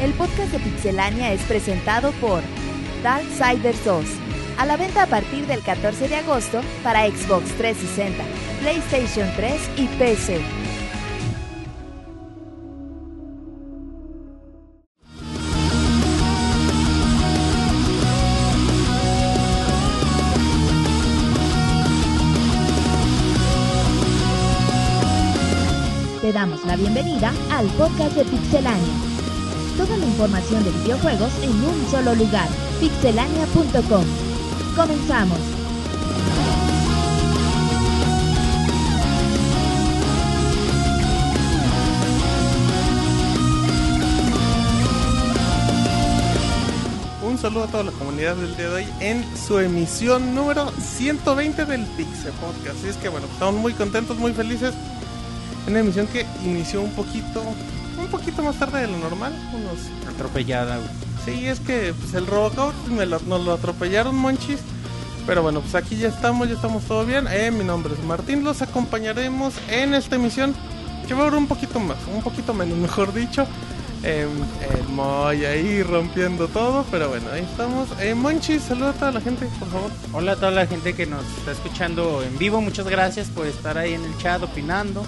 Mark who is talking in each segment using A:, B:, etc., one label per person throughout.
A: El podcast de Pixelania es presentado por Darksiders 2. A la venta a partir del 14 de agosto para Xbox 360, PlayStation 3 y PC. Te damos la bienvenida al podcast de Pixelania. Toda la información de videojuegos en un solo lugar, pixelania.com. Comenzamos.
B: Un saludo a toda la comunidad del día de hoy en su emisión número 120 del Pixel Podcast. Así es que bueno, estamos muy contentos, muy felices. Una emisión que inició un poquito, un poquito más tarde de lo normal. Unos...
C: Atropellada, güey.
B: Sí, es que pues, el Robocop me lo- nos lo atropellaron, monchis. Pero bueno, pues aquí ya estamos, ya estamos todo bien. Eh, mi nombre es Martín, los acompañaremos en esta emisión que va a durar un poquito más, un poquito menos, mejor dicho. Eh, el Moy ahí rompiendo todo, pero bueno, ahí estamos. Eh, Monchis, saluda a toda la gente, por favor.
C: Hola a toda la gente que nos está escuchando en vivo. Muchas gracias por estar ahí en el chat opinando,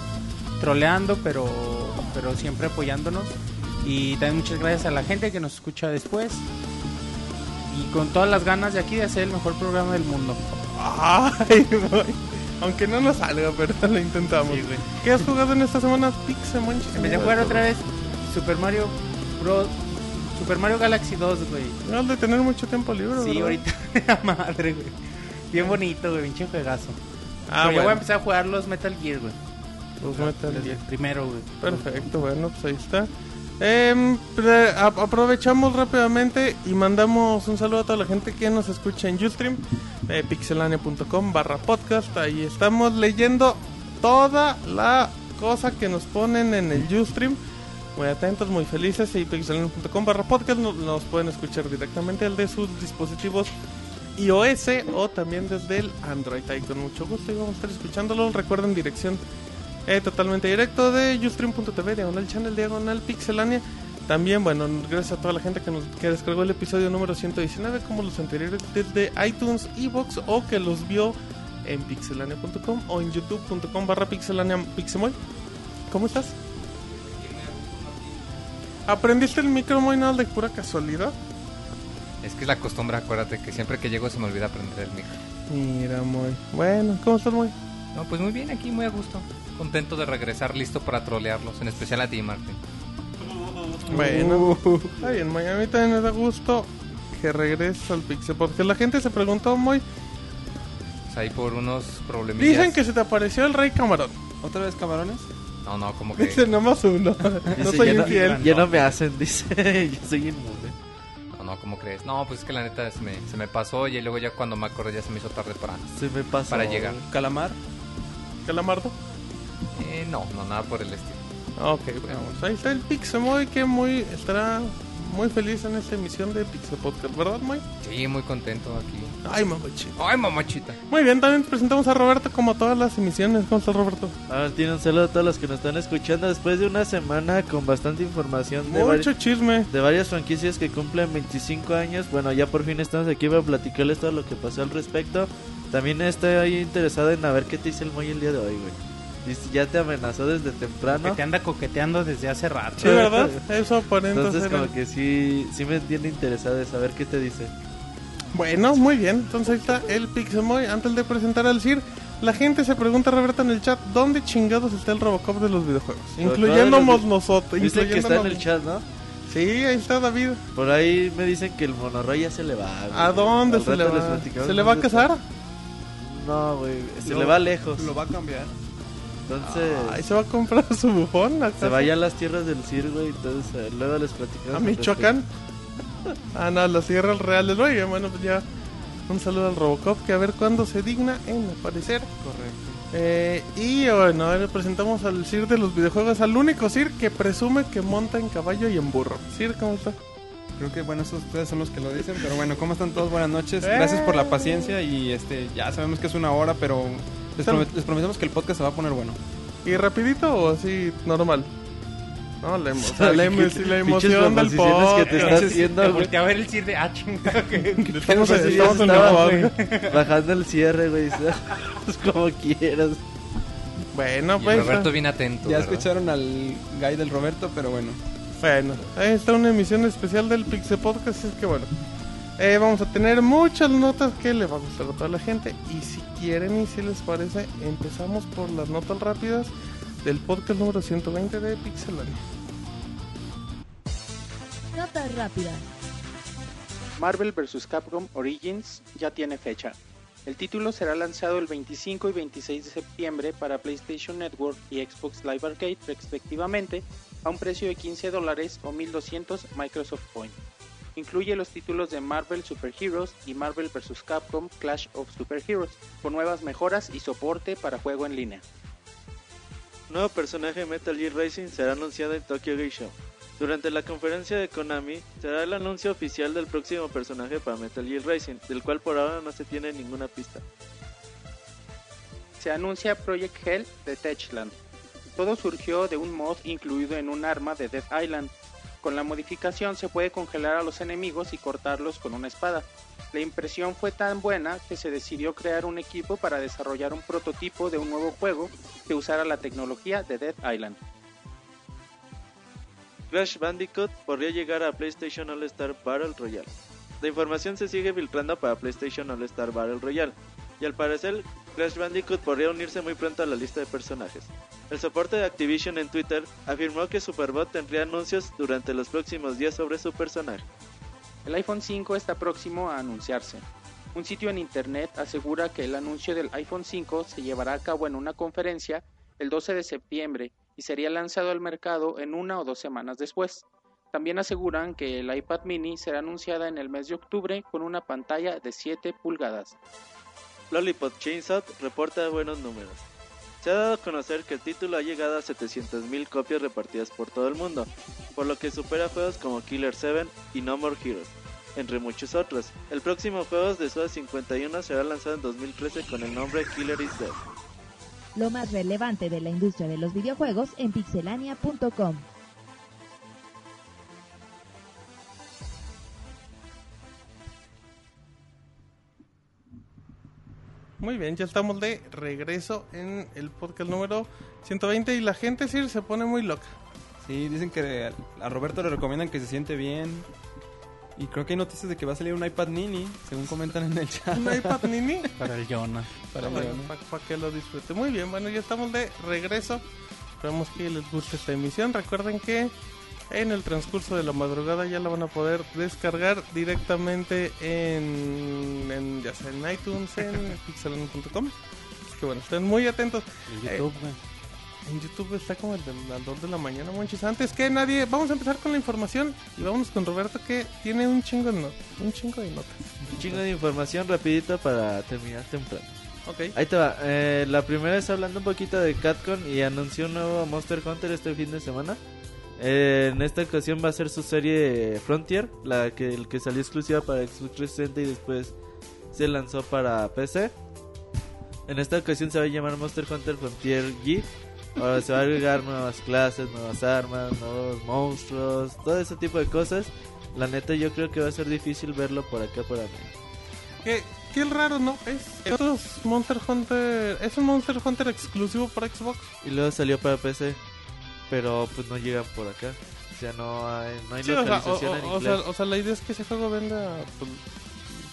C: troleando, pero, pero siempre apoyándonos. Y también muchas gracias a la gente que nos escucha después. Y con todas las ganas de aquí de hacer el mejor programa del mundo.
B: Ay, Moy. Aunque no nos salga, pero lo intentamos.
C: Sí, güey.
B: ¿Qué has jugado en esta semana, Pixel Monchis?
C: Empecé a jugar otra vez Super Mario Bros. Super Mario Galaxy 2, güey.
B: No has de tener mucho tiempo libre,
C: Sí,
B: ¿verdad?
C: ahorita de la madre, güey. Bien bonito, güey, pinche juegazo.
B: Ah,
C: pero ya voy a
B: bueno.
C: empezar a jugar los Metal Gear, güey.
B: Los Metal
C: Desde
B: Gear.
C: el primero, güey.
B: Perfecto, bueno, pues ahí está. Em, pre- a- aprovechamos rápidamente y mandamos un saludo a toda la gente que nos escucha en Ustream, eh, pixelania.com barra podcast. Ahí estamos leyendo toda la cosa que nos ponen en el Ustream. Muy atentos, muy felices y pixelania.com barra podcast nos, nos pueden escuchar directamente el de sus dispositivos iOS o también desde el Android. Ahí con mucho gusto y vamos a estar escuchándolo. Recuerden dirección eh, totalmente directo de ustream.tv, diagonal channel, diagonal pixelania. También, bueno, gracias a toda la gente que, nos, que descargó el episodio número 119, como los anteriores desde iTunes, Evox o que los vio en pixelania.com o en youtube.com barra pixelania pixemoy. ¿Cómo estás? ¿Aprendiste el micro muy nada de pura casualidad?
D: Es que es la costumbre, acuérdate, que siempre que llego se me olvida prender el micro.
B: Mira, muy bueno. ¿Cómo estás, muy?
D: No, pues muy bien, aquí muy a gusto. Contento de regresar, listo para trolearlos, en especial a ti, Martín.
B: Bueno, está bien, Moy. A mí también me da gusto que regreses al Pixel. Porque la gente se preguntó, Moy.
D: Pues ahí por unos problemillas.
B: Dicen que se te apareció el Rey Camarón.
E: ¿Otra vez camarones?
D: No, no, como que...
B: Dicen nomás uno. No
E: Dice,
B: soy
E: ya no-
B: infiel.
E: Ya no me hacen, dice. Yo soy inmune.
D: No, no, ¿cómo crees? No, pues es que la neta se me, se me pasó y luego ya cuando me acordé ya se me hizo tarde para...
E: Se me pasó.
D: Para llegar.
E: ¿Calamar?
B: Calamardo.
D: Eh, no, no, nada por el estilo.
B: Ok, bueno, pues ahí está el Pixel Moy que muy estará muy feliz en esta emisión de Pixel Podcast, ¿verdad, Moy?
D: Sí, muy contento aquí.
B: Ay, mamuchi.
D: ¡Ay, mamachita!
B: Muy bien, también presentamos a Roberto como todas las emisiones. ¿Cómo estás, Roberto?
E: Martín, un saludo a todos los que nos están escuchando. Después de una semana con bastante información de,
B: Mucho
E: vari-
B: chisme.
E: de varias franquicias que cumplen 25 años, bueno, ya por fin estamos aquí para platicarles todo lo que pasó al respecto. También estoy ahí interesado en a ver qué te dice el Moy el día de hoy, güey. Dice, Ya te amenazó desde
C: Que
E: temprano.
C: te anda coqueteando desde hace rato.
B: Sí, ¿verdad? Eso aparenta
E: Entonces,
B: ser el-
E: como que sí, sí me tiene interesado de saber qué te dice.
B: Bueno, muy bien. Entonces ahí está el Pixemoy. Antes de presentar al CIR, la gente se pregunta, Roberto, en el chat, ¿dónde chingados está el Robocop de los videojuegos? Incluyéndonos nosotros.
E: Dice que está en
B: incluyéndonos-
E: el chat, ¿no?
B: Sí, ahí está David.
E: Por ahí me dicen que el monorroy ya se le va. güey.
B: ¿A dónde
E: Al
B: se
E: rato
B: le
E: les
B: va?
E: platicamos
B: ¿Se le va a
E: dónde
B: casar?
E: está. No, güey, se le va lejos.
F: Lo va a cambiar. Ah,
E: Entonces,
B: Ahí se va a comprar su bufón. ¿acaso?
E: se vaya a las tierras del Cir, güey. Entonces, eh, luego les platicamos.
B: a
E: al
B: Michoacán. Ah, no, a las sierras reales. Oye, bueno, pues ya un saludo al Robocop, que a ver cuándo se digna en aparecer.
F: Correcto.
B: Eh, y bueno, ahora presentamos al Sir de los videojuegos, al único Sir que presume que monta en caballo y en burro. Sir, ¿cómo está?
F: Creo que bueno, esos ustedes son los que lo dicen, pero bueno, ¿cómo están todos? Buenas noches.
B: Eh.
F: Gracias por la paciencia y este ya sabemos que es una hora, pero les, promet- les prometemos que el podcast se va a poner bueno.
B: ¿Y rapidito o así normal? No, la, emo- o sea, la, emo- sí, la
E: Pinches
B: emoción del
E: proposiciones que te
B: podcast.
E: estás haciendo, güey.
C: Voltea a ver el CIR de ah, chinga, que-
B: Estamos,
E: Pues, sí, ya
B: estamos en el
E: estaba,
B: podcast.
E: güey, Bajando el cierre, güey. Es como quieras.
B: Bueno,
D: Y el
B: pues.
D: Roberto bien atento.
F: Ya
D: ¿verdad?
F: escucharon al guy del Roberto, pero bueno.
B: Bueno, ahí está una emisión especial del Pixel Podcast, así es que bueno. eh, vamos a tener muchas notas que le va a gustar a toda la gente. Y si quieren y si les parece, empezamos por las notas rápidas del podcast número 120 de Pixelania.
A: Notas rápidas.
G: Marvel vs. Capcom Origins ya tiene fecha. El título será lanzado el 25 y 26 de septiembre para PlayStation Network y Xbox Live Arcade respectivamente a un precio de 15 dólares o 1200 Microsoft Point. Incluye los títulos de Marvel Super Heroes y Marvel vs. Capcom Clash of Super Heroes con nuevas mejoras y soporte para juego en línea.
E: Nuevo personaje de Metal Gear Racing será anunciado en Tokyo Game Show. Durante la conferencia de Konami será el anuncio oficial del próximo personaje para Metal Gear Racing, del cual por ahora no se tiene ninguna pista.
G: se anuncia Project Hell de Techland. Todo surgió de un mod incluido en un arma de Death Island. Con la modificación se puede congelar a los enemigos y cortarlos con una espada. La impresión fue tan buena que se decidió crear un equipo para desarrollar un prototipo de un nuevo juego que usara la tecnología de Death Island.
E: Crash Bandicoot podría llegar a PlayStation All Star Battle Royale. La información se sigue filtrando para PlayStation All Star Battle Royale, y al parecer Crash Bandicoot podría unirse muy pronto a la lista de personajes. El soporte de Activision en Twitter afirmó que Superbot tendría anuncios durante los próximos días sobre su personaje.
G: El iPhone 5 está próximo a anunciarse. Un sitio en internet asegura que el anuncio del iPhone 5 se llevará a cabo en una conferencia el 12 de septiembre y sería lanzado al mercado en una o dos semanas después. También aseguran que el iPad mini será anunciada en el mes de octubre con una pantalla de 7 pulgadas.
E: Lollipop Chainsaw reporta buenos números. Se ha dado a conocer que el título ha llegado a 700.000 copias repartidas por todo el mundo, por lo que supera juegos como Killer 7 y No More Heroes, entre muchos otros. El próximo juego de Suda 51 será lanzado en 2013 con el nombre Killer is Dead.
A: Lo más relevante de la industria de los videojuegos en pixelania.com.
B: Muy bien, ya estamos de regreso en el podcast número 120 y la gente sí se pone muy loca.
F: Sí, dicen que a Roberto le recomiendan que se siente bien. Y creo que hay noticias de que va a salir un iPad mini, según comentan en el chat.
B: ¿Un iPad mini?
C: Para el Jonah.
F: Para
B: Para,
F: Leona.
B: que lo disfrute. Muy bien, bueno, ya estamos de regreso. Esperemos que les guste esta emisión. Recuerden que en el transcurso de la madrugada ya la van a poder descargar directamente en, en ya sea en iTunes, en pixelano.com. Así que bueno, estén muy atentos.
C: El
B: Eh,
C: YouTube, güey.
B: En YouTube está como el de las 2 de la mañana, monches. Antes que nadie, vamos a empezar con la información y vámonos con Roberto que tiene un chingo de notas. Un chingo de notas.
E: Un chingo de información rapidita para terminar temprano.
B: Ok.
E: Ahí te va. eh, la primera es hablando un poquito de Capcom y anunció un nuevo Monster Hunter este fin de semana. Eh, en esta ocasión va a ser su serie Frontier, la que, el que salió exclusiva para Xbox 360 y después se lanzó para PC. En esta ocasión se va a llamar Monster Hunter Frontier G. Ahora se va a agregar nuevas clases, nuevas armas, nuevos monstruos, todo ese tipo de cosas. La neta yo creo que va a ser difícil verlo por acá por acá.
B: Que, qué raro, ¿no? Es, estos Monster Hunter. Es un Monster Hunter exclusivo para Xbox.
E: Y luego salió para PC. Pero pues no llegan por acá. O sea, no hay, no hay
B: Sí, o sea, o,
E: localización en
B: o- o
E: inglés.
B: sea, o sea, la idea es que ese juego venda pues,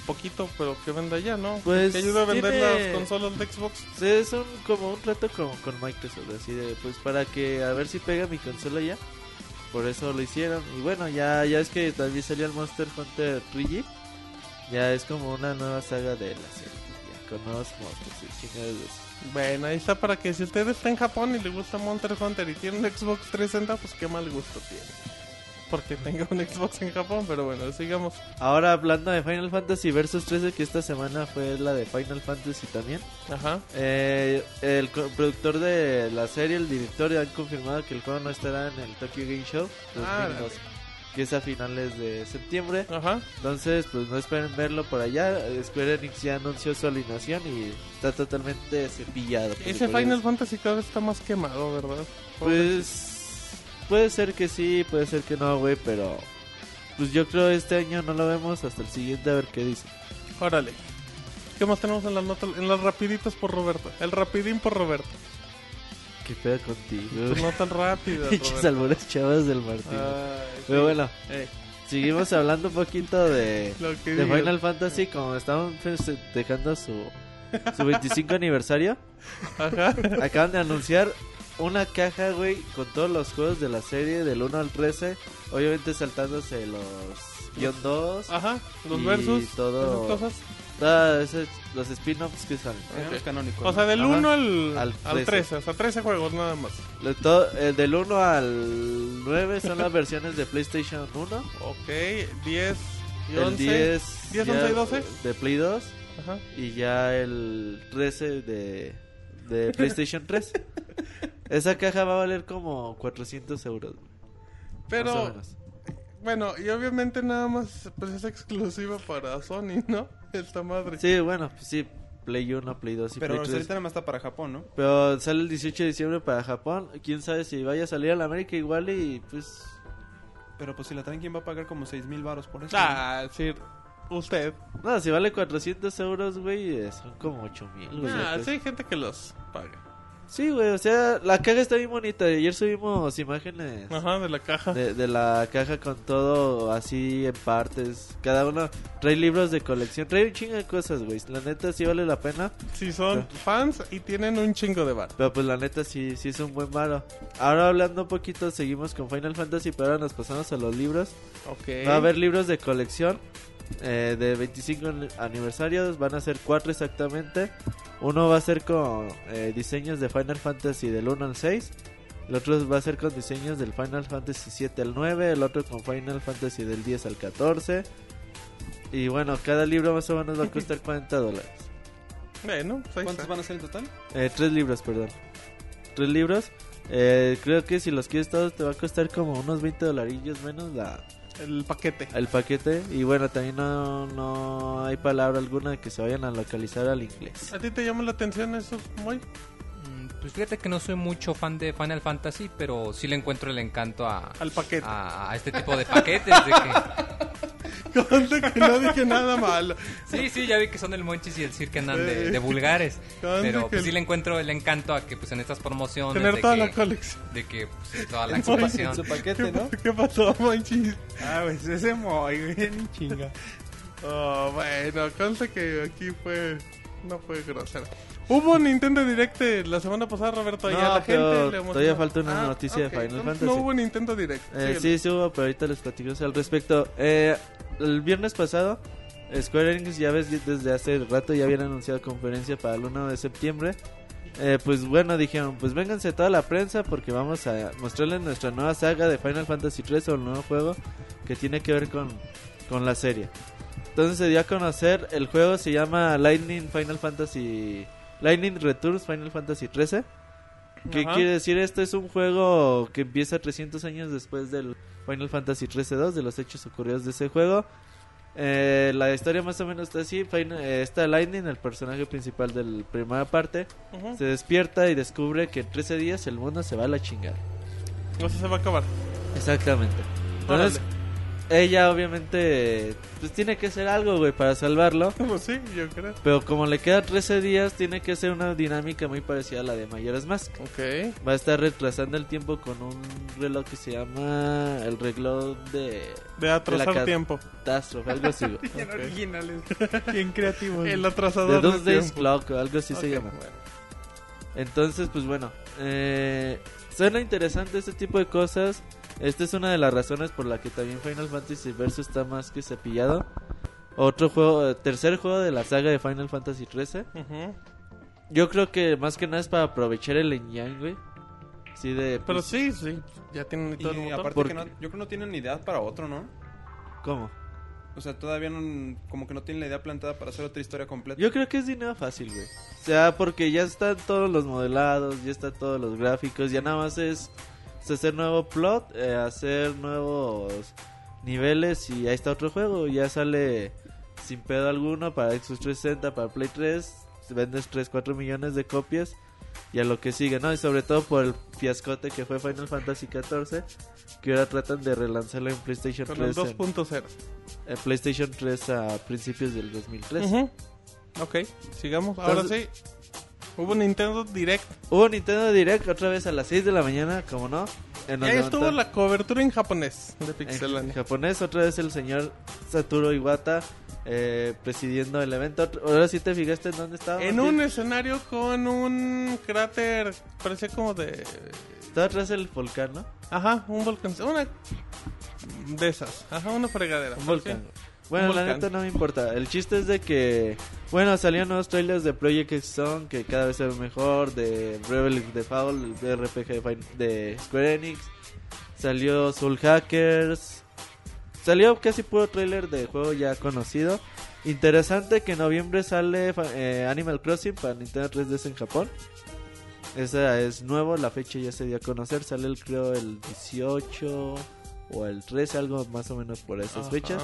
B: poquito, pero que venda ya, ¿no?
E: Pues,
B: que ayude a vender
E: tiene-
B: las consolas de Xbox.
E: Sí, es un, como un trato con, con Microsoft. Así de, pues para que a ver si pega mi consola ya. Por eso lo hicieron. Y bueno, ya, ya es que también salió el Monster Hunter 3G. Ya es como una nueva saga de la serie. pues, Ya con nuevos monstruos y chingados de eso.
B: Bueno, ahí está para que si usted está en Japón y le gusta Monster Hunter y tiene un Xbox 360, pues qué mal gusto tiene. Porque tenga un Xbox en Japón, pero bueno, sigamos.
E: Ahora hablando de Final Fantasy Versus 13, que esta semana fue la de Final Fantasy también.
B: Ajá.
E: Eh, el co- productor de la serie, el director, han confirmado que el juego no estará en el Tokyo Game Show 2012,
B: Ah,
E: que es a finales de septiembre.
B: Ajá.
E: Entonces, pues no esperen verlo por allá. Square Enix ya anunció su alineación y está totalmente cepillado.
B: Ese
E: Películas-
B: Final Fantasy cada vez está más quemado, ¿verdad?
E: Pues puede ser que sí, puede ser que no, güey, pero pues yo creo este año no lo vemos hasta el siguiente a ver qué dice.
B: Órale. ¿Qué más tenemos en las notas? En las rapiditas por Roberto. El rapidín por Roberto.
E: Qué pedo contigo.
B: Pues no tan rápido.
E: Pinches
B: Roberto. Ah.
E: albores chavas del Martín.
B: Ay, sí.
E: Pero bueno,
B: Eh,
E: seguimos hablando un poquito de,
B: lo que
E: de
B: digas.
E: Final Fantasy, como estamos festejando su, su 25 aniversario.
B: Ajá.
E: Acaban de anunciar una caja, güey, con todos los juegos de la serie del 1 al 13. Obviamente saltándose los guión 2,
B: Ajá. Los
E: Y
B: versos.
E: todo-
B: Esas cosas.
E: todas esas- los spin-offs que salen.
F: Eran los canónicos.
B: O sea,
F: ¿no?
B: del
E: Ajá.
B: 1 al,
E: Al
B: al 13.
E: 13.
B: O sea, 13 juegos nada más.
E: Lo- todo- eh, del 1 al 9 son las versiones de PlayStation 1.
B: Ok. 10 y
E: El
B: 11.
E: 10,
B: 10,
E: ya,
B: 11 y 12.
E: de Play 2.
B: Ajá.
E: Y ya el 13 de, de PlayStation 3. Esa caja va a valer como 400 euros. güey,
B: Pero.
E: más o menos.
B: Bueno, y obviamente nada más pues es exclusiva para Sony, ¿no? Esta madre.
E: Sí, bueno, pues sí, Play 1, Play 2 y
F: Pero
E: Play 3.
F: ahorita nada más está para Japón, ¿no?
E: Pero sale el 18 de diciembre para Japón. Quién sabe si vaya a salir a la América igual y pues.
F: Pero pues si la traen, ¿quién va a pagar como 6 mil baros por eso?
B: Ah, sí. Usted.
E: No, si vale 400 euros, güey, eh, son como 8 mil, güey.
B: Ah,
E: yo creo.
B: sí, hay gente que los paga.
E: Sí, güey, o sea, la caja está bien bonita. Ayer subimos imágenes
B: Ajá, de la caja.
E: de, de la caja con todo así en partes. Cada uno trae libros de colección, trae un chingo de cosas, güey. La neta sí vale la pena,
B: Si son fans y tienen un chingo de bar.
E: pero pues la neta sí, sí es un buen varo. Ahora hablando un poquito, seguimos con Final Fantasy, pero ahora nos pasamos a los libros.
B: Ok.
E: Va a haber libros de colección eh, de 25 ani- aniversarios, van a ser cuatro exactamente. Uno va a ser con eh, diseños de Final Fantasy del 1 al 6. El otro va a ser con diseños del Final Fantasy 7 al 9. El otro con Final Fantasy del 10 al 14. Y bueno, cada libro más o menos va a costar 40 dólares.
B: Bueno, pues ahí
F: ¿Cuántos
B: está.
F: van a ser en total?
E: Eh, tres libros, perdón. Tres libros. Eh, creo que si los quieres todos te va a costar como unos 20 dolarillos menos la,
B: El paquete.
E: el paquete y bueno también no, no hay palabra alguna que se vayan a localizar al inglés
B: ¿A ti te llama la atención eso, Moy?
D: Mm, Pues fíjate que no soy mucho fan de Final Fantasy, pero sí le encuentro el encanto a,
B: Al paquete.
D: a, a este tipo de paquetes. de que-
B: Conste que no dije nada malo.
D: sí, sí, ya vi que son el Monchis y el Sir que andan de,
B: Eh,
D: de vulgares.
B: ¿dónde
D: Pero pues,
B: que-
D: sí le encuentro el encanto a que pues en estas promociones...
B: Tener
D: de
B: toda
D: que,
B: la colección.
D: de que pues, es toda la
B: Monchis,
F: En su
D: expansión.
F: paquete, ¿no?
B: ¿Qué pasó, Monchis?
C: Ah, pues ese muy bien chinga.
B: Oh, bueno, conste que aquí fue. No fue grosero. Hubo un Nintendo Direct de la semana pasada, Roberto. y
E: No,
B: a la
E: pero
B: gente le
E: todavía
B: emocionó. Ah,
E: falta una noticia de
B: ok,
E: Final
B: no,
E: Fantasy.
B: No hubo Nintendo Direct.
E: Eh,
B: síguele.
E: sí sí hubo pero ahorita les platicamos al respecto Eh, el viernes pasado Square Enix ya ves desde hace rato ya habían anunciado conferencia para el 1 de septiembre Eh, pues bueno dijeron pues vénganse toda la prensa porque vamos a mostrarles nuestra nueva saga de Final Fantasy 3 o el nuevo juego que tiene que ver con, con la serie entonces se dio a conocer el juego se llama Lightning Final Fantasy Lightning Returns Final Fantasy 13 ¿Qué
B: Ajá.
E: quiere decir esto? Es un juego que empieza 300 años después del Final Fantasy 13-2, de los hechos ocurridos de ese juego. Eh, la historia más o menos está así. Fin- eh, está Lightning, el personaje principal de la primera parte,
B: Ujú.
E: se despierta y descubre que en 13 días el mundo se va a la chingada.
B: O sea, se va a acabar.
E: Exactamente. Entonces, ella obviamente pues tiene que hacer algo, güey, para salvarlo.
B: Órale. Pues sí, yo creo.
E: Pero como le queda 13 días, tiene que hacer una dinámica muy parecida a la de Mayoras Mask.
B: Ok.
E: Va a estar retrasando el tiempo con un reloj que se llama el reloj de
B: De atrasar
E: De la ca-
B: tiempo.
E: catástrofe, algo así. güey.
C: Bien originales, bien creativos.
B: El
E: De
B: atrasador
E: dos
B: del
E: days
B: tiempo.
E: clock, o algo así
B: Ok,
E: se llama.
B: bueno.
E: Entonces, pues bueno, eh, suena interesante este tipo de cosas. Esta es una de las razones por la que también Final Fantasy Versus está más que cepillado. Otro juego, eh, tercer juego de la saga de Final Fantasy 13.
B: Ujú.
E: Yo creo que más que nada es para aprovechar el Yang, güey. Sí, de.
B: Pero
E: pues,
B: sí, sí. Ya tienen todo el
F: Y
B: motor.
F: aparte
E: ¿Por
F: que no,
E: qué?
F: yo creo que no tienen ni idea para otro, ¿no?
E: ¿Cómo?
F: O sea, todavía no, como que no tienen la idea plantada para hacer otra historia completa.
E: Yo creo que es dinero fácil, güey. O sea, porque ya están todos los modelados, ya están todos los gráficos, ya nada más es, es hacer nuevo plot, eh, hacer nuevos niveles y ahí está otro juego. Ya sale sin pedo alguno para Xbox 360, para Play 3, vendes 3, 4 millones de copias y a lo que sigue, ¿no? Y sobre todo por el fiascote que fue Final Fantasy XIV, que ahora tratan de relanzarlo en PlayStation
B: Con el
E: 3, en,
B: 2.0.
E: en PlayStation 3 a principios del 2013.
B: Ujú. Ok, sigamos. Ahora sí.
E: Entonces-
B: Hubo Nintendo Direct.
E: Hubo Nintendo Direct otra vez a las 6 de la mañana, como no. En
B: Y
E: donde
B: ahí estuvo
E: montaron-
B: la cobertura en japonés de
E: en
B: Pixelania.
E: japonés, otra vez el señor Satoru Iwata eh, presidiendo el evento. Otra- Ahora sí te fijaste en dónde estaba.
B: En
E: Martín.
B: un escenario con un cráter, parecía como de...
E: Estaba atrás el volcán, ¿no?
B: Ajá, un volcán. Una de esas. Ajá, una fregadera.
E: Un volcán. Bueno,
B: Un
E: la
B: volcán.
E: neta no me importa. El chiste es de que, bueno, salieron nuevos trailers de Project X Zone que cada vez se ve mejor, de Rebel de Foul, de RPG de, Fin- de Square Enix. Salió Soul Hackers. Salió casi puro trailer de juego ya conocido. Interesante que en noviembre sale fa- eh, Animal Crossing para Nintendo 3DS en Japón. Esa es nuevo, la fecha ya se dio a conocer. Sale el creo el 18 o el 13, algo más o menos por esas
B: Ajá.
E: fechas.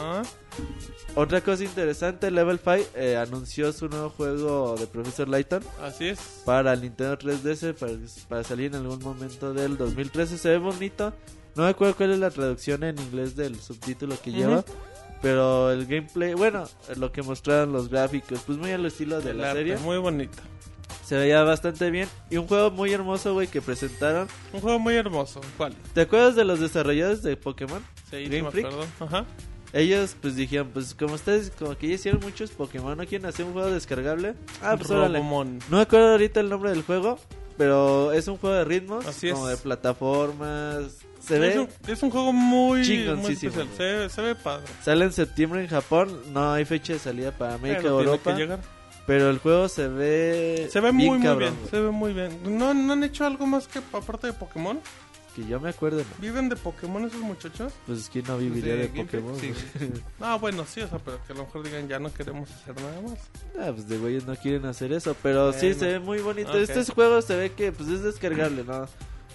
E: Otra cosa interesante, Level 5 eh, anunció su nuevo juego de Professor Layton
B: Así es.
E: para el Nintendo 3DS para, para salir en algún momento del 2013. Se ve bonito. No me acuerdo cuál es la traducción en inglés del subtítulo que
B: Ujú.
E: lleva. Pero el gameplay, bueno, lo que mostraron los gráficos, pues muy al estilo de
B: El
E: la
B: arte,
E: serie.
B: Muy bonito.
E: Se veía bastante bien. Y un juego muy hermoso, güey, que presentaron.
B: Un juego muy hermoso. ¿Cuál?
E: ¿Te acuerdas de los desarrolladores de Pokémon?
B: Sí, sí
E: Game
B: me
E: Freak.
B: acuerdo. Ajá.
E: Ellos pues dijeron, pues como ustedes como que ya hicieron muchos Pokémon, ¿no quieren hacer un juego descargable? Ah, pues órale.
B: Robomon.
E: No me acuerdo ahorita el nombre del juego, pero es un juego de ritmos,
B: Así
E: como
B: es. Pues
E: de plataformas. Se
B: Es
E: ve,
B: un, es un juego muy, muy
E: Chingoncísimo,
B: especial. Se, se ve padre.
E: sale en septiembre en Japón, no hay fecha de salida para América
B: Pero
E: o
B: tiene
E: Europa,
B: que llegar.
E: pero el juego se ve
B: Se ve muy,
E: Eh, bien
B: muy
E: cabrón,
B: bien.
E: güey.
B: Se ve muy bien. ¿No, ¿No han hecho algo más que aparte de Pokémon?
E: que yo me acuerdo, ¿no?
B: ¿Viven de Pokémon esos muchachos?
E: pues quién no viviría de,
F: De Game Freak,
E: Pokémon.
F: sí,
E: güey?
B: Ah, bueno, sí, o sea, pero que a lo mejor digan ya no queremos hacer nada más.
E: Ah, pues de güeyes no quieren hacer eso, pero sí
B: Bueno.
E: se ve muy bonito.
B: Ok.
E: Este juego se ve que pues es descargable, no.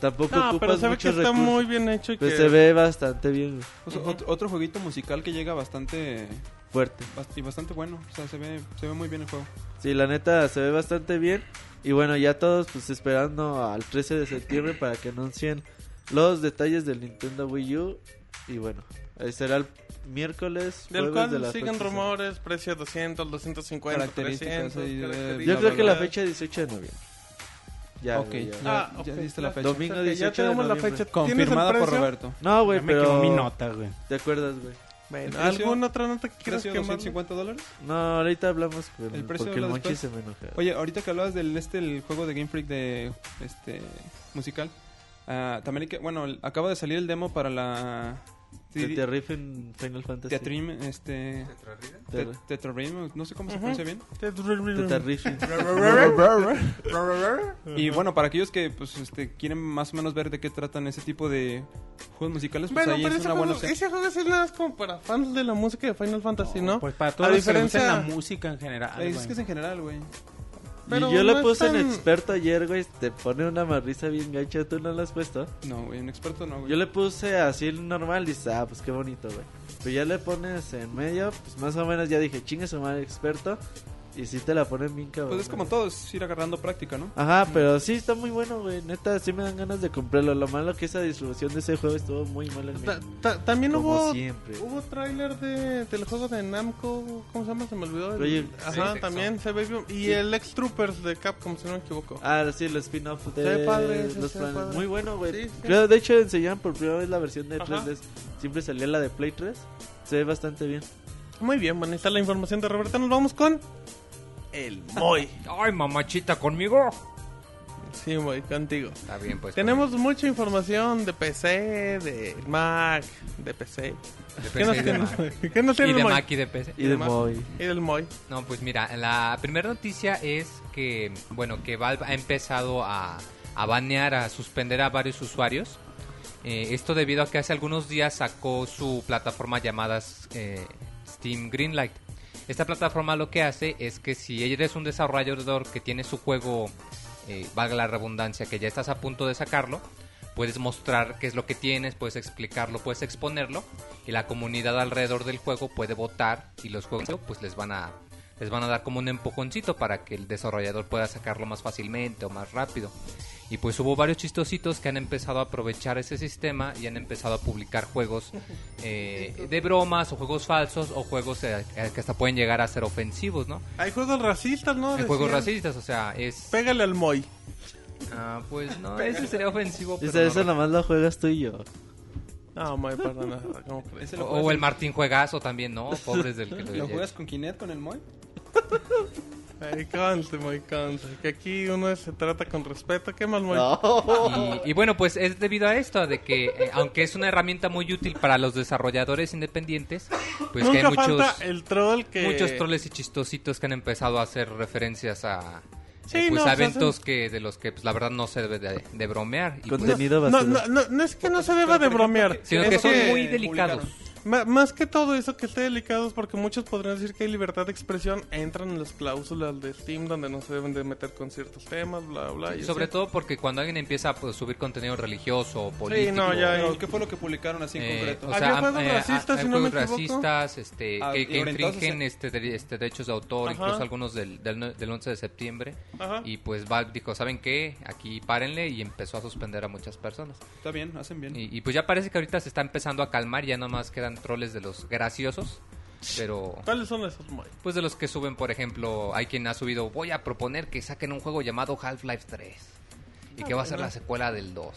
E: Tampoco
B: No,
E: ocupas
B: pero se ve que
E: muchos
B: está
E: recursos.
B: muy bien hecho y
E: Pues
B: que
E: se ve bastante bien güey.
F: O sea, ot- otro, jueguito musical que llega bastante
E: fuerte.
F: bast- y bastante bueno. O sea, se ve, se ve muy bien el juego.
E: Sí, la neta se ve bastante bien. Y bueno, ya todos pues esperando al 13 de septiembre para que anuncien los detalles del Nintendo Wii U. Y bueno, ahí será el miércoles.
B: Del
E: jueves
B: cual
E: de la
B: siguen
E: fecha.
B: rumores, precio 200, 250,
F: Características, eh,
B: 300.
F: sí, de-
B: características.
E: Yo
F: La
E: creo que la
F: verdad.
E: fecha es 18 de noviembre. Ya,
F: ok,
E: güey, ya.
F: ya,
B: Ah,
F: ya
B: ok,
F: diste
B: ya.
F: la fecha.
E: Domingo 18
B: ya tenemos
E: de
B: la
E: noviembre.
B: fecha.
F: Confirmada por
B: Roberto.
F: Roberto.
E: No, güey,
C: Ya me quemó
E: pero...
C: mi nota, güey.
E: ¿Te acuerdas, güey?
B: Bueno,
F: ¿El precio?
B: ¿Alguna otra nota que
F: ¿Crees
B: quieras
F: que
B: que más?
F: 250 dólares?
E: No, ahorita hablamos con
F: El
E: él,
F: precio
E: porque el
F: lo
E: Monchi
F: después.
E: se me enoja.
F: Oye, ahorita que hablabas del este el juego de Game Freak de este musical. ah, también hay que, bueno, el- acaba de salir el demo para la
E: que te rifen Final Fantasy.
F: Teatrim, este
E: Te-
F: Te- Tetrarim, no sé cómo se
B: Ujú.
F: pronuncia bien.
E: te te rifen.
F: Y bueno, para aquellos que pues este quieren más o menos ver de qué tratan ese tipo de juegos musicales, pues
B: Bueno,
F: ahí
B: pero
F: es
B: ese
F: una
B: juego,
F: buena opción.
B: ese juego sí es nada más como para fans de la música de Final Fantasy, ¿no?
C: Pues para todos
B: A
C: los que les gusta
B: diferencia-
C: la música en general,
F: Eh, Es
C: güey.
F: que es en general, güey.
B: Pero
E: y yo
B: no
E: le
B: es
E: puse en
B: tan-
E: experto ayer, güey. Te pone una marrisa bien gacha. ¿Tú no la has puesto?
F: No, güey, un experto no, güey.
E: Yo le puse así el normal y dices, ah, pues qué bonito, güey. Pero ya le pones en medio, pues más o menos ya dije, chingue su madre experto. Y si te la ponen bien cabrón.
F: Pues es como
E: güey.
F: todo, es ir agarrando práctica, ¿no?
E: Ajá, pero sí está muy bueno, güey. Neta, sí me dan ganas de comprarlo. Lo malo que esa distribución de ese juego estuvo muy mal en mí.
B: Ta- ta- también
E: Como
B: hubo
E: siempre.
B: hubo tráiler de, del juego de Namco, ¿cómo se llama? Se me olvidó. el-
E: Project-
B: Ajá,
D: Sí,
B: también se ve bien. Y
E: Sí.
B: el Ex Troopers de Capcom, si no me equivoco.
E: Ah, sí, el spin-off de
B: Se ve padre, se
E: los
B: ve
E: planes.
B: padre.
E: Muy bueno, güey.
B: Sí, sí.
E: Creo, de hecho, enseñaban por primera vez la versión de
B: Ajá.
E: 3DS. Siempre salía la de Play 3. Se ve bastante bien.
B: Muy bien, bueno, ahí está la información de Roberto. Nos vamos con el Moy.
D: Ay, mamachita, ¿conmigo?
B: Sí, Moy, contigo.
D: Está bien, pues.
B: Tenemos mucha información de PC, de Mac, de PC.
D: conmigo. De
B: ¿Qué nos
D: PC y de Mac.
B: tiene- ¿Qué nos tiene
D: Y
B: el
D: de
B: Moy?
D: Mac y de PC.
E: Y de
B: demás.
E: Moy.
B: Y del Moy.
D: No, pues mira, la primera noticia es que, bueno, que Valve ha empezado a, a banear, a suspender a varios usuarios. Eh, esto debido a que hace algunos días sacó su plataforma llamada eh, Steam Greenlight. Esta plataforma lo que hace es que si eres un desarrollador que tiene su juego, eh, valga la redundancia, que ya estás a punto de sacarlo, puedes mostrar qué es lo que tienes, puedes explicarlo, puedes exponerlo y la comunidad alrededor del juego puede votar y los juegos pues les van a les van a dar como un empujoncito para que el desarrollador pueda sacarlo más fácilmente o más rápido. Y pues hubo varios chistositos que han empezado a aprovechar ese sistema y han empezado a publicar juegos eh, de bromas o juegos falsos o juegos eh, que hasta pueden llegar a ser ofensivos, ¿no?
B: Hay juegos racistas, ¿no?
D: Hay juegos
B: Decían,
D: racistas, o sea, es...
B: Pégale al Moy.
D: Ah, pues no, ese sería ofensivo. pero
E: Esa,
D: no
E: esa nomás la juegas tú y yo.
B: No, Moy, para nada. ¿cómo crees?
F: Ese
D: O,
F: lo
D: o el
F: juegas,
D: Martín Juegazo también, ¿no? Pobres del que lo,
F: ¿Lo
D: lleve.
F: juegas con Kinect, con el Moy?
B: Ay, conste, Moy, conste. Que aquí uno se trata con respeto. Qué mal, Moy.
D: Y, y bueno, pues es debido a esto, de que eh, aunque es una herramienta muy útil para los desarrolladores independientes, pues que
B: Nunca
D: hay muchos,
B: falta el troll que...
D: muchos troles y chistositos que han empezado a hacer referencias a...
B: Sí,
D: eh,
B: no,
D: pues
B: o sea,
D: a eventos que de los que pues, la verdad no se debe de, de bromear y, pues,
E: Contenido
B: No,
E: basura.
B: no, no, no es que no se deba de bromear.
D: sino
B: es
D: que son
B: que-
D: muy delicados
B: Ma- Más que todo eso que esté delicado es porque muchos podrían decir que hay libertad de expresión, entran en las cláusulas de Steam donde no se deben de meter con ciertos temas, bla, bla. y
D: sobre
B: así.
D: todo porque cuando alguien empieza a pues, subir contenido religioso o político
B: no, ya,
F: Pero, ¿Qué fue lo que publicaron así en
D: Eh,
F: concreto?
D: o
B: Había
D: sea,
B: juegos
D: eh,
B: racistas,
D: ah,
B: si
D: hay
B: no me
D: juegos
B: equivoco.
D: racistas, este,
F: Ah,
D: que, que
F: violentos,
D: infringen este, de- este, derechos de autor,
B: Ajá.
D: incluso algunos del, del, no- del 11 de septiembre.
B: Ajá.
D: Y pues Valve dijo, ¿saben qué? Aquí párenle y empezó a suspender a muchas personas.
F: Está bien, hacen bien.
D: Y, y, pues ya parece que ahorita se está empezando a calmar, ya nomás quedan troles de los graciosos, pero...
B: ¿Cuáles son esos, Moy?
D: Pues de los que suben, por ejemplo, hay quien ha subido, voy a proponer que saquen un juego llamado Half-Life 3. Y que va a ser la secuela del 2.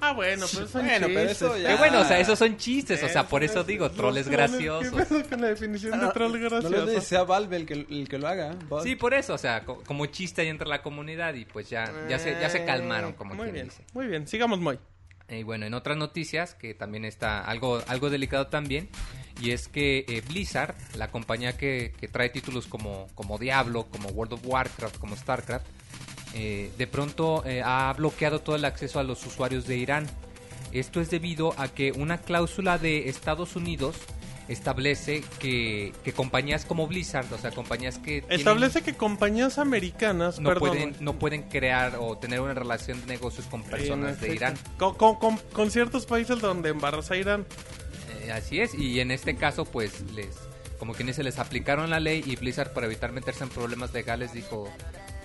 B: Ah, bueno, pero son
F: Bueno, pero
B: chistes.
F: eso ya-
D: Que bueno, o sea, esos son chistes, o sea, por eso
B: es-
D: digo,
B: los
D: troles
B: ¿Qué
D: graciosos. Ah,
B: pedo con la definición de troll
F: No lo
B: gracioso?
F: desea Valve el que, el que lo haga. ¿eh? Valve.
D: Sí, por eso, o sea, co- como chiste ahí entre la comunidad y pues ya, ya, se, ya se calmaron, como
B: Eh, Muy
D: quien
B: bien,
D: dice.
B: muy bien. Sigamos, Moy.
D: Y bueno, en otras noticias, que también está algo, algo delicado también, y es que eh, Blizzard, la compañía que, que trae títulos como, como Diablo, como World of Warcraft, como StarCraft, eh, de pronto eh, ha bloqueado todo el acceso a los usuarios de Irán. Esto es debido a que una cláusula de Estados Unidos establece que, que compañías como Blizzard, o sea, compañías que... tienen-
B: Establece que compañías americanas,
D: no
B: perdón,
D: pueden, no pueden crear o tener una relación de negocios con personas
B: en
D: de
B: efecto,
D: Irán.
B: Con, con- con- con ciertos países donde embarras a Irán.
D: Eh, así es, y en este caso, pues, les, como quien dice, les aplicaron la ley y Blizzard, para evitar meterse en problemas legales, dijo,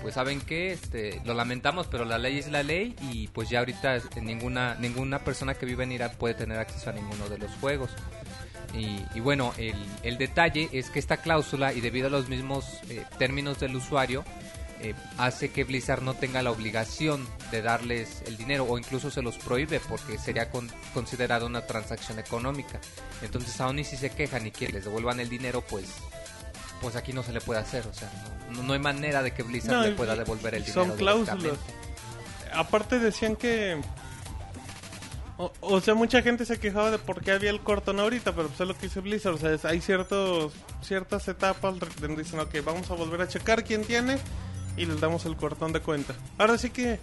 D: pues, ¿saben qué? Este, lo lamentamos, pero la ley es la ley y, pues, ya ahorita eh, ninguna, ninguna persona que vive en Irán puede tener acceso a ninguno de los juegos. Y, y bueno, el, el detalle es que esta cláusula, y debido a los mismos eh, términos del usuario, eh, hace que Blizzard no tenga la obligación de darles el dinero o incluso se los prohíbe porque sería con- considerada una transacción económica. Entonces aún y si se quejan y quieren que les devuelvan el dinero, pues pues aquí no se le puede hacer, o sea, no, no hay manera de que Blizzard
B: No,
D: le
B: y-
D: pueda devolver el dinero.
B: son cláusulas.
D: directamente.
B: Aparte decían que... O, o sea, mucha gente se quejaba de por qué había el cortón ahorita, pero pues es lo que hizo Blizzard. O sea, es- hay ciertos, ciertas etapas donde dicen, ok, vamos a volver a checar quién tiene y les damos el cortón de cuenta. Ahora sí que,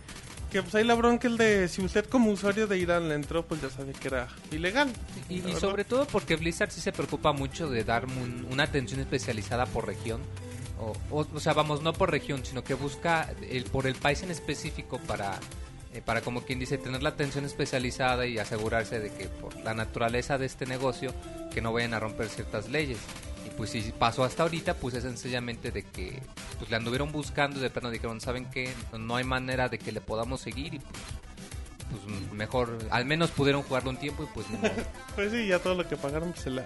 B: que pues ahí la bronca el de si usted como usuario de Irán le entró, pues ya sabía que era ilegal.
D: Y, y
B: ¿verdad?
D: sobre todo porque Blizzard sí se preocupa mucho de dar un- una atención especializada por región. O, o, o sea, vamos, no por región, sino que busca el, por el país en específico para, eh, para, como quien dice, tener la atención especializada y asegurarse de que por la naturaleza de este negocio, que no vayan a romper ciertas leyes. Y pues si pasó hasta ahorita, pues es sencillamente de que pues, le anduvieron buscando y de plano dijeron, ¿saben qué? No hay manera de que le podamos seguir y pues, pues m- mejor, al menos pudieron jugarlo un tiempo y pues ni modo.
B: Pues sí, ya todo lo que pagaron pues, se la...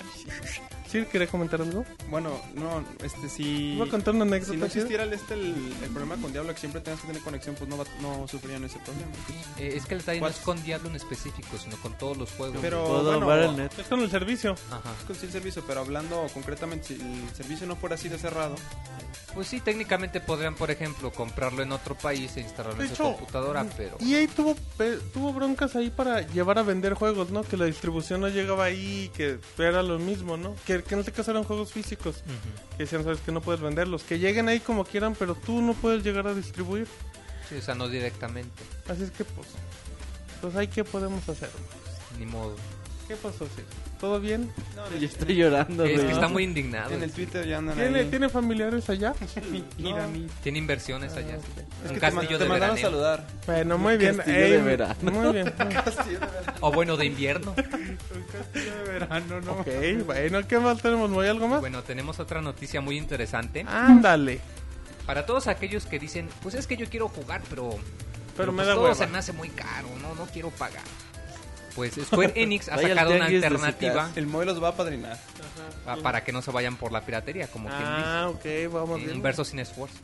B: ¿Sí? ¿Quería comentar algo?
F: Bueno, no, este, si...
B: Iba a contar una anécdota.
F: Si no
B: chida.
F: existiera el, este, el, el problema con Diablo, que siempre tengas que tener conexión, pues no, va- no sufrían ese problema.
D: Eh, es que el detalle no
F: ¿Cuál?
D: es con Diablo en específico, sino con todos los juegos.
F: Pero,
E: Puedo
F: bueno,
E: domar el net.
B: Es con el servicio.
D: Ajá.
F: con sí el servicio, pero hablando concretamente, si el servicio no fuera así de cerrado,
D: Pues sí, técnicamente podrían, por ejemplo, comprarlo en otro país e instalarlo
B: De
D: en su
B: hecho,
D: computadora, pero...
B: Y ahí tuvo, pe- tuvo broncas ahí para llevar a vender juegos, ¿no? Que la distribución no llegaba ahí, que era lo mismo, ¿no? Que, que en este caso eran juegos físicos,
D: Ujú.
B: que decían, sabes que no puedes venderlos, que lleguen ahí como quieran, pero tú no puedes llegar a distribuir.
D: Sí, o sea, no directamente,
B: Así es que, pues, pues ahí qué podemos hacer.
D: ni modo.
B: ¿Qué ¿Qué pasó, Sir? ¿Todo bien?
F: No,
E: Yo estoy llorando,
D: Es
E: güey.
D: que está muy indignado.
F: En el Twitter ya andan
B: ¿Tiene,
F: ahí.
B: ¿tiene familiares allá?
F: Mira a mí.
D: Tiene inversiones allá.
F: Ah, Es
D: Un
F: que te man-
D: castillo
F: te
D: de
F: mandaron a
D: verano.
F: saludar.
B: Bueno, muy bien.
E: castillo de verano.
B: Muy bien.
D: O bueno, de invierno.
B: ok, bueno, ¿qué más tenemos? ¿Hay algo más?
D: Bueno, tenemos otra noticia muy interesante.
B: Ándale.
D: Para todos aquellos que dicen, pues es que yo quiero jugar, pero.
B: Pero me
D: pues
B: da
D: todo
B: hueva.
D: se me hace muy caro, no, no quiero pagar. Pues Square Enix ha
E: Vaya al
D: sacado una
E: tianguis de su
D: alternativa
F: El Moy los va a padrinar.
D: pa- Ah, para que no se vayan por la piratería, como
B: Ah, ok, vamos
D: quien dice.
B: bien.
D: Un verso sin esfuerzo.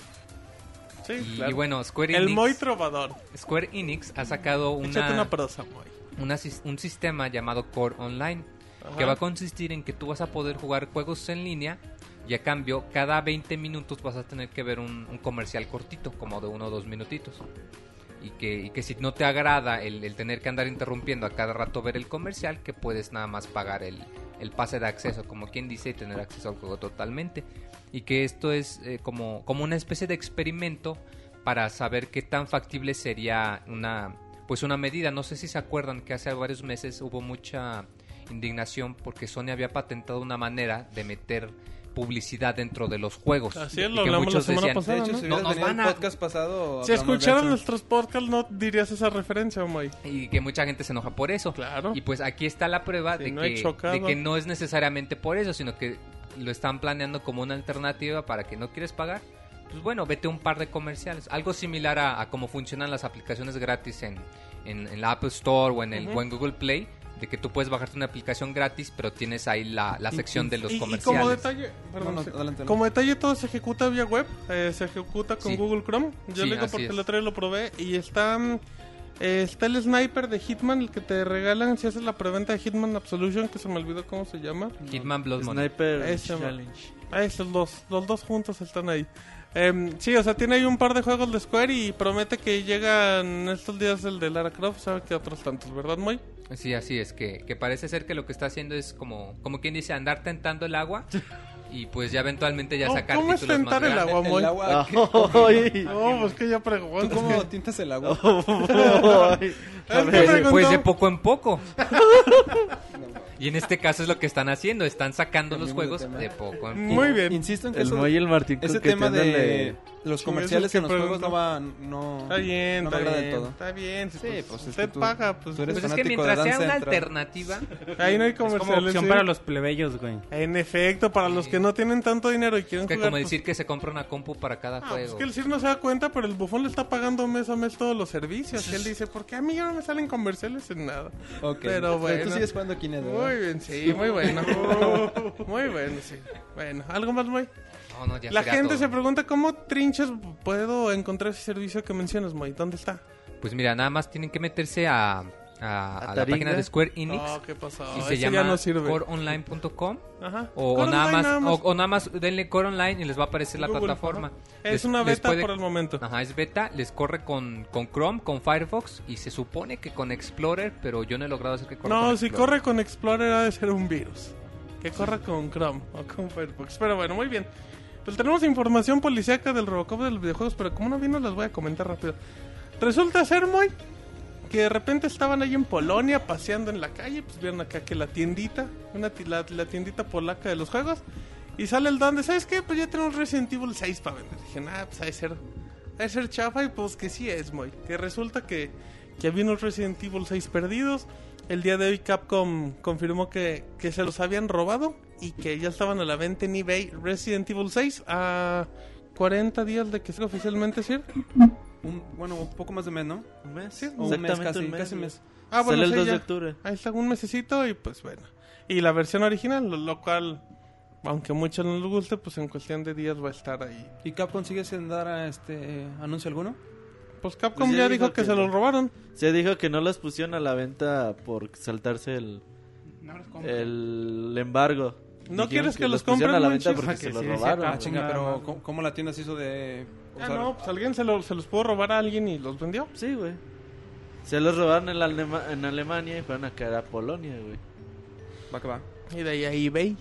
B: Sí,
D: y,
B: claro.
D: y bueno, Square
B: El
D: Enix,
B: Moy Trovador.
D: Square Enix ha sacado
B: Échate
D: una,
B: una prosa, Moy.
D: una sis- un sistema llamado Core Online, que va a consistir en que tú vas a poder jugar juegos en línea y a cambio cada 20 minutos vas a tener que ver un, un comercial cortito, como de uno o dos minutitos. Y que, y que si no te agrada el, el tener que andar interrumpiendo a cada rato ver el comercial, que puedes nada más pagar el, el pase de acceso, como quien dice, y tener acceso al juego totalmente. Y que esto es eh, como, como una especie de experimento para saber qué tan factible sería una pues una medida. No sé si se acuerdan que hace varios meses hubo mucha indignación porque Sony había patentado una manera de meter publicidad dentro de los juegos.
B: Así es,
D: Y
B: lo
D: que
B: hablamos la
D: muchos
B: semana
D: decían,
B: pasada.
F: De hecho,
B: No,
F: si
D: no,
F: hubieras
D: nos
F: venido
D: van
F: el
D: a-
F: podcast pasado...
B: Si
F: hablamos de
B: escucharan
F: eso.
B: nuestros podcasts, no dirías esa referencia, Moy.
D: y que mucha gente se enoja por eso.
B: Claro.
D: Y pues aquí está la prueba
B: Si
D: de,
B: no he
D: que,
B: chocado.
D: de que no es necesariamente por eso, sino que lo están planeando como una alternativa para que no quieres pagar. Pues bueno, vete a un par de comerciales. Algo similar a, a cómo funcionan las aplicaciones gratis en, en, en la Apple Store o en, el, o en Google Play. De que tú puedes bajarte una aplicación gratis, pero tienes ahí la, la sección de los
B: Y- y
D: comerciales.
B: como detalle, perdón,
F: No, no,
B: sí.
F: adelante,
B: como detalle todo se ejecuta vía web, eh, se ejecuta con
D: Sí.
B: Google Chrome. Yo
D: Sí,
B: le digo
D: así
B: porque
D: es.
B: el otro día lo probé y está mm, eh, está el sniper de Hitman, el que te regalan si haces la preventa de Hitman Absolution, que se me olvidó cómo se llama.
D: Hitman Blood Money.
E: Sniper
B: Ese, ma-
E: Challenge.
B: Ah, esos dos, los dos juntos están ahí. Em, sí, o sea, tiene ahí un par de juegos de Square y promete que llegan estos días el de Lara Croft, sabe que otros tantos, ¿verdad, Moy?
D: Sí, así es, que, que parece ser que lo que está haciendo es como, como quien dice, andar tentando el agua y pues ya eventualmente ya
B: ¿Cómo-
D: sacar
B: cómo es
D: títulos más
B: tentar el
D: grandes.
B: agua? Moy. Ah.
F: El agua... que-
E: Ay.
B: No, pues que ya
F: ¿Tú
B: pregunto.
F: cómo tintas el agua?
B: Oh,
E: Ay. A
B: Es que
E: ver,
B: me- preguntó.
D: Pues, pues de poco en poco. Y en este caso es lo que están haciendo, están sacando los
F: Cambiando de
D: juegos
F: tema.
D: de poco en poco.
B: Muy bien.
F: Insisto en que
E: el
F: eso-
E: Moy y el Martín
F: ese
E: coqueteándole-
F: tema de los
B: Sí,
F: comerciales
B: eso
F: en
B: es
F: los
B: que
F: juegos no
B: pregunto.
F: va... No,
B: Está bien,
F: no
B: está,
F: me agrada
B: bien
F: del todo.
B: está bien. si
F: Sí,
B: pues,
F: pues, es
B: usted
F: que tú-
B: paga, pues.
F: tú eres
D: Pues es que
F: fanático de
D: mientras sea
F: Dance
D: una
F: Central.
D: alternativa,
B: Ahí no hay
C: Es como
B: comerciales.
C: opción
B: ¿sí?
C: para los plebeyos, güey.
B: En efecto, para los que no tienen tanto dinero y quieren
D: es que
B: jugar.
D: como
B: pues,
D: decir que se compra una compu para cada
B: ah, pues
D: juego.
B: que el CIR no se da cuenta, pero el bufón le está pagando mes a mes todos los servicios. Y él dice, ¿por qué a mí ya no me salen comerciales en nada?
F: Ok.
B: Pero bueno.
F: Tú sigues jugando Kinect, ¿verdad?
B: Muy bien, sí, muy bueno. muy bueno, sí. Bueno, ¿algo más, Moy?
D: No, no, ya
B: La
D: sería
B: gente
D: todo.
B: se pregunta, ¿cómo trinches puedo encontrar ese servicio que mencionas, Moy? ¿Dónde está?
D: Pues mira, nada más tienen que meterse a, a- a la
E: Taringa.
D: página de Square Enix
B: Oh, ¿qué pasó?
D: y
B: Ese
D: se
B: ya
D: llama
B: no sirve.
D: coreonline.com
B: Ajá.
D: O, o
B: Core
D: nada
B: Online
D: más, O, o nada más denle Core Online y les va a aparecer la
B: Google,
D: plataforma.
B: ajá.
D: Les-
B: Es una
D: les
B: beta
D: puede-
B: por el momento.
D: Ajá, es beta, les corre con, con Chrome, con Firefox y se supone que con Explorer, pero yo no he logrado hacer que corra
B: No,
D: con
B: si
D: Explorer.
B: corre con Explorer ha de ser un virus. Que corra con Chrome o con Firefox. Pero bueno, muy bien. Pues tenemos información policíaca del Robocop de los videojuegos, pero como no vino, las voy a comentar rápido. Resulta ser, muy que de repente estaban ahí en Polonia paseando en la calle, pues vieron acá que la tiendita, una ti- la, la tiendita polaca de los juegos, y sale el don de, ¿sabes qué? Pues ya tenemos Resident Evil 6 para vender. Dije, ah, pues ha de ser, ha de ser chafa, y pues que sí es, muy. Que resulta que, que había unos Resident Evil 6 perdidos. El día de hoy Capcom confirmó que, que se los habían robado y que ya estaban a la venta en eBay Resident Evil 6 a 40 días de que sea oficialmente, ¿sí?
F: Un- bueno, un poco más de mes, ¿no?
E: Un mes,
B: Sí,
F: O un mes
E: exactamente
F: casi,
E: un mes,
F: casi un
E: güey.
F: mes.
B: Ah, bueno,
E: Sale el
B: sí,
E: 2 de
B: ya.
E: octubre.
B: Ahí está un mesecito y pues bueno. Y la versión original, lo, lo cual, aunque a muchos no les guste, pues en cuestión de días va a estar ahí.
F: ¿Y Capcom sigue sin dar a este anuncio alguno?
B: Pues Capcom
E: Pues
B: ya, dijo, que, se
E: no.
B: los robaron.
E: Se dijo que no las pusieron a la venta por saltarse el, el embargo.
B: ¿No
E: Dijeron
B: quieres que los
E: pusieron a la
B: compren,
E: venta
B: Monchis?
E: porque
C: Ah,
E: se
C: que
E: los
C: sí, sí,
E: robaron.
F: Ah,
E: güey.
F: chinga,
C: no,
F: pero
C: no.
F: ¿cómo, cómo la tienda se hizo de...? o
B: Ah,
F: sea,
B: no, pues alguien se, lo- se los pudo robar a alguien y los vendió.
E: Sí, güey. Se los robaron en, la Alema- en Alemania y fueron a caer a Polonia, güey.
F: Va que va.
B: Y de ahí a eBay.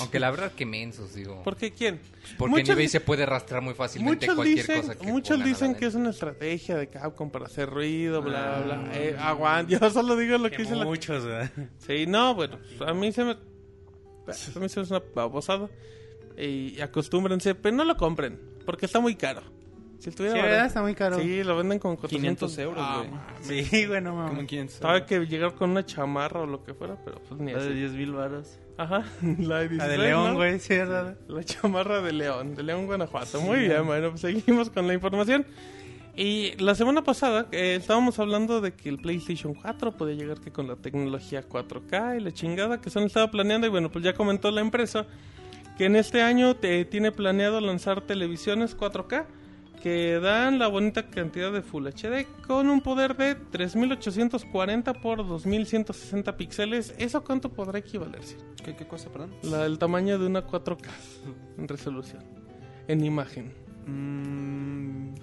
D: Aunque la verdad que mensos, digo.
B: ¿Por qué quién?
D: Pues Porque en
B: Muchos
D: eBay
B: di-
D: se puede arrastrar muy fácilmente
B: Muchos
D: cualquier
B: dicen,
D: cosa que
B: muchos
D: pongan a la
B: dicen que es
D: venta.
B: una estrategia de Capcom para hacer ruido, bla, bla. Eh, aguante, yo solo digo lo que, dice la...
C: muchos, ¿verdad?
B: Sí, no, bueno, pues, a mí se me... A mí se me hace una babosada. Y acostúmbrense, pero no lo compren, porque está muy caro. Si estuviera
C: Sí,
B: barato-
C: ¿verdad? Está muy caro.
B: Sí, lo venden con
F: 500
B: 400
F: euros, güey.
C: Ah, Sí, bueno,
F: Como
C: mamá.
F: en 500
B: Estaba
F: euros.
B: que llegar con una chamarra o lo que fuera, pero pues ni
E: La de
B: así.
E: 10 mil varas.
B: Ajá, la de,
C: La
B: 16,
C: de
B: ¿no?
C: León, güey, sí, ¿verdad?
B: La chamarra de León, de León, Guanajuato. Muy bien, bueno, pues seguimos con la información. Y la semana pasada eh, estábamos hablando de que el PlayStation 4 podía llegar que con la tecnología 4K y la chingada que Sony estaba planeando. Y bueno, pues ya comentó la empresa que en este año te, tiene planeado lanzar televisiones 4K que dan la bonita cantidad de Full HD con un poder de 3840 por 2160 píxeles. ¿Eso cuánto podrá equivalerse?
F: ¿Qué, ¿Qué cosa, perdón?
B: La- el tamaño de una 4K en resolución, en imagen.
F: Mm,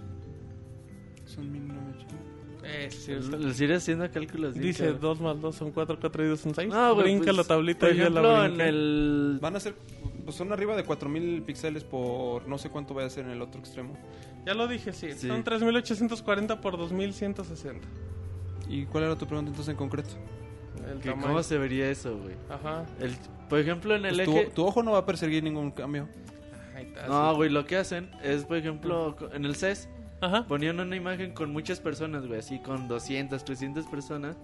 F: son 1900.
E: Eh,
B: L-
E: Les iré haciendo cálculos. bien
B: Dice
E: cabrón.
B: 2 más 2 son 4, 4 y 2 son 6.
E: No, güey,
B: Brinca
E: pues,
B: la tablita
E: Por
B: y yo
E: ejemplo,
B: la
E: en
B: brinqué.
E: el.
F: Van a ser, pues son arriba de 4000 píxeles por no sé cuánto vaya a ser en el otro extremo.
B: Ya lo dije, sí.
E: Sí.
B: Son 3840 por 2160.
F: ¿Y cuál era tu pregunta entonces en concreto?
B: El
E: que
B: tamaño.
E: ¿Cómo se vería eso, güey?
B: Ajá.
E: El- Por ejemplo, en el
F: Pues
E: eje.
F: tu, tu ojo no va a perseguir ningún cambio.
B: Ahí está,
E: No,
B: sí.
E: güey, lo que hacen es, por ejemplo, co- en el E CES
B: Ajá.
E: ponían una imagen con muchas personas, güey, así con 200, 300 personas.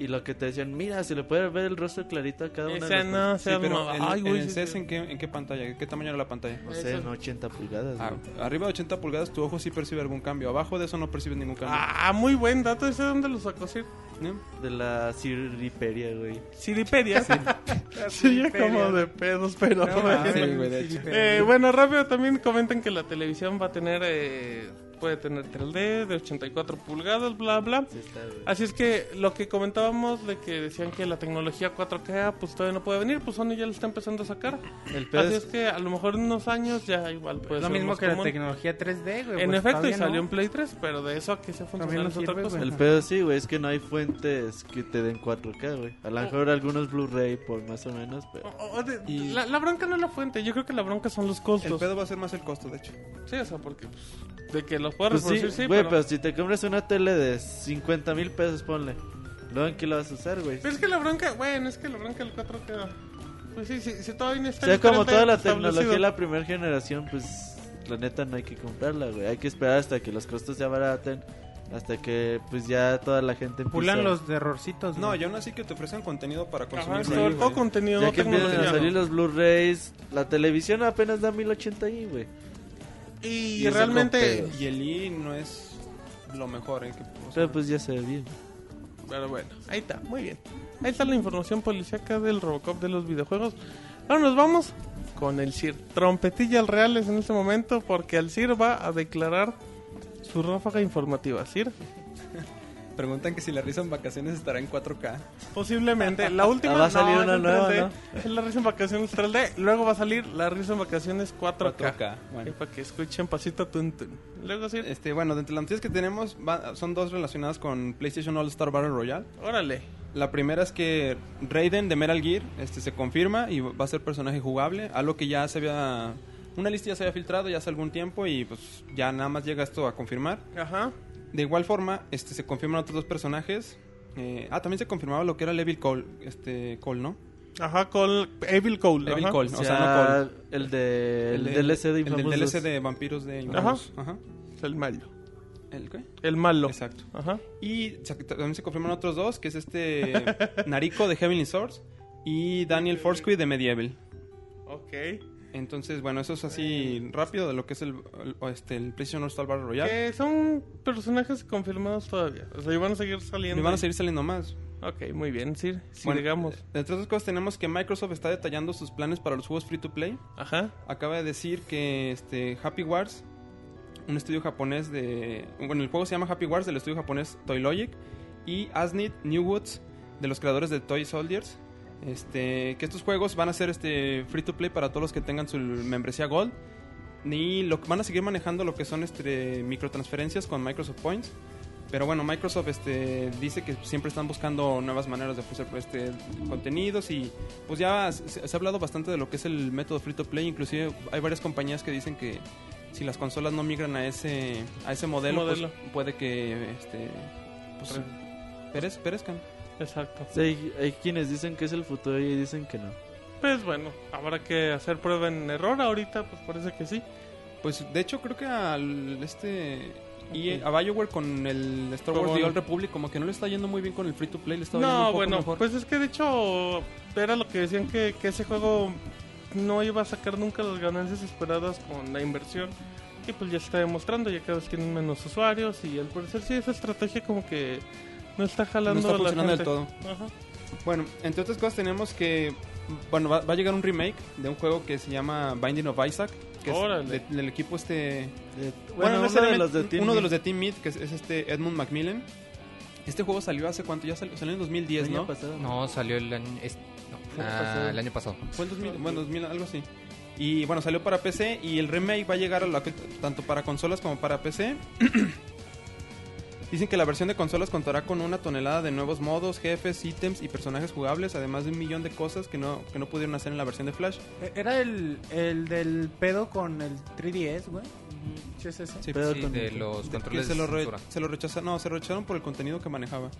E: Y lo que te decían, mira, se le puede ver el rostro clarito a cada una
B: Ese
E: de las
B: no,
F: Sí,
B: se
F: pero
B: arma.
F: en,
B: Ay,
F: en
B: güey.
F: el
B: sí,
F: CES,
B: sí.
F: ¿en qué, en qué pantalla? ¿Qué tamaño era la pantalla?
E: No sé,
B: Eso.
E: en 80 pulgadas,
F: Ah,
E: güey.
F: arriba de 80 pulgadas tu ojo sí percibe algún cambio. Abajo de eso no percibes ningún cambio.
B: Ah, muy buen dato. ¿Ese de dónde lo sacó? Sir?
F: ¿Eh?
E: De la Siriperia, güey.
B: Siripedia. Sí, yo como de pedos, pero.
F: No mames, güey, de hecho.
B: Eh, bueno, rápido también comentan que la televisión va a tener. eh, puede tener 3D de 84 pulgadas, bla, bla.
E: Sí está, güey.
B: Así es que lo que comentábamos de que decían que la tecnología 4K pues todavía no puede venir, pues Sony ya la está empezando a sacar.
E: El pedo
B: Así es
E: es...
B: que a lo mejor en unos años ya igual puede
C: Es lo
B: ser
C: mismo
B: más
C: que
B: Pues
C: la
B: común.
C: tecnología 3D, güey.
B: En
C: pues,
B: efecto, y
C: todavía no.
B: salió en Play 3, pero de eso a que sea funcional
C: no
B: es otra
C: sirve,
B: cosa.
C: güey.
E: El pedo sí, güey, es que no hay fuentes que te den 4K, güey. A lo mejor algunos Blu-ray por más o menos, pero...
B: O- o de-
F: Y-
B: la, la bronca no es la fuente, yo creo que la bronca son los
F: El
B: costos.
F: pedo va a ser más el costo, de hecho.
B: Sí, o sea, porque pues, de que los puedas
E: Pues sí,
B: reproducir, sí,
E: güey,
B: pero...
E: pero... si te compras una tele de 50 mil pesos, ponle. Luego, ¿en qué la vas a usar, güey?
B: Pero es que la bronca, bueno, es que la bronca del 4K... Pues sí, sí, sí, todavía no
E: O
B: está
E: sea,
B: el
E: como
B: 3D
E: toda la
B: establecido.
E: tecnología de la primera generación, pues la neta no hay que comprarla, güey. Hay que esperar hasta que los costos se abaraten, hasta que pues ya toda la gente empieza...
C: Pulan los errorcitos,
F: No,
C: güey.
F: yo no así que te ofrecen contenido para
B: Ajá,
F: consumir.
B: sobre todo contenido
E: Ya que empiezan a
B: tecnología.
E: salir los Blu-rays, la televisión apenas da 1080i, güey.
B: Y,
E: Y eso
B: realmente.
E: con pedos.
F: Y el I no es lo mejor. ¿eh? Que, o sea,
E: Pero pues ya se ve bien.
B: Pero bueno, ahí está, muy bien. Ahí está la información policíaca del Robocop de los videojuegos. Ahora nos vamos con el CIR. Trompetillas reales en este momento, porque el CIR va a declarar su ráfaga informativa. CIR,
F: Preguntan que si la risa en vacaciones estará en 4K.
B: posiblemente. La última
F: Ah,
E: Va a salir
B: no,
E: una
B: es en
E: nueva,
B: 3D. Es la risa en vacaciones 3D. Luego va a salir la risa en vacaciones 4K.
F: 4K, bueno.
B: Eh, Para que escuchen pasito tun tun. Luego CIR,
F: Este, bueno, de entre las noticias que tenemos va- son dos relacionadas con PlayStation All Star Battle Royale.
B: órale.
F: La primera es que Raiden de Metal Gear este, se confirma y va a ser personaje jugable, algo que ya se había... Una lista ya se había filtrado ya hace algún tiempo y pues ya nada más llega esto a confirmar.
B: Ajá.
F: De igual forma, este, se confirman otros dos personajes. Eh, ah, también se confirmaba lo que era el Evil Cole, este, Cole ¿no?
B: Ajá, con Evil Cole.
F: Evil
B: ajá.
E: O
F: Cole,
E: sea,
F: o sea, no Cole.
E: Pues, el de el, DLC de
F: el del
E: Infamous
F: DLC
E: 2.
F: de Vampiros de Infamous. Ajá.
B: Es el malo.
F: ¿El qué?
B: El malo.
F: Exacto.
B: Ajá.
F: Y se- también se confirman otros dos, que es este Nariko de Heavenly Swords y Daniel Forsquid de Medieval.
B: Ok.
F: Entonces, bueno, eso es así rápido de lo que es el, el- o este, el PlayStation All Star Battle Royale.
B: Que son personajes confirmados todavía. O sea, y van a seguir saliendo.
F: Y van a seguir saliendo más.
B: Ok, muy bien, sí. Si
F: Bueno, eh,
B: digamos.
F: Entre otras cosas, tenemos que Microsoft está detallando sus planes para los juegos free to play.
B: Ajá.
F: Acaba de decir que este, Happy Wars, un estudio japonés de. Bueno, el juego se llama Happy Wars del estudio japonés Toy Logic. Y Asnit Newwoods, de los creadores de Toy Soldiers. Este, que estos juegos van a ser este, free to play para todos los que tengan su membresía Gold. Ni lo, van a seguir manejando lo que son este, microtransferencias con Microsoft Points. Pero bueno, Microsoft este, dice que siempre están buscando nuevas maneras de ofrecer pues, este, contenidos y pues ya se, se ha hablado bastante de lo que es el método free to play. Inclusive hay varias compañías que dicen que si las consolas no migran a ese, a ese modelo, pues,
B: Modelo.
F: puede que este, pues,
B: Re-
F: perez- perezcan.
B: Exacto.
E: Sí, hay, hay quienes dicen que es el futuro y dicen que no. Eh,
B: Pues bueno, habrá que hacer prueba en error ahorita, pues parece que sí.
F: Pues de hecho creo que al este EA a BioWare con el Star Wars
B: Como-
F: The Old Republic como que no le está yendo muy bien con el free to play, le está yendo un
B: No,
F: poco
B: bueno,
F: mejor.
B: pues es que de hecho era lo que decían que, que ese juego no iba a sacar nunca las ganancias esperadas con la inversión. Y pues ya se está demostrando, ya cada vez tienen menos usuarios y al parecer sí esa estrategia como que no está
F: no
B: jalando
F: está
B: a la
F: funcionando del
B: gente.
F: todo.
B: Ajá.
F: Bueno, entre otras cosas tenemos que bueno, va, va a llegar un remake de un juego que se llama Binding of Isaac, que es
B: Órale.
F: de- del equipo este
E: Eh, bueno,
F: Bueno, no
E: uno de
F: necesariamente-
E: los de Team
F: uno de
E: Ninja.
F: los de Team Meat, que es, es este Edmund Macmillan. Este juego salió hace cuánto, ya salió, salió en 2010,
E: El año
F: ¿no?
E: pasado.
D: No, salió el año, es- no,
F: Fue el
D: ah,
F: pasado.
D: el año pasado.
F: Fue el 2000, bueno, 2000, algo así. Y bueno, salió para PC y el remake va a llegar a la que- tanto para consolas como para PC. Dicen que la versión de consolas contará con una tonelada de nuevos modos, jefes, ítems y personajes jugables, además de un millón de cosas que no, que no pudieron hacer en la versión de Flash.
C: Era el, el del pedo con el 3DS, güey. ¿Sí es ese?
F: Sí,
E: Pero
D: Sí,
E: con-
D: de los
F: De-
D: controles
F: que
D: de
F: se lo, re-
D: censura.
F: se lo rechaza- no, se lo rechazaron por el contenido que manejaba.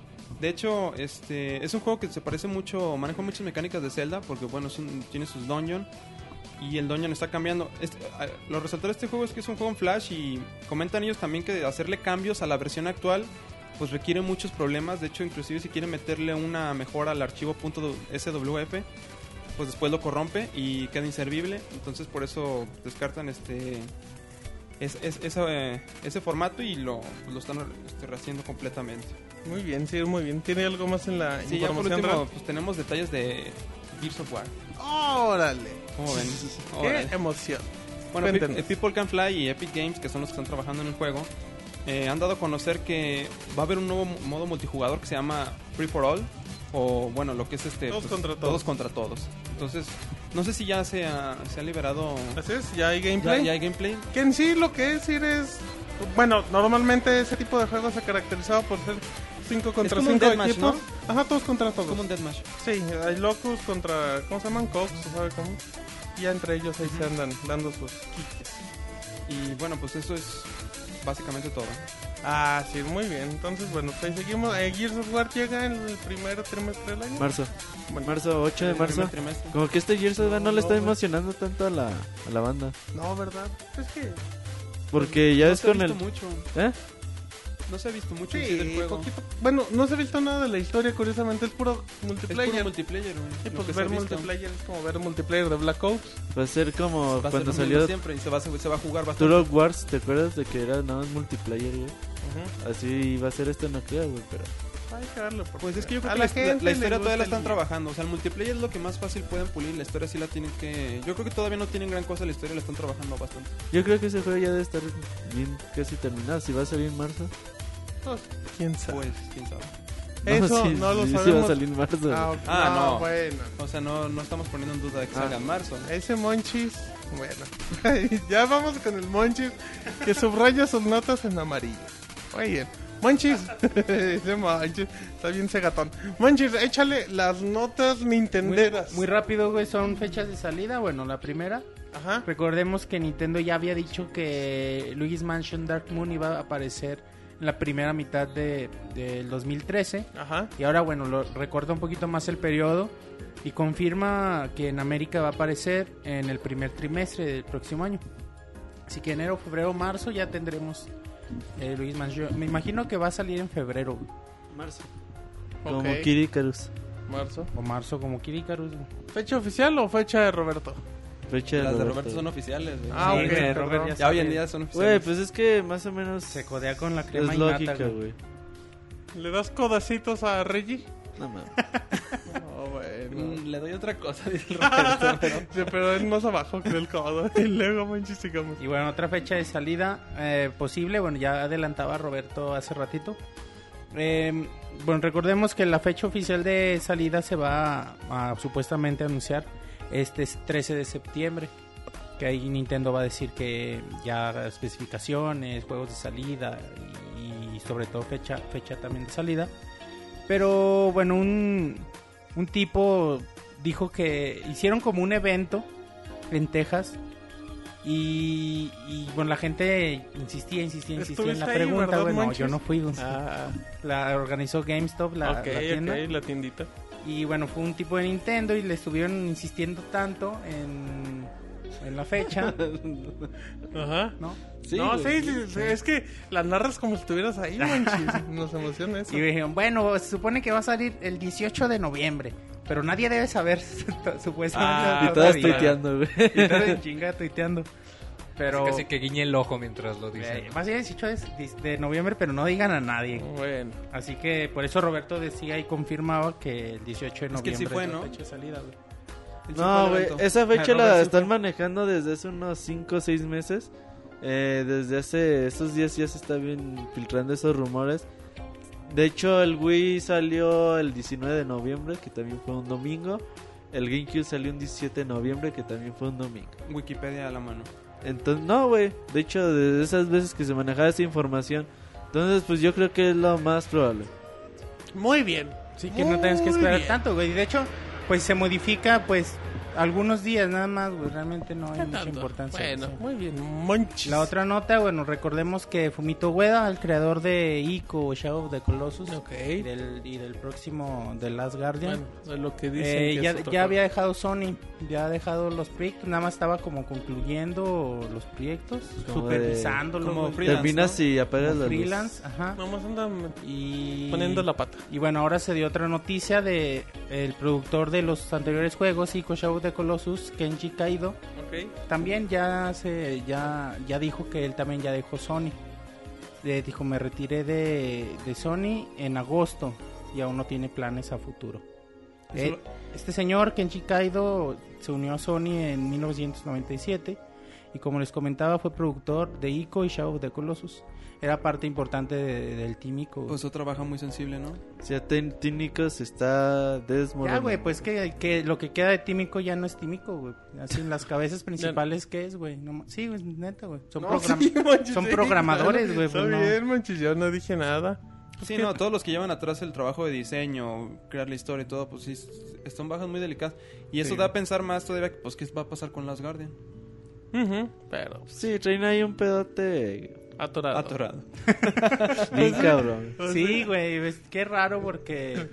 F: De hecho, este es un juego que se parece mucho, maneja muchas mecánicas de Zelda, porque bueno, es un- tiene sus dungeon y el dungeon está cambiando. Este- a- lo resaltado de este juego es que es un juego en Flash y comentan ellos también que hacerle cambios a la versión actual pues requiere muchos problemas. De hecho, inclusive si quieren meterle una mejora al archivo .swf, pues después lo corrompe y queda inservible. Entonces por eso descartan este es, es- esa, eh, ese formato y lo, pues, lo están este, rehaciendo completamente.
B: Muy bien, sí, muy bien. ¿Tiene algo más en la
F: Sí, ya por
B: información?
F: último,
B: Ra?
F: pues tenemos detalles de Gears of War.
B: órale.
F: ¿Cómo ven? Órale.
B: Qué emoción.
F: Bueno,
B: Cuéntenos.
F: Pe- eh, People Can Fly y Epic Games, que son los que están trabajando en el juego, eh, han dado a conocer que va a haber un nuevo mo- modo multijugador que se llama Free for All, o bueno, lo que es este...
B: Todos contra todos.
F: contra todos. Entonces, no sé si ya se ha, se ha liberado...
B: Así es, ya hay
F: Ya,
B: gameplay.
F: ya hay gameplay.
B: Que en sí lo que es ir es... Bueno, normalmente ese tipo de juegos se caracterizaba por ser 5 contra
F: como un
B: 5
F: deathmatch,
B: equipos. Ajá, todos contra todos.
F: Es como un deathmatch.
B: Sí, hay locus contra... ¿Cómo se llaman? Cops, ¿se sabe cómo? Y ya entre ellos ahí se andan dando sus kikis.
F: Y bueno, pues eso es básicamente todo.
B: Ah, sí, muy bien. Entonces, bueno, pues ahí seguimos. Eh, Gears of War llega en el primer trimestre del año.
E: Marzo.
B: Bueno.
E: Marzo, 8 de marzo.
F: Primer trimestre.
E: Como que este Gears of War no le está
B: No, no,
E: emocionando tanto a la, a la banda.
B: No, ¿verdad? Es que...
E: Porque ya
F: no
E: es
F: se ha
E: con el.
F: visto mucho.
E: ¿Eh?
F: No se ha visto mucho en sí del
B: Sí,
F: juego.
B: poquito. Bueno, no se ha visto nada de la historia, curiosamente. Es puro
F: Es
B: multiplayer.
F: puro multiplayer, güey.
B: Sí,
F: lo
B: pues
F: que se ha
B: ver
F: visto.
B: multiplayer es como ver multiplayer de Black Ops.
E: Va a ser como
F: Va a ser
E: cuando
F: lo mismo
E: salió
F: siempre y se va, a- se va a jugar bastante.
E: Turok Wars. ¿Te acuerdas de que era nada más multiplayer, güey? Así va a ser esto, no creo, güey. Pero
B: Hay que darle oportunidad.
F: Pues es que yo creo
B: A
F: que la, la- la
B: le
F: historia
B: gusta
F: todavía la
B: el-
F: están trabajando. O sea, el multiplayer es lo que más fácil pueden pulir. La historia sí la tienen que. Yo creo que todavía no tienen gran cosa. La historia la están trabajando bastante.
E: yo creo que ese juego ya debe estar bien casi terminado. Si va a salir en marzo.
B: ¿Quién sabe?
F: Pues, quién sabe.
B: Eso
E: sí,
B: no lo
E: sí, sí va a
B: sabemos.
E: salir en marzo. güey.
B: Ah,
F: Ah,
B: no,
F: no.
B: bueno.
F: O sea, no, no estamos poniendo en duda de que salga en marzo.
B: Ese Monchis, bueno. ya vamos con el Monchis que subraya sus notas en amarillo. Muy bien. Monchis, ese Monchis, está bien cegatón. Monchis, échale las notas
C: Muy,
B: nintenderas.
C: muy rápido, güey, son fechas de salida. Bueno, la primera.
B: Ajá.
C: Recordemos que Nintendo ya había dicho que Luigi's Mansion Dark Moon iba a aparecer en la primera mitad de- del 2013.
B: Ajá.
C: Y ahora, bueno, lo recorta un poquito más el periodo y confirma que en América va a aparecer en el primer trimestre del próximo año. Así que enero, febrero, marzo ya tendremos eh, Luis Mansion. Me imagino que va a salir en febrero güey,
E: Como
B: ok.
E: Kid Icarus.
B: Marzo.
C: o marzo, como Kirikarus.
B: ¿Fecha oficial o fecha de Roberto?
E: Fecha de
F: Las de
E: Roberto.
F: Roberto son oficiales, güey.
B: Ah,
F: Sí,
B: ok,
F: güey.
B: Robert ya
F: Ya hoy en día son
E: Güey,
F: oficiales.
E: pues es que más o menos.
C: se codea con la crema
E: es
C: y nata,
E: lógica,
C: güey.
E: güey.
B: ¿Le das codacitos a Reggie?
E: No mames.
B: No, bueno.
F: Mm, Le doy otra cosa, dice el Roberto. pero-
B: Sí, pero es más abajo que el codo. Y luego, Monchis, sigamos.
C: Y bueno, otra fecha de salida eh, posible, bueno, ya adelantaba Roberto hace ratito. Eh, bueno, recordemos que la fecha oficial de salida se va a, a supuestamente anunciar este es 13 de septiembre. Que ahí Nintendo va a decir que ya especificaciones, juegos de salida y, y sobre todo fecha, fecha también de salida. Pero bueno, un, un tipo dijo que hicieron como un evento en Texas y, y, bueno, la gente insistía, insistía, insistía en la
B: ¿Estuviste ahí,
C: pregunta.
B: verdad,
C: bueno,
B: Monchis?
C: yo no fui, Gonzalo.
B: Ah,
C: la organizó GameStop, la,
B: ok,
C: la tienda.
B: ok, la tiendita.
C: Y bueno, fue un tipo de Nintendo y le estuvieron insistiendo tanto en, en la fecha,
B: Ajá.
C: ¿no?
B: no, sí,
E: güey.
B: sí, sí, es que las narras como si estuvieras ahí, manches. Nos emociona eso.
C: Y dijeron, bueno, se supone que va a salir el 18 de noviembre, pero nadie debe saber, supuestamente.
B: Ah,
E: y todas
C: todavía.
E: tuiteando, güey.
C: Y todas en chinga tuiteando. Pero
D: Casi que guiñe el ojo mientras lo dice.
C: eh, va a ser el 18 de, de noviembre, pero no digan a nadie.
B: Bueno,
C: Así que por eso Roberto decía y confirmaba que el 18 de
F: Es que
C: noviembre
F: él sí fue,
C: es la
F: ¿no?
C: fecha de salida, güey.
F: Él sí fue
E: No,
F: al
E: güey,
F: evento.
E: esa fecha la
F: Ah, Robert sí
E: están
F: fue.
E: manejando desde hace unos 5 o 6 meses. Eh, desde hace esos días ya se está bien filtrando esos rumores. De hecho, el Wii salió el 19 de noviembre, que también fue un domingo. El GameCube salió un 17 de noviembre, que también fue un domingo.
F: Wikipedia a la mano.
E: Entonces, no, güey. De hecho, desde esas veces que se manejaba esa información. Entonces, pues yo creo que es lo más probable.
B: muy bien.
C: Sí, que no tienes que
B: Muy
C: esperar
B: bien.
C: tanto, güey. Y De hecho, pues se modifica, pues, algunos días nada más, güey. Realmente no hay
B: ¿Qué
C: mucha
B: tanto?
C: importancia.
B: Bueno,
C: Sí.
B: muy bien, monches.
C: La otra nota, bueno, recordemos que Fumito Ueda, el creador de Ico o Shadow of the Colossus
B: Ok.
C: y, del, y del próximo The Last Guardian,
B: Bueno, de lo que dicen.
C: eh,
B: que
C: ya,
B: es otra
C: ya
B: cosa.
C: había dejado Sony, ya ha dejado los proyectos, nada más estaba como concluyendo los proyectos,
E: Como de-
C: supervisándolos,
F: como
C: güey,
F: Freelance,
E: Terminas
F: ¿no?
E: y apagas
C: como
E: la luz.
C: freelance, ajá.
B: Nomás andan
C: Y
B: poniendo la pata.
C: y bueno, ahora se dio otra noticia de el productor de los anteriores juegos, Ico Shadow de Colossus, Kenji Kaido.
B: Ok.
C: También ya se ya ya dijo que él también ya dejó Sony. Le dijo, "Me retiré de, de Sony en agosto y aún no tiene planes a futuro."
F: Eso
C: Eh, este señor Kenji Kaido se unió a Sony en 1997 y como les comentaba fue productor de Ico y Shadow of the Colossus. Era parte importante de- del team Ico.
F: Pues otra baja muy sensible, ¿no?
E: O sea, Ten- Tínico se está
C: Ya,
E: desmoronando.
C: güey, pues que, que lo que queda de tímico ya no es tímico, güey. Así en las cabezas principales, ¿qué es, güey? No ma- sí, güey, neta, güey. Son,
B: No,
C: program-
B: sí, manches,
C: son
B: sí,
C: programadores, güey.
B: Está
C: pues, no.
B: bien, manches, yo no dije nada.
F: Sí, no, todos los que llevan atrás el trabajo de diseño, crear la historia y todo, pues sí, están bajas muy delicadas. Y eso
B: Sí.
F: da a pensar más todavía, pues, ¿qué va a pasar con Last Guardian?
B: Ujú, pero pues,
E: Sí, traen ahí un pedote
B: atorado.
F: Atorado.
E: bien cabrón.
C: Sí, güey, ves, qué raro porque,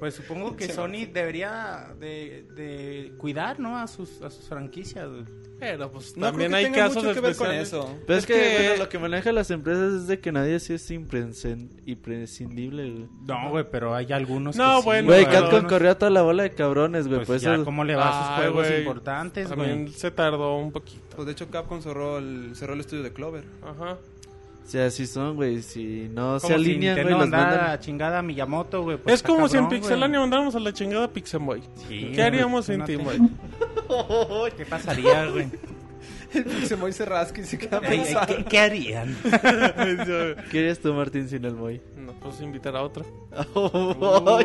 C: pues supongo que Sony debería de, de cuidar, ¿no? A sus, a sus franquicias, güey.
B: Pero pues
F: No
B: también
F: creo que
B: hay
F: tenga
B: casos
F: mucho que ver con
B: especiales.
F: eso.
E: Pero es,
B: Es
E: que,
B: que-
E: bueno, lo que manejan las empresas es de que nadie sí es imprescin- imprescindible, güey.
C: No, güey, pero hay algunos.
B: No,
C: que sí,
B: bueno,
E: Güey,
B: pero-
E: Capcom corrió a toda la bola de cabrones, güey.
C: Pues,
E: por
C: ya,
E: eso-
C: ¿cómo le va a sus
B: Ay,
C: juegos
B: güey,
C: importantes,
B: También
C: güey?
B: se tardó un poquito.
F: Pues de hecho Capcom cerró el, cerró el estudio de Clover.
B: Ajá.
C: Pues
E: O sea, así son, güey. Si no se
C: Como si
E: alinean, güey,
C: Nintendo
E: los
C: mandara
E: mandan.
C: a chingada a Miyamoto, güey. pues,
B: es
C: está
B: como si en
C: cabrón, güey.
B: Pixelania mandáramos a la chingada a Pixelboy.
C: Sí,
B: ¿Qué
C: güey,
B: haríamos sin
C: imagínate.
B: Team Boy?
C: ¿Qué pasaría, güey?
F: se muy se rasca y se queda
C: Eh,
F: pensando.
C: ¿Qué, qué harían?
B: Yo-
E: ¿Qué harías tú, Martín, sin el boy?
B: no, pues invitar a otro. Uh,
E: Ay,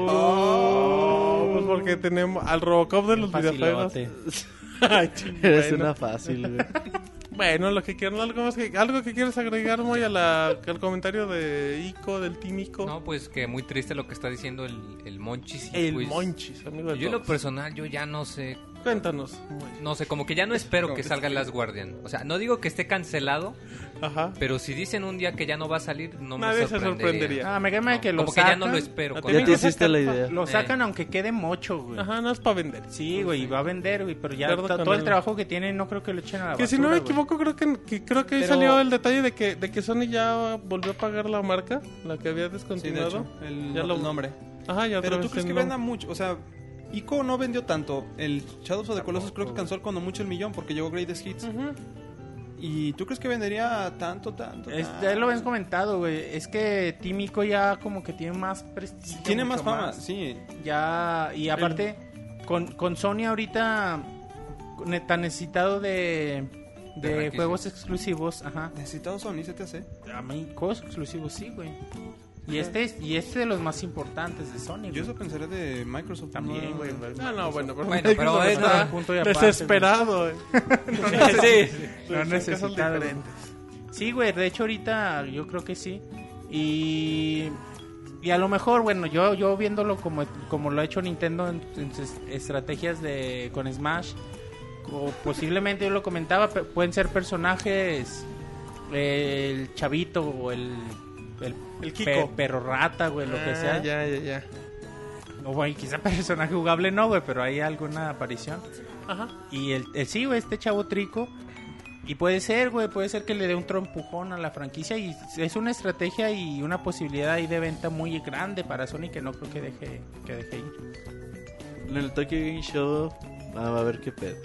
B: Oh, pues porque tenemos al Robocop de los videojuegos.
C: Facilote.
B: Ay, ching,
E: Eres
B: bueno.
E: una fácil, güey.
B: Bueno, lo que quieran, algo más que algo que quieres agregar, Moy, a la- al comentario de Ico, del Team Ico.
D: No, pues que muy triste lo que está diciendo el, el Monchis. y
B: el
D: pues,
B: Monchis, amigo de
D: Yo en lo
B: todos.
D: personal, yo ya no sé,
B: Cuéntanos, Moy.
D: no sé, como que ya no espero que salga Last Guardian. O sea, no digo que esté cancelado,
B: Ajá.
D: pero si dicen un día que ya no va a salir, no
B: Nadie
D: me
B: se
D: sorprendería.
B: sorprendería.
C: Ah, me quema
D: No,
C: que lo
D: como
C: sacan.
D: que ya no lo espero.
B: Ya
D: como
E: Ya
B: Tienen
E: te
B: que
D: que-
E: hiciste
B: sacar
E: la
B: pa-
E: idea.
C: Lo
D: Eh.
C: sacan aunque quede mocho, güey.
B: Ajá, no es para vender.
C: Sí, güey, y va a vender, güey, pero ya
B: Acuerdo
C: to-
B: con
C: todo el
B: él.
C: trabajo que tiene no creo que lo echen a la
B: Que si
C: basura,
B: no me
C: güey.
B: equivoco, creo que, que creo que ahí
F: Pero-
B: salió el detalle de que, de que Sony ya volvió a pagar la marca, la que había
F: Sí, de
B: descontinuado.
F: hecho, el,
B: Ya lo-
F: el nombre.
B: Ajá, ya
F: Pero
B: otra
F: tú
B: vez el
F: crees que
B: nombre.
F: venda mucho, o sea, Ico no vendió tanto. El Shadows of the Colossus creo que cansó cuando mucho el millón porque llegó Greatest Hits. ¿Y tú crees que vendería tanto, tanto?
C: Es-
F: tanto?
C: ya lo habías comentado, güey. Es que Tímico ya como que tiene más prestigio.
F: Tiene
C: mucho
F: más fama, sí.
C: Ya, y aparte, con, con Sony ahorita ne- tan necesitado de,
D: De
C: de
D: franquicias.
C: juegos exclusivos, ajá.
F: Necesitado Sony, se te hace.
C: A mí, juegos exclusivos sí, güey. Y este, es- y este de los más importantes de Sony,
F: Yo
C: güey.
F: eso pensaría de Microsoft.
C: También,
F: no-
C: güey. güey.
B: Ah, no, bueno, pero,
D: Bueno, pero
B: Microsoft
D: es
B: está
D: nada.
C: Punto y aparte,
B: desesperado. eh.
D: Sí.
B: Son
C: necesitado.
B: cosas diferentes.
C: Sí, güey, de hecho ahorita yo creo que sí. Y, y a lo mejor, bueno, yo, yo viéndolo como, como lo ha hecho Nintendo en, en sus estrategias de, con Smash, o posiblemente yo lo comentaba, pe- pueden ser personajes, eh, el chavito o el, el,
B: El
C: pe-
B: Kiko.
C: perro rata, güey, lo que
B: Ah,
C: sea.
B: Ya, ya, ya.
C: O bueno, quizá personaje jugable no, güey, pero hay alguna aparición.
B: Ajá.
C: Y el, el sí, güey, este chavo trico. Y puede ser, güey, puede ser que le dé un trompujón a la franquicia. Y es una estrategia y una posibilidad ahí de venta muy grande para Sony que no creo que deje, que deje ir.
E: En el Tokyo Game Show, ah, va a ver qué pedo.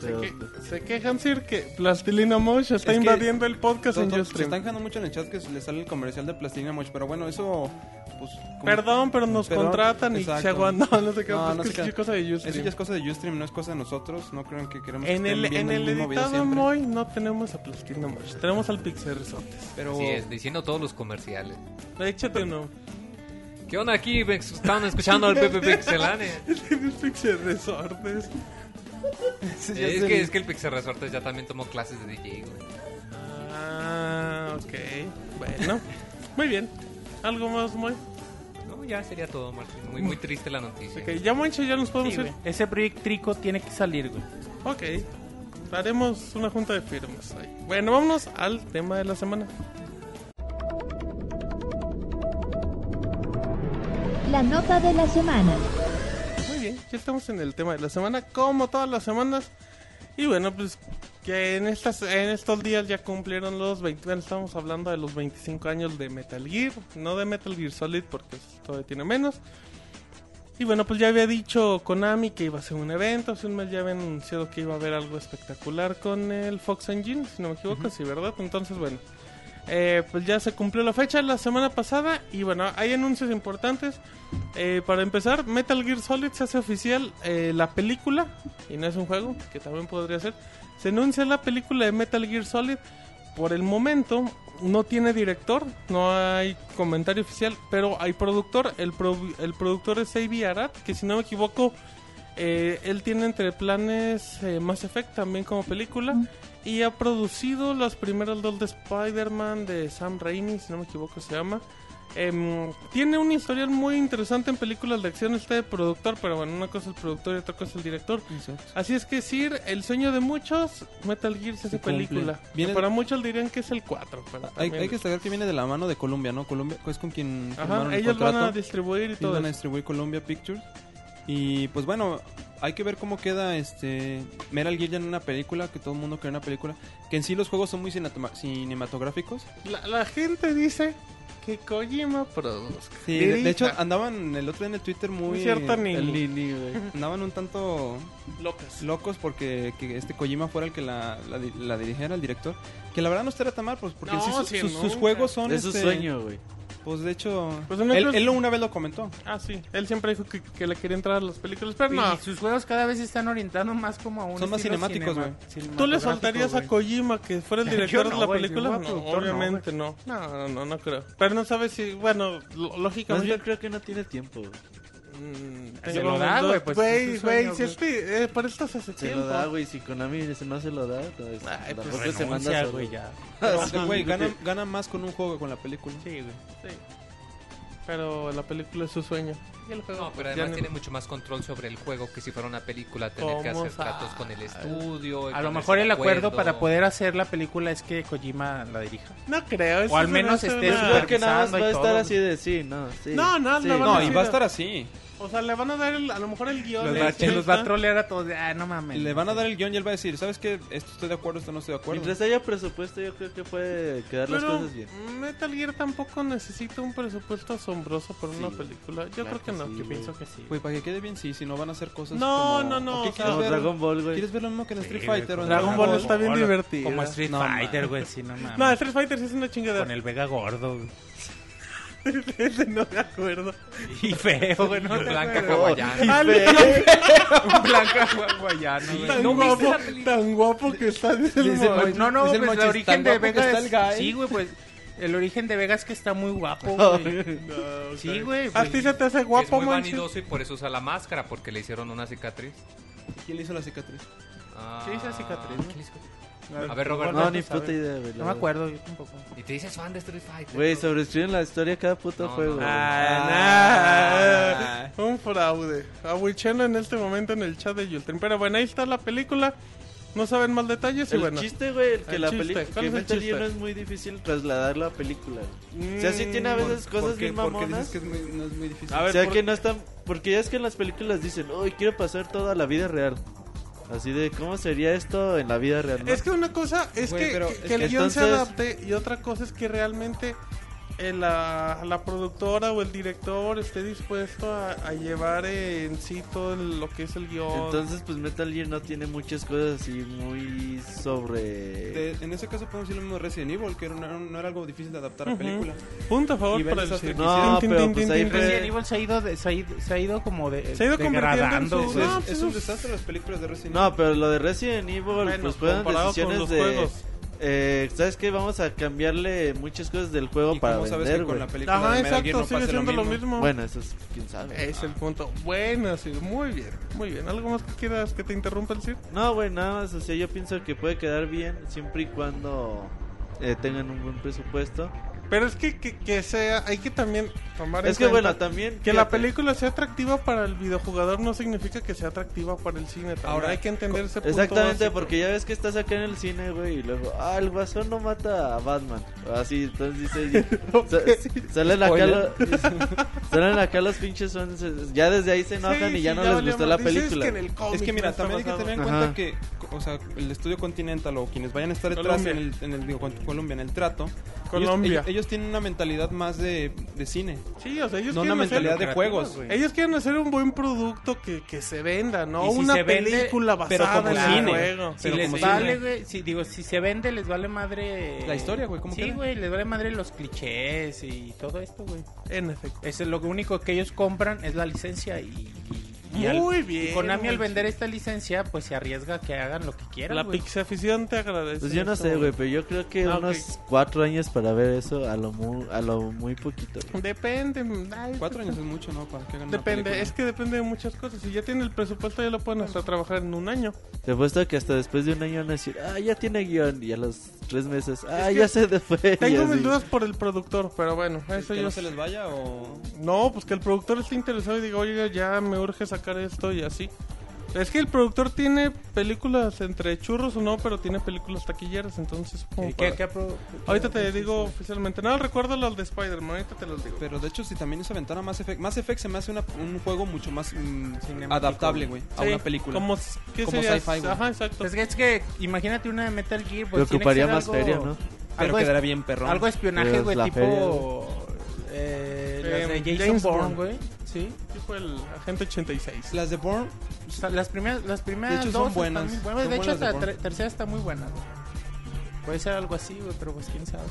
E: Pero,
B: Se, que- se quejan, Sir, que Plastilina Mosh está
F: Es que
B: invadiendo el podcast en
F: Todo- se
B: Ustream.
F: pues, están quejando mucho en el chat que le sale el comercial de Plastilina Mosh, pero bueno, eso. Pues, como-
B: Perdón, pero nos
F: Perdón,
B: contratan y
F: exacto.
B: se aguantan. No, no sé qué.
F: No,
B: pues
F: no
B: que
F: se
B: eso
F: quejan.
B: es cosa de
F: Eso
B: Ustream.
F: ya es cosa de Ustream, no es cosa de nosotros. No crean que queremos que
B: En el,
F: estén
B: en
F: viendo
B: el
F: mismo video
B: editado
F: siempre,
B: Moy no tenemos a Plastilina Mosh. Tenemos al Pixel Resortes.
F: Pero
D: Así es, diciendo todos los comerciales.
B: Échate uno.
D: ¿Qué onda aquí? Vex? Estaban escuchando al Pepe Pixelane.
B: El Pixel Resortes.
E: pues,
F: Sí, ya
D: es,
F: sé.
D: que, es que el Pixel Resortes ya también tomó clases de DJ, güey.
B: Ah, ok. Bueno, muy bien. ¿Algo más, Moy?
D: No, ya sería todo, Martín. Muy, muy triste la noticia.
B: Ok, ya, Moncho, ya nos podemos
C: Sí, güey.
B: ir.
C: Ese proyecto trico tiene que salir, güey.
B: Ok. Haremos una junta de firmas ahí. Bueno, vámonos al tema de la semana.
A: La nota de la semana.
B: Muy bien, ya estamos en el tema de la semana, como todas las semanas. Y bueno, pues que en estas en estos días ya cumplieron los 20, bueno, estamos hablando de los 25 años de Metal Gear, no de Metal Gear Solid porque eso todavía tiene menos. Y bueno, pues ya había dicho Konami que iba a ser un evento, hace un mes ya había anunciado que iba a haber algo espectacular con el Fox Engine, si no me equivoco, sí, ¿verdad? Entonces, bueno, eh, pues ya se cumplió la fecha la semana pasada y bueno, hay anuncios importantes. Eh, para empezar, Metal Gear Solid se hace oficial eh, la película, y no es un juego, que también podría ser. Se anuncia la película de Metal Gear Solid. Por el momento no tiene director, no hay comentario oficial, pero hay productor. El, produ- el productor es A.B. Arat, que si no me equivoco, eh, él tiene entre planes eh, Mass Effect también como película. Y ha producido las primeras dos de Spider-Man de Sam Raimi, si no me equivoco se llama. Em, tiene un historial muy interesante en películas de acción este productor, pero bueno, una cosa es el productor y otra cosa es el director.
F: Exacto.
B: Así es que Sir, el sueño de muchos, Metal Gear se hace
F: cumple.
B: película. Que
F: Viene-
B: para muchos dirían que es el 4, pero
F: Hay,
B: también-
F: hay que saber que viene de la mano de Colombia, ¿no? Colombia es con quien firmaron
B: Ajá,
F: el
B: ellos van a
F: contrato.
B: distribuir y
F: Sí,
B: todo.
F: van a
B: eso.
F: distribuir Columbia Pictures. Y pues bueno, hay que ver cómo queda este Metal Gear ya en una película, que todo el mundo quiere una película. Que en sí los juegos son muy cinatoma- cinematográficos.
B: La, la gente dice que Kojima produzca.
F: Sí, de, de hecho
B: Dirija.
F: andaban el otro día en el Twitter muy...
B: Es cierto, ni-
F: el Lili, güey. Andaban un tanto
B: López.
F: locos porque que este Kojima fuera el que la, la, di- la dirigiera, el director. Que la verdad no estaría tan mal, pues porque
B: No,
F: en sí su-
B: sí,
F: sus, sus
B: nunca.
F: juegos son...
E: es su
F: este,
E: sueño, güey.
F: Pues de hecho...
B: Pues en otros-
F: él, él una vez lo comentó.
B: Ah, sí. Él siempre dijo que, que le quería entrar a las películas, pero no.
C: Y sus juegos cada vez se están orientando más como a un
F: Son más
C: estilo
F: cinemáticos,
C: cinema-
F: güey.
B: ¿Tú le
C: cinematográfico,
B: soltarías
C: güey.
B: a Kojima que fuera el
C: Yo
B: director
C: no,
B: de la
C: güey,
B: película?
C: yo como
B: no,
C: productor no,
B: obviamente no. No, no, no, no creo. Pero no sabes si, bueno, lo-
E: Más
B: lógicamente...
E: bien creo que no tiene tiempo, güey.
B: Mm,
C: Se
B: tengo
C: lo da,
B: dos-
C: güey, pues,
B: Güey,
C: es su
B: güey,
C: sueño,
B: si
C: güey.
B: este, eh, para esto se hace
E: Se
B: tiempo.
E: lo da, güey. Si Konami se- no se lo da, pues,
B: Ay, pues,
E: tampoco se manda
C: Renuncia,
E: solo.
C: güey, ya.
F: Pero, güey, gana, gana más con un juego que con la película.
C: Sí, güey.
B: Sí. Pero la película es su sueño.
D: Y el juego,
B: No,
D: pero
B: ya
D: además
B: no-
D: tiene mucho más control sobre el juego que si fuera una película, tener que
B: ¿Cómo
D: hacer tratos
B: sabes?
D: con el estudio.
C: A lo
D: ponerse
C: mejor
D: de
C: el acuerdo para poder hacer la película es que Kojima la dirija.
B: No creo. eso
C: al
B: se
C: menos
B: me hace
C: esté
B: una-
E: Yo creo que nada más
C: Pensando y
E: va a estar
C: todo.
E: así de sí, no, sí.
B: No, no,
E: sí.
B: no,
F: No,
B: Sí,
F: y va
B: no.
F: a estar así.
B: O sea, le van a dar el- a lo mejor el guión.
C: Los
B: el
C: va,
B: guion
C: los va a
B: está-
C: trolear a todos. de, Ah, no mames.
F: Le van a dar el guión y él va a decir, ¿sabes qué? Esto estoy de acuerdo, esto no estoy de acuerdo.
E: Mientras haya presupuesto, yo creo que puede quedar las
B: Pero
E: cosas bien.
B: Metal Gear tampoco necesita un presupuesto asombroso para una
E: Sí.
B: película. Yo
E: Claro
B: creo que
E: que
B: no.
E: sí,
B: Yo
E: güey.
B: pienso que sí.
F: Güey, Pues, para que quede bien, sí, si no van a hacer cosas
B: No,
F: como-
B: no, no,
F: ¿O qué
B: o sea,
F: quieres
E: Como
F: ver?
E: Dragon Ball, güey.
F: ¿Quieres ver lo mismo que en Street
C: Sí,
F: Fighter?
C: güey,
F: o en
B: Dragon Ball está bien
C: Hola.
B: divertido.
C: Como Street
F: No,
C: Fighter,
F: man.
C: güey, sí, no mames.
B: No, Street Fighter sí es una chingadera.
C: Con el Vega gordo güey.
B: Ese no me acuerdo.
C: y feo, güey. No,
D: Blanca
C: güey.
D: hawaiana.
B: Ah,
C: Blanca gua- guayana, güey.
B: tan,
D: ¿No viste
B: guapo,
D: la película?
B: tan guapo que está. dice el
F: Dice,
B: mo-
C: Pues, no, no,
F: Es el
C: pues el
F: machista,
C: origen
F: tan
C: de
F: guapo que
C: Vega
F: está
C: es-
F: el guy.
C: Sí, güey, pues el origen de Vega es que está muy guapo, güey.
B: "Pues, No,
C: Sí,
B: ok.
C: güey.
B: ¿A
C: pues,
B: ti se te hace
D: Que Es
B: guapo,
D: muy
B: Monchi?
D: vanidoso y por eso usa la máscara, porque le hicieron una cicatriz.
F: ¿Quién le hizo la cicatriz?
D: Ah,
C: ¿Qué dice la cicatriz, no?
D: ¿qué le hizo? A ver, Robert.
E: No, ni puta idea, güey.
C: No me acuerdo, yo tampoco.
D: Y te dices fan de Street Fighter.
E: Güey, sobrescriben la historia cada puto
D: No,
E: juego.
D: no,
E: güey.
B: Ah, nah. Ah, Un fraude. Abuchelo en este momento en el chat de Yultrim. Pero bueno, ahí está la película. No saben más detalles y
E: el
B: bueno.
E: chiste, güey, el que
B: el
E: la
B: chiste,
E: película.
B: ¿cuál
E: Que
B: es el
E: Metal Gear
B: chiste?
E: no es muy difícil trasladar la película. güey. O sea, sí tiene a
B: Mm,
E: veces cosas bien
F: Porque dices
E: mamonas.
F: que es muy- no es muy difícil.
E: o sea, que no están. Porque ya es que en las películas dicen, uy, quiero pasar toda la vida real. Así de, ¿cómo sería esto en la vida real? no?
B: Es que una cosa es
F: Güey,
B: que,
F: pero
B: que-
F: es
B: que
F: que
B: el guión se
E: entonces-
B: adapte y otra cosa es que realmente eh, la, la productora o el director esté dispuesto a, a llevar eh, en sí todo el- lo que es el guión.
E: Entonces, pues Metal Gear no tiene muchas cosas así muy sobre.
F: De- Este, en ese caso podemos decir lo mismo de Resident Evil, que era- no, era- no era algo difícil de adaptar a
B: Ujú.
F: película.
B: Punto a favor
F: Y
B: para el
F: ves hasta
B: cine.
F: que
E: No,
B: Tin, tin,
E: pero
B: tin,
E: pues
B: tin,
E: ahí
B: tin.
E: re-
C: Resident Evil se ha ido, de- se ha ido, se ha ido como de,
B: Eh. Se ha ido convirtiendo en
C: degradando.
B: su-
C: güey.
F: Entonces,
B: No,
F: es,
B: pues
F: un
B: es-
F: desastre las películas de Resident Evil.
E: No, pero lo de Resident Evil,
B: Bueno,
E: pues fueron
B: comparado con
E: decisiones
B: los
E: de.
B: juegos.
E: eh, ¿Sabes qué? Vamos a cambiarle muchas cosas del juego
F: ¿Y
E: para
F: cómo sabes
E: vender,
F: que con la
E: güey.
F: película
B: Ajá,
F: de Metal
B: exacto,
F: Gear no
B: sigue
F: pasa
B: siendo lo mismo.
E: Bueno, eso es. ¿Quién sabe?
B: Es el punto. Bueno, sí, muy bien, muy bien. ¿Algo más que quieras que te interrumpa el Sir?
E: No, güey, nada más. O sea, yo pienso que puede quedar bien siempre y cuando eh, tengan un buen presupuesto.
B: Pero es que, que, que sea, hay que también tomar en
E: Es que
B: cuenta
E: bueno, también.
B: que la
E: fíjate,
B: película sea atractiva para el videojugador no significa que sea atractiva para el cine. también
F: Ahora,
B: hay que entender ese punto.
E: Exactamente,
B: básico.
E: porque ya ves que estás acá en el cine, güey, y luego, ah, el guasón no mata a Batman. O Así, entonces dice, sa- salen, acá
F: Spoiler.
E: los, salen acá los pinches onces, ya desde ahí se enojan
B: Sí,
E: y ya
B: sí,
E: no
B: valió
E: les gustó la
B: madre. Dices
E: película.
B: que en el cómic
F: Es que
B: no
F: mira,
B: está
F: también hay que
B: basado.
F: tener en
E: Ajá.
F: cuenta que, o sea, el estudio Continental o quienes vayan a estar detrás
B: Colombia.
F: en el, en el- digo, con- Colombia, en el trato, ellos-
B: Colombia.
F: Ellos, ellos tienen una mentalidad más de, de cine,
B: Sí, o sea, ellos
F: no una
B: quieren hacer-
F: mentalidad de juegos.
B: Ellos quieren hacer un buen producto que, que se venda, ¿no?
C: Y si
B: Una
C: se vende,
B: película
F: pero
B: basada
F: como
B: en el
F: cine.
B: juego.
C: Si
F: Pero
C: les
F: como cine.
C: vale, güey, si, digo, si se vende, les vale madre...
F: La historia, güey, ¿cómo
C: Sí,
F: queda?
C: güey, les vale madre los clichés y todo esto, güey.
B: En efecto.
C: Eso es lo único que ellos compran es la licencia y... y- y al-
B: Muy
C: y
B: bien.
C: Konami al
B: güey.
C: vender esta licencia, pues se arriesga a que hagan lo que quieran,
B: La
C: güey.
B: pixafición te agradece.
E: Pues yo no
B: eso,
E: sé, güey, pero yo creo que
B: Ah, ok.
E: unos cuatro años para ver eso, a lo muy, a lo muy poquito. güey.
B: Depende. mm, ay,
F: Cuatro años es mucho, ¿no? Para que hagan una
B: Depende,
F: película.
B: es que depende de muchas cosas. Si ya tiene el presupuesto, ya lo pueden hasta trabajar en un año.
E: Te apuesto que hasta después de un año van a decir, ah, ya tiene guión, y a los tres meses, ah,
B: que
E: ya se fue. y
B: Tengo
E: así.
B: mis dudas pues, por el productor, pero bueno, eso
F: que
B: yo.
F: no se les vaya o...
B: No, pues que el productor esté interesado y diga, oye, ya me urge sacar esto y así. Es que el productor tiene películas entre churros o no, pero tiene películas taquilleras, entonces. como
C: ¿Qué-
B: para-
C: qué apro-
B: Ahorita te digo oficialmente. No, recuerdo las de Spider-Man, ahorita te las digo.
F: Pero de hecho, si también se aventara Mass Effect, Mass Effect se me hace una- un juego mucho más mm,
C: Cinemático,
F: adaptable, güey, a
B: Sí,
F: una película.
B: Como, ¿qué
F: Como
B: sería?
F: sci-fi, güey.
B: Ajá, exacto.
C: Pues es que imagínate una de Metal Gear, pues tiene
E: Te
C: que
E: ocuparía
C: ser
E: más
C: algo-
E: feria, ¿no?
F: Pero
C: Algo, es-
F: quedará bien perrón.
C: algo espionaje,
E: Pues
C: güey,
E: la
C: tipo... eh, las
B: Em,
C: de Jason
B: James
C: Bourne,
B: Bourne.
C: güey. Sí.
B: Sí, fue el Agente 86.
F: Las de Bourne,
C: O sea, las primeras, las primeras
F: De hecho,
C: dos
F: son buenas.
C: están muy buenas.
F: Son
C: de hecho,
F: buenas de
C: la
F: Bourne.
C: ter- tercera está muy buena. güey. Puede ser algo así, güey, pero pues quién sabe.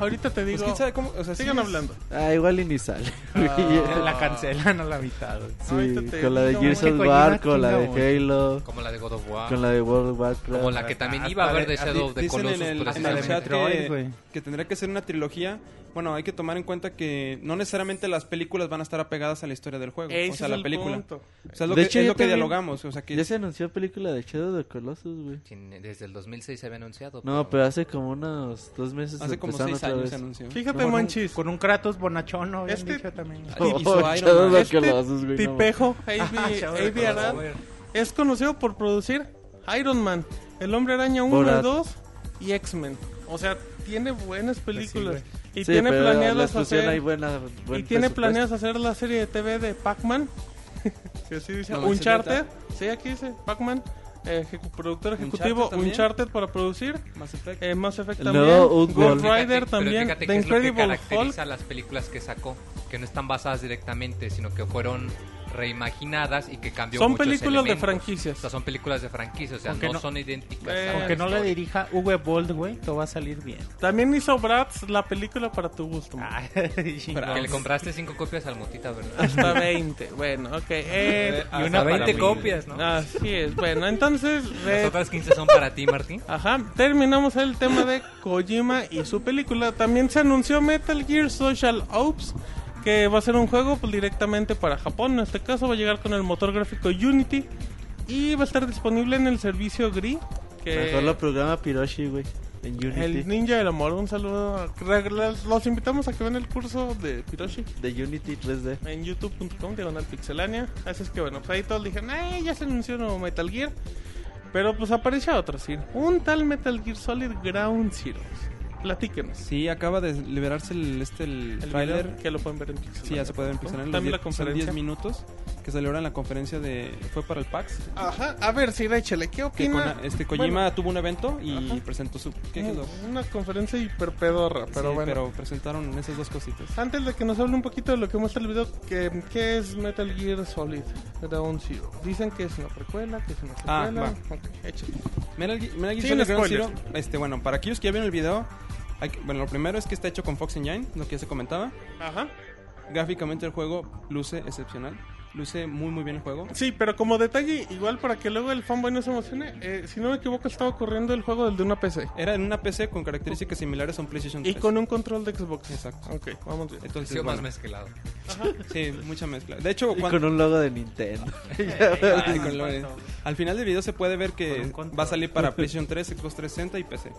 B: Ahorita te
F: pues
B: digo.
F: quién sabe cómo, o sea, sí
B: Sigan
F: es-
B: hablando.
E: Ah, igual y ni sale. güey.
B: Ah,
C: La cancelan a la mitad, güey.
E: Sí,
B: Ahorita te
E: con la de
B: digo,
E: Gears
C: es que
E: of
C: Kojima
E: War, con la de
C: chinga
E: Halo,
D: Como la de God of War.
E: con la de World of Warcraft.
D: Como la que también
C: Ah,
D: iba a haber de
F: Ah,
D: Shadow of
F: di-
D: the
F: dicen
D: Colossus,
F: en el, en el
D: precisamente.
F: chat
C: Detroit,
F: que,
C: güey.
F: que tendría que ser una trilogía. Bueno, hay que tomar en cuenta que no necesariamente las películas van a estar apegadas a la historia del juego,
B: Ese
F: o sea,
B: es
F: la
B: el
F: película.
B: punto.
F: O sea, es lo
E: De
F: que,
E: hecho,
F: es
E: yo
F: lo que
E: también-
F: dialogamos, o sea, que
E: Ya se anunció película de Shadow of the Colossus, güey.
D: Sin- Desde el 2006 se había anunciado.
E: No, pero hace como unos dos meses
F: hace como
E: empezaron
F: seis
E: otra
F: años
E: vez.
F: se anunció.
B: Fíjate,
C: Con un,
B: Monchis.
C: con un Kratos bonachón, ¿no? Habían
B: Este-
C: dicho también. Ah,
E: Oh,
F: Y hizo Iron
E: Shadow of the
B: Este
E: Colossus, güey, no, güey.
B: tipejo, AB,
C: Shadow
B: AB
C: de
B: Arad, es conocido por producir Iron Man, El Hombre Araña 1
E: Borat.
B: y 2 y X-Men. O sea, tiene buenas
D: Pues
B: películas. y
E: Sí,
B: tiene
E: pero la
B: planeadas
E: exclusión
B: hacer...
E: hay buena, buen
B: y tiene
E: presupuesto.
B: planeadas hacer la serie de TV de Pac-Man. que así dice.
F: No,
B: Uncharted.
F: ¿es
B: Sí, aquí dice Pac-Man. eh, ejecu- productor
F: Uncharted
B: ejecutivo
F: también.
B: Uncharted para producir.
F: Mass Effect.
B: Eh, Mass Effect
E: No,
B: también.
E: un
B: Ghost
E: gol.
D: Fíjate,
B: Rider
D: pero
B: también.
D: fíjate que
B: The
D: es lo que
B: Incredible Hulk.
D: caracteriza las películas que sacó, que no están basadas directamente, sino que fueron reimaginadas y que cambió
B: Son
D: muchos
B: películas de
D: elementos.
B: franquicias.
D: O sea, son películas de franquicia, o sea,
C: Aunque
D: no,
C: no-
D: son idénticas.
B: Eh,
D: a la
B: aunque
C: Aunque no la
D: historia.
C: dirija V. Bold, güey, todo va a salir bien.
B: También hizo Bratz la película para tu gusto.
D: Ah.
B: man.
C: Ay,
D: Que le
C: chingón.
D: compraste cinco copias al Motita, ¿verdad?
B: Hasta 20. Bueno, ok. eh,
F: Ah,
D: y
F: hasta
D: una
F: para
D: 20
F: mí.
D: copias, ¿no?
B: así es. Bueno, entonces.
D: Las
B: eh,
D: otras 15 son para ti, Martín.
B: Ajá, terminamos el tema de Kojima y su película. También se anunció Metal Gear Social Ops, que va a ser un juego pues, directamente para Japón. En este caso va a llegar con el motor gráfico Unity y va a estar disponible en el servicio GRI que-
E: Mejor lo programa Piroshi, güey. En Unity.
B: El Ninja del Amor, un saludo. a- re- re- Los invitamos a que vean el curso de Piroshi
E: De Unity 3D.
B: en youtube.com diagonal pixelania. Así es que bueno, pues ahí todos dijeron, "Ay, ya se anunció nuevo Metal Gear. Pero pues aparece otro, sí. Un tal Metal Gear Solid Ground Zero. Platíquenos.
F: Sí, acaba de liberarse el, este, el,
B: El
F: trailer.
B: video que lo pueden ver en Pixelania.
F: Sí, ya se puede empezar en los
B: También la
F: 10 son
B: conferencia.
F: 10 minutos que se celebra en la conferencia de... Fue para el PAX.
B: Ajá, a ver, sí, Rachel, ¿qué
F: Que
B: opina?
F: Kona- este, Kojima
B: Bueno,
F: tuvo un evento y
B: Ajá.
F: presentó su... ¿Qué
B: un-
F: quedó?
B: Una conferencia hiper pedorra, pero
F: Sí,
B: bueno.
F: pero presentaron esas dos cositas.
B: Antes de que nos hable un poquito de lo que muestra el video, que, ¿qué es Metal Gear Solid Ground Zero? Dicen que es una precuela, que es una
F: Ah,
B: secuela. Ok, échale.
F: Metal Gear, Metal Gear
B: Sí,
F: Solid
B: no
F: Ground
B: spoilers.
F: Zero, este, bueno, para aquellos que ya vieron el video, hay que- bueno, lo primero es que está hecho con Fox Engine, lo que ya se comentaba.
B: Ajá.
F: Gráficamente el juego luce excepcional, luce muy muy bien el juego.
B: Sí, pero como detalle, igual para que luego el fanboy no se emocione, eh, si no me equivoco, estaba corriendo el juego del de una PC.
F: Era en una PC con características similares a un PlayStation 3.
B: Y con un control de Xbox.
F: Exacto.
B: Ok, vamos bien.
D: Ha
F: Entonces,
D: sido más
F: bueno,
D: mezclado.
F: sí, mucha mezcla. De hecho,
E: Y
F: cuando-
E: con un logo de Nintendo.
F: Ay, con lo- al final del video se puede ver
C: Con un
F: que
C: control.
F: va a salir para PlayStation 3, Xbox 360 y PC.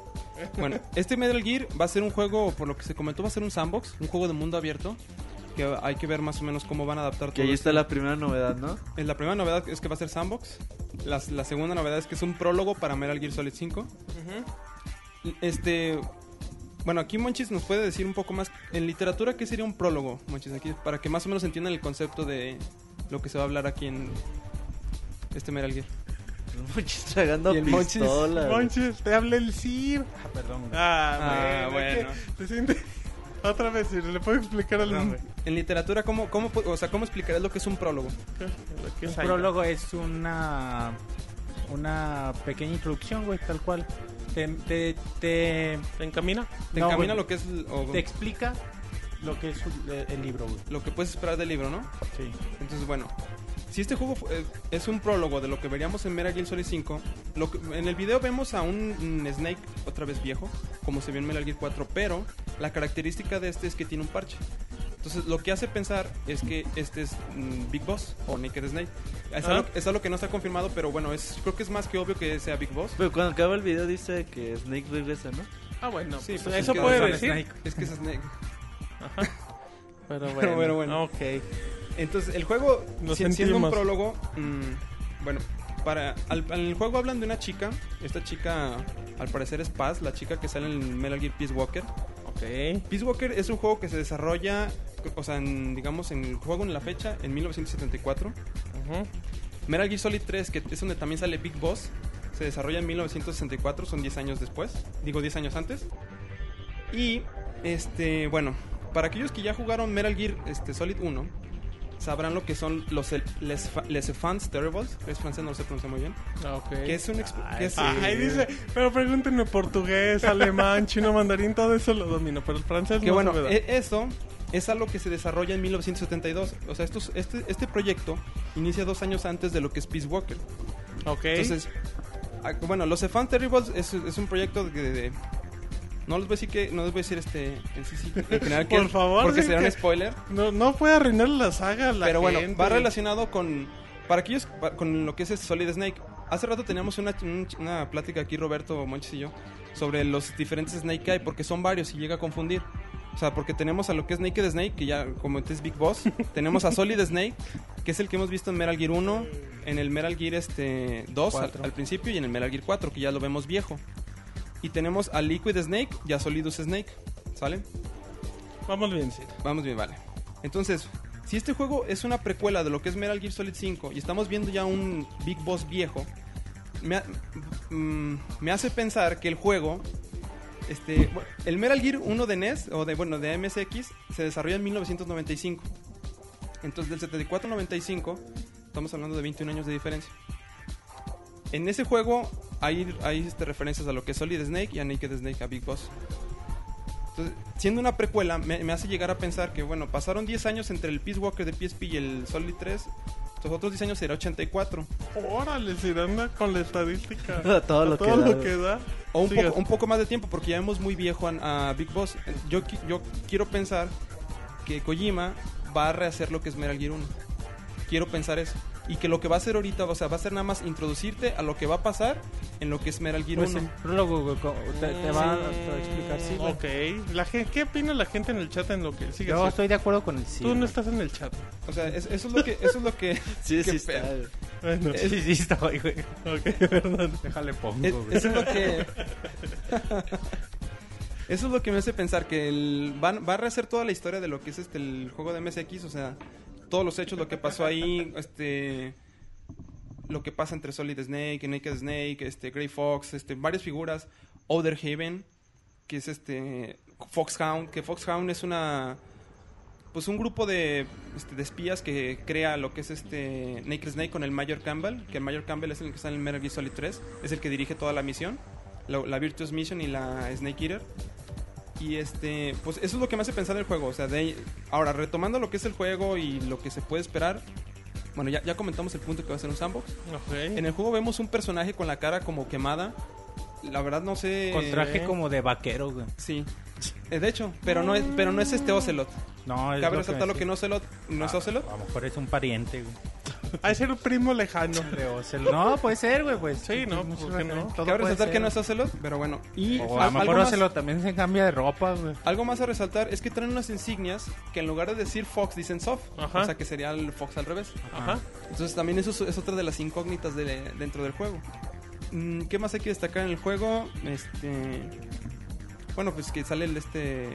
F: Bueno, este Metal Gear va a ser un juego, por lo que se comentó, va a ser un sandbox, un juego de mundo abierto. Que hay que ver más o menos cómo van a adaptar
E: que
F: todo
E: ahí
F: esto.
E: está la primera novedad, ¿no?
F: Eh, La primera novedad es que va a ser Sandbox. La, la segunda novedad es que es un prólogo para Metal Gear Solid 5. Este. Bueno, aquí Monchis nos puede decir un poco más. En literatura, ¿qué sería un prólogo, Monchis? Aquí, para que más o menos entiendan el concepto de lo que se va a hablar aquí en este Metal Gear.
E: El Monchis tragando
F: Y el Monchis-
E: pistola. güey.
B: Monches, te habla el Sir.
C: Ah, perdón. güey.
B: Ah,
F: Ah,
B: bueno.
F: bueno.
B: es que Te sientes... Otra vez, Sir, le puedo explicar al
C: Perdón,
B: hombre.
C: güey.
F: En literatura, ¿cómo, cómo, pu- o sea, ¿cómo explicarás lo que es un prólogo?
C: Un prólogo es una una pequeña introducción, güey, tal cual. Te, te, te,
B: ¿Te encamina?
F: Te
C: No,
F: encamina
C: güey.
F: lo que es l- o-
C: te explica lo que es el, el libro, güey.
F: lo que puedes esperar del libro, ¿no?
C: Sí.
F: Entonces, bueno, si este juego fu- eh, es un prólogo de lo que veríamos en Metal Gear Solid 5, lo que- en el video vemos a un mm, Snake otra vez viejo, como se vio en Metal Gear 4, pero la característica de este es que tiene un parche. Entonces, lo que hace pensar es que este es mm, Big Boss o Naked Snake. Es,
B: Ah.
F: algo, es algo que no está confirmado, pero bueno, es, creo que es más que obvio que sea Big Boss.
E: Pero cuando acaba el video dice que Snake regresa, ¿no?
B: Ah, bueno.
F: Sí,
B: pues
F: pues es
B: eso
F: que
B: puede
F: son
B: decir.
C: Snake.
F: Es que es Snake.
B: Pero
F: Pero bueno, bueno.
B: Ok.
F: Entonces, el juego,
B: Nos
F: si- siendo un
B: sentimos.
F: prólogo, mm, bueno, para al, en el juego hablan de una chica. Esta chica, al parecer, es Paz, la chica que sale en Metal Gear Peace Walker.
B: Ok.
F: Peace Walker es un juego que se desarrolla, o sea, en, digamos, en el juego en la fecha, en 1974.
B: Ujú.
F: Metal Gear Solid 3, que es donde también sale Big Boss, se desarrolla en 1964, son 10 años después, digo 10 años antes. Y, este, bueno, para aquellos que ya jugaron Metal Gear este, Solid 1, sabrán lo que son los el- les, fa- les fans terribles, es francés, no lo sé pronunciar muy bien,
B: Ok.
F: que es un... exp- que es-
B: Ah, ahí dice, pero pregúntenme portugués, alemán, chino, mandarín, todo eso lo domino, pero el francés
F: Que
B: no
F: bueno,
B: se me da.
F: e- eso es algo que se desarrolla en 1972. O sea, estos, este, este proyecto inicia dos años antes de lo que es Peace Walker.
B: ok.
F: Entonces, ah, bueno, los Fan Terribles es, es un proyecto de, de- No les voy a decir que. No les voy a decir este. En sí, sí, en general, que-
B: Por favor,
F: Porque
B: sí,
F: será
B: que-
F: un spoiler.
B: no, no puede arruinar la saga a la
F: pero bueno,
B: gente.
F: va relacionado con. Para aquellos. pa- Con lo que es el Solid Snake. Hace rato teníamos una, un- una plática aquí, Roberto Monches y yo. Sobre los diferentes Snake que hay. Porque son varios y llega a confundir. O sea, porque tenemos a lo que es Naked Snake, que ya como este es Big Boss. tenemos a Solid Snake, que es el que hemos visto en Metal Gear 1, en el Metal Gear este, 2 al,
C: Cuatro.
F: al principio y en el Metal Gear 4, que ya lo vemos viejo. Y tenemos a Liquid Snake y a Solidus Snake. ¿Sale?
B: Vamos bien, sí.
F: Vamos bien, vale. Entonces, si este juego es una precuela de lo que es Metal Gear Solid 5 y estamos viendo ya un Big Boss viejo, me, ha- mm, me hace pensar que el juego. Este, bu- el Metal Gear 1 de NES, o de, bueno, de MSX, se desarrolla en 1995. Entonces, del 74 al 95, estamos hablando de 21 años de diferencia. En ese juego hay, hay este, referencias a lo que es Solid Snake y a Naked Snake, a Big Boss. Entonces, siendo una precuela, me, me hace llegar a pensar que, bueno, pasaron 10 años entre el Peace Walker de PSP y el Solid 3. Los otros 10 años será 84.
B: Órale, Sir, anda con la estadística.
E: A todo lo que da, güey.
B: da.
F: O un,
B: Sigas.
F: poco, un poco más de tiempo, porque ya vemos muy viejo a, a Big Boss. Yo, qui- yo quiero pensar que Kojima va a rehacer lo que es Metal Gear 1. Quiero pensar eso. Y que lo que va a hacer ahorita, o sea, va a ser nada más introducirte a lo que va a pasar en lo que es Metal Gear
H: Pues
F: 1.
H: el prólogo güey, co- te, te va a te va a explicar, sí, güey.
B: Ok. La gen- ¿Qué opina la gente en el chat en lo que sigue?
C: Yo
B: Sí.
C: estoy de acuerdo con el sí.
B: Tú no
C: güey.
B: estás en el chat.
F: O sea, es- eso es lo que... Eso es lo que
E: Sí,
F: Qué
E: sí, está.
F: pedo.
E: güey.
B: Bueno,
F: Eh,
C: Sí, sí, estoy, güey.
B: ok, perdón.
C: Déjale pongo,
F: Es-
C: güey.
F: eso es lo que. Eso es lo que me hace pensar que el, van, va a rehacer toda la historia de lo que es este el juego de MSX, o sea, todos los hechos, lo que pasó ahí, este lo que pasa entre Solid Snake, Naked Snake, este Grey Fox, este varias figuras, Other Haven, que es este Foxhound, que Foxhound es una pues un grupo de, este, de espías que crea lo que es este Naked Snake con el Mayor Campbell, que el Mayor Campbell es el que está en el Metal Gear Solid 3, es el que dirige toda la misión, la, la Virtuous Mission y la Snake Eater. Y este, pues eso es lo que me hace pensar el juego, o sea, de ahí- ahora retomando lo que es el juego y lo que se puede esperar, bueno, ya, ya comentamos el punto que va a ser un sandbox. En
B: Ok.
F: el juego vemos un personaje con la cara como quemada. La verdad no sé
C: Con traje como de vaquero, güey.
F: Sí. Eh, De hecho, pero no es pero no es este Ocelot.
C: No, es
F: Cabe
C: me
F: resaltar lo que
C: decía.
F: no Ocelot, no es
C: Ah,
F: Ocelot.
C: A lo mejor es un pariente, güey.
B: Ha de ser un primo lejano.
C: De Ocelot. No, puede ser, güey, pues.
B: Sí, no,
C: Muchos
B: ¿por qué no?
C: referentes, todo
F: Cabe
C: puede
F: resaltar que
C: ser.
F: no es Ocelot, pero bueno. Y
C: O
F: al-
C: a lo mejor
F: más,
C: Ocelot también se cambia de ropa, güey.
F: algo más a resaltar es que traen unas insignias que en lugar de decir Fox dicen Soft,
B: Ajá.
F: o sea que sería el Fox al revés.
B: Ajá.
F: Entonces también eso es, es otra de las incógnitas de- dentro del juego. Mm, ¿Qué más hay que destacar en el juego? Este, bueno, pues que sale el este,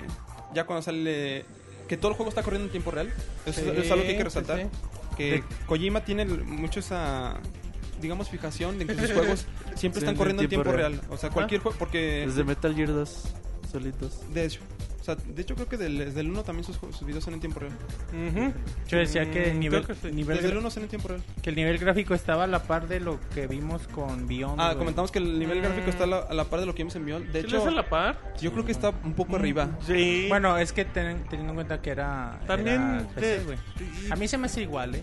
F: ya cuando sale que todo el juego está corriendo en tiempo real. Eso, es- eso es algo que hay que resaltar. Que
C: Sí.
F: Kojima tiene el- mucho esa digamos fijación de que sus juegos siempre
E: Sí,
F: están
E: en
F: corriendo en
E: tiempo
F: tiempo real.
E: real.
F: O sea, cualquier juego porque
E: Desde Metal Gear 2, solitos.
F: de hecho, o sea, de hecho creo que del- desde el 1 también sus, ju- sus videos son en tiempo real.
B: Ujú.
C: Yo decía que el
B: Mm,
C: nivel,
B: creo que sí.
C: nivel
F: Desde el
C: gra-
F: 1 son en tiempo real.
C: que el nivel gráfico estaba a la par de lo que vimos con Beyond.
F: Ah,
C: güey.
F: comentamos que el
E: Eh.
F: nivel
B: Mm.
F: gráfico está a la, a la par de lo que vimos en Beyond. De
B: ¿Sí le
F: hecho,
B: hace la par?
F: yo creo que está un
E: Mm.
F: poco arriba.
B: Sí.
C: Bueno, es que ten- teniendo en cuenta que era.
B: También
C: era PC,
B: de-
C: güey. A mí se me hace igual, ¿eh?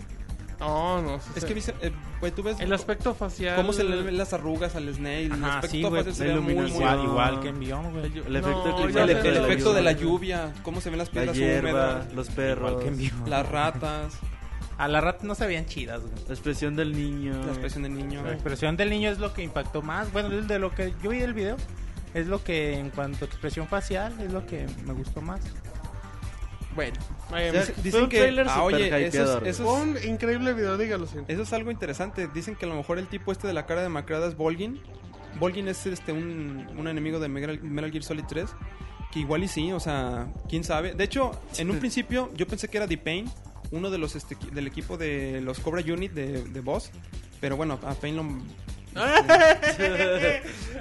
B: No, no. sí
F: Es
B: se-
F: que viste, eh, güey, tú ves
B: el aspecto facial.
F: cómo se le ven las arrugas al Snake, el
C: Ajá,
F: aspecto
C: sí, güey.
F: facial se
E: la
F: ve muy, muy-
E: iluminación.
C: Igual, igual que en Beyond, güey.
E: El efecto
B: No,
E: climático
B: ya
F: El,
B: sé,
E: de
F: el
E: la
F: efecto de la
E: lluvia,
F: lluvia, cómo se ven las
E: la
F: piedras
E: hierba,
F: húmedas,
E: los
C: Igual
E: perros,
C: que en Beyond.
F: las ratas,
C: A la rata no se veían chidas, güey.
E: la expresión del niño.
F: la expresión del niño.
C: La expresión del niño es lo que impactó más. Bueno, es de lo que yo vi del video, es lo que en cuanto a expresión facial, es lo que me gustó más.
F: Bueno,
B: Ay,
E: O sea,
B: Em, fue
F: dicen,
E: fue un
F: que
E: tráiler
F: ah, oye, eso
E: superhypeador,
F: es, eso es-
B: un increíble video, dígalo. sí.
F: Eso es algo interesante. Dicen que a lo mejor el tipo este de la cara demacrada es Volgin. Volgin es este un, un enemigo de Metal, Metal Gear Solid 3. Que igual y sí, o sea, quién sabe. De hecho, en un principio yo pensé que era The Pain, uno de los este, del equipo de los Cobra Unit de, de Boss. Pero bueno, a Pain lo.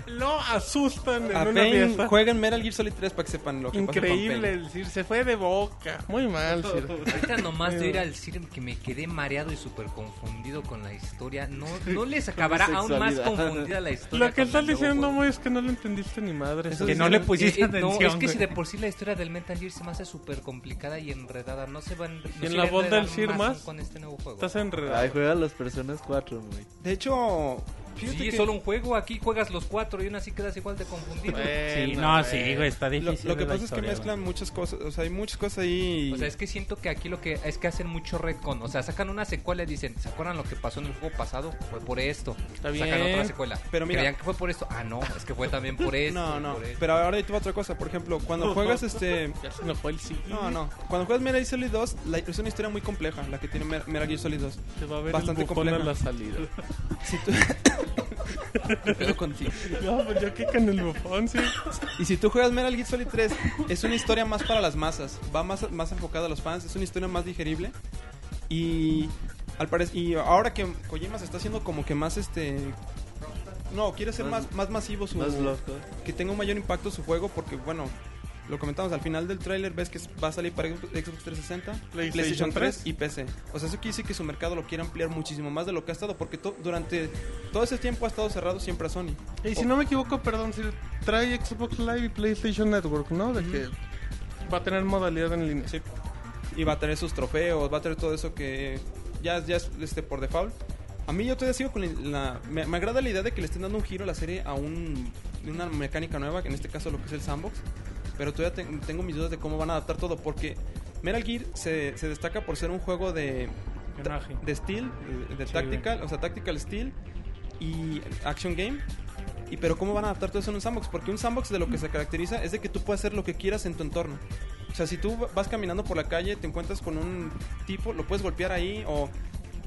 B: Lo asustan en
F: A
B: una
F: Pain
B: pieza.
F: juega en Metal Gear Solid 3 para que sepan lo que pasa con Pain.
B: Increíble, el Sir se fue de boca. Muy mal, Sir.
D: Ahorita nomás de ir al CIRM que me quedé mareado y súper confundido con la historia. No, no les acabará aún más
E: sexualidad.
D: confundida la historia.
B: Lo que
D: con
B: estás
D: el nuevo
B: diciendo,
D: juego.
B: güey, es que no lo entendiste ni madre.
F: Eso
C: Que
F: sí,
C: no
F: sí,
C: le
F: sí.
C: pusiste
D: Eh, eh,
C: atención.
D: No, es que si
C: güey.
D: de por sí la historia del Metal Gear se me hace súper complicada y enredada, no se van no
B: en
D: se
B: la
D: va a
B: voz
D: enredar
B: del Sir
D: aún
B: más,
D: con este nuevo juego.
B: Estás enredado.
E: Ay, juega a las personas 4, güey.
F: De hecho, fíjate
D: Sí,
F: que
D: es solo un juego, aquí juegas los cuatro y aún así quedas igual de confundido.
C: Sí,
B: Bueno,
C: no,
B: güey.
C: sí, güey, está
F: Eh, lo,
C: difícil.
F: lo que
C: la
F: pasa es que
C: historia,
F: mezclan muchas cosas. O sea, hay muchas cosas ahí.
D: O sea, es que siento que aquí lo que es que hacen mucho retcon. O sea, sacan una secuela y dicen, ¿se acuerdan lo que pasó en el juego pasado? Fue por esto. Sacan
B: bien.
D: otra secuela.
F: Pero mira-
D: Creían que fue por esto. Ah, no, es que fue también por
B: Este,
D: esto.
F: No, no.
D: por esto.
F: Pero ahora ahí te va otra cosa. Por ejemplo, cuando juegas este.
B: Ya se enojó el Sir.
F: No, no. Cuando juegas Metal Gear Solid 2, la- es una historia muy compleja la que tiene Mer- Metal Gear Solid 2.
B: Te va a ver
F: Bastante
B: el bufón a
F: complejo.
B: la salida.
F: Si tú... ¿Qué pedo contigo?
B: No, pues yo que con el bufón, sí.
F: Y si tú juegas Metal Gear Solid 3, es una historia más para las masas. Va más, más enfocada a los fans. Es una historia más digerible. Y. Al parecer. Y ahora que Kojima se está haciendo como que más este. No, quiere ser más, más masivo su,
E: Más loco.
F: que tenga un mayor impacto su juego porque bueno lo comentamos al final del tráiler ves que va a salir para Xbox 360
B: PlayStation
F: 3 y PC o sea eso quiere decir que su mercado lo quiere ampliar muchísimo más de lo que ha estado porque to- durante todo ese tiempo ha estado cerrado siempre a Sony
B: Y si no me equivoco, perdón, Sir, trae Xbox Live y PlayStation Network, ¿no? De que va a tener modalidad en línea.
F: Sí. y va a tener sus trofeos va a tener todo eso que ya, ya es este, por default a mí yo todavía sigo con la... Me, me agrada la idea de que le estén dando un giro a la serie a un, una mecánica nueva, que en este caso lo que es el sandbox. Pero todavía ten- tengo mis dudas de cómo van a adaptar todo, porque Metal Gear se, se destaca por ser un juego de,
H: Espionaje.
F: de Steel, de, de
H: Sí,
F: Tactical, o sea, Tactical Steel y Action Game. Y pero cómo van a adaptar todo eso en un sandbox, porque un sandbox de lo que se caracteriza es de que tú puedes hacer lo que quieras en tu entorno. O sea, si tú vas caminando por la calle, te encuentras con un tipo, lo puedes golpear ahí o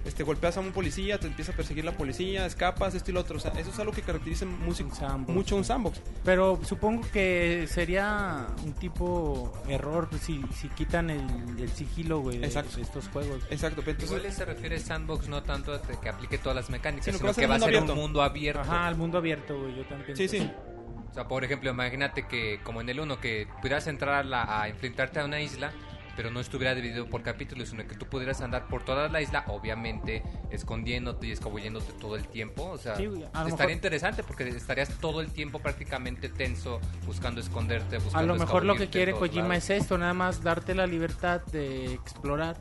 F: este golpeas a un policía, te empieza a perseguir la policía, escapas, esto y lo otro. O sea, eso es algo que caracteriza mucho,
H: Un sandbox,
F: mucho un
H: sí.
F: sandbox.
H: Pero supongo que sería un tipo error si, si quitan el, el sigilo, güey, de,
F: Exacto.
H: de estos juegos.
F: Exacto, pero entonces
D: Igual se refiere sandbox no tanto a que aplique todas las mecánicas,
F: Sino
D: sino,
F: que va a
D: que
F: ser
D: va a
F: mundo
D: ser
F: abierto.
D: un mundo abierto.
H: Ajá, al mundo abierto, güey, yo también.
F: Sí,
H: pienso.
F: sí.
D: O sea, por ejemplo, imagínate que como en el 1 que pudieras entrar a, la- a enfrentarte a una isla, pero no estuviera dividido por capítulos, sino que tú pudieras andar por toda la isla, obviamente escondiéndote y escabulléndote todo el tiempo. O sea,
H: Sí, güey, a lo
D: estaría
H: mejor-
D: interesante porque estarías todo el tiempo prácticamente tenso, buscando esconderte, buscando
H: A lo mejor lo que
D: escabullirte
H: quiere
D: en todos
H: Kojima
D: lados.
H: es esto, nada más darte la libertad de explorar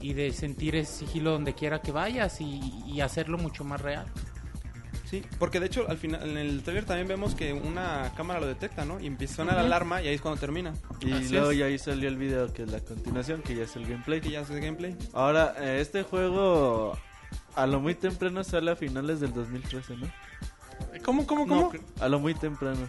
H: y de sentir ese sigilo donde quiera que vayas y, y hacerlo mucho más real.
F: Sí, porque de hecho al final en el trailer también vemos que una cámara lo detecta, ¿no? Y empieza a sonar la alarma y ahí es cuando termina.
E: Y
F: Así
E: luego
F: es.
E: ya ahí salió el video que es la continuación, que ya es el gameplay.
F: que ya es el gameplay.
E: Ahora, eh, este juego a lo muy temprano sale a finales del 2013, ¿no?
B: ¿Cómo, cómo,
F: No,
B: cómo?
F: cre-
E: A lo muy temprano.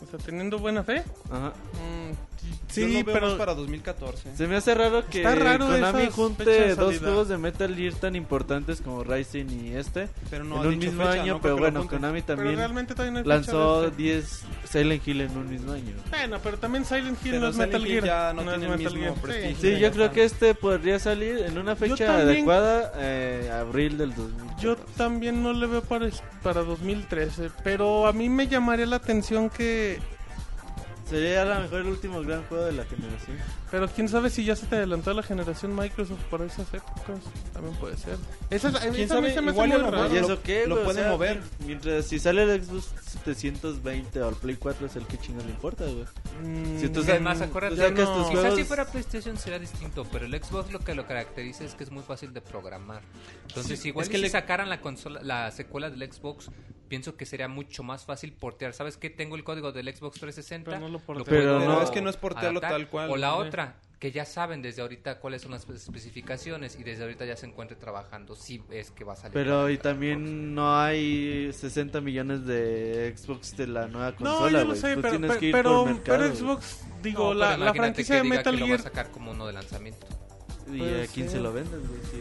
B: O sea, teniendo buena fe.
E: Ajá.
B: Mm,
F: yo
B: sí,
F: lo veo más
B: pero
F: para 2014.
E: Se me hace raro que
B: Está raro
E: Konami
B: esas fechas
E: junte
B: de
E: dos
B: salida.
E: juegos de Metal Gear tan importantes como Rising y este
F: Pero no
E: en
F: ha
E: un
F: dicho
E: mismo
F: fecha,
E: año, pero
F: ¿no? Creo que lo
E: bueno,
F: apunten.
E: Konami
B: pero
E: también
B: realmente todavía no hay fecha de
E: lanzó
B: este.
E: 10 Silent Hill en un mismo año.
B: Bueno, pero también Silent Hill
F: Pero
B: no es
F: Silent
B: Metal
F: Hill
B: Gear.
F: ya no
B: es
F: tiene el
B: Metal
F: mismo
B: Gear.
F: prestigio.
E: Sí,
F: ya
E: yo creo
F: está.
E: que este podría salir en una fecha
B: también-
E: adecuada, eh, abril del 2014.
B: Yo también no le veo para, para 2013, pero a mí me llamaría la atención que...
E: Sería a lo mejor el último gran juego de la generación.
B: Pero quién sabe si ya se te adelantó la generación Microsoft para esas épocas. También puede ser. Esa, es-
F: ¿Quién
B: esa a mí
F: sabe?
B: se me hace
F: Igual
B: muy
F: ya lo
B: raro.
F: Claro,
E: ¿Y
F: lo-
E: eso qué?
F: lo
E: güey? O
F: pueden
E: sea,
F: mover.
E: Mientras si sale el Xbox 720 o el Play 4 es el que chingas le importa, güey.
B: Mm,
E: Si tú
D: Y
E: sabes-
D: además, acuérdate,
E: tú sacas tus
D: Quizás
E: juegos-
D: si fuera PlayStation sería distinto, pero el Xbox lo que lo caracteriza es que es muy fácil de programar. Entonces, igual
F: es
D: y
F: que
D: si
F: le-
D: sacaran la consola, la secuela del Xbox, pienso que sería mucho más fácil portear. ¿Sabes qué? Tengo el código del Xbox 360.
B: Pero no lo porteas.
E: Pero no,
F: es que no es portearlo tal cual,
D: O la
F: ¿no?
D: otra, que ya saben desde ahorita cuáles son las especificaciones y desde ahorita ya se encuentre trabajando si es que va a salir.
E: Pero
D: para
E: y
D: Xbox.
E: también no hay 60 millones de Xbox de la nueva
B: No,
E: consola,
B: yo lo
E: güey.
B: sé,
E: Tú
B: pero,
E: tienes
B: pero,
E: que ir
B: pero-
E: por mercado,
B: pero
E: güey.
B: Xbox,
D: No,
B: digo,
D: pero
B: la, la
D: imagínate
B: franquicia
D: que
B: de
D: diga
B: Metal
D: que lo va a
B: Gear...
D: sacar como uno de lanzamiento.
E: ¿Y
B: puede
E: a quién
B: ser.
E: se lo venden, güey? Si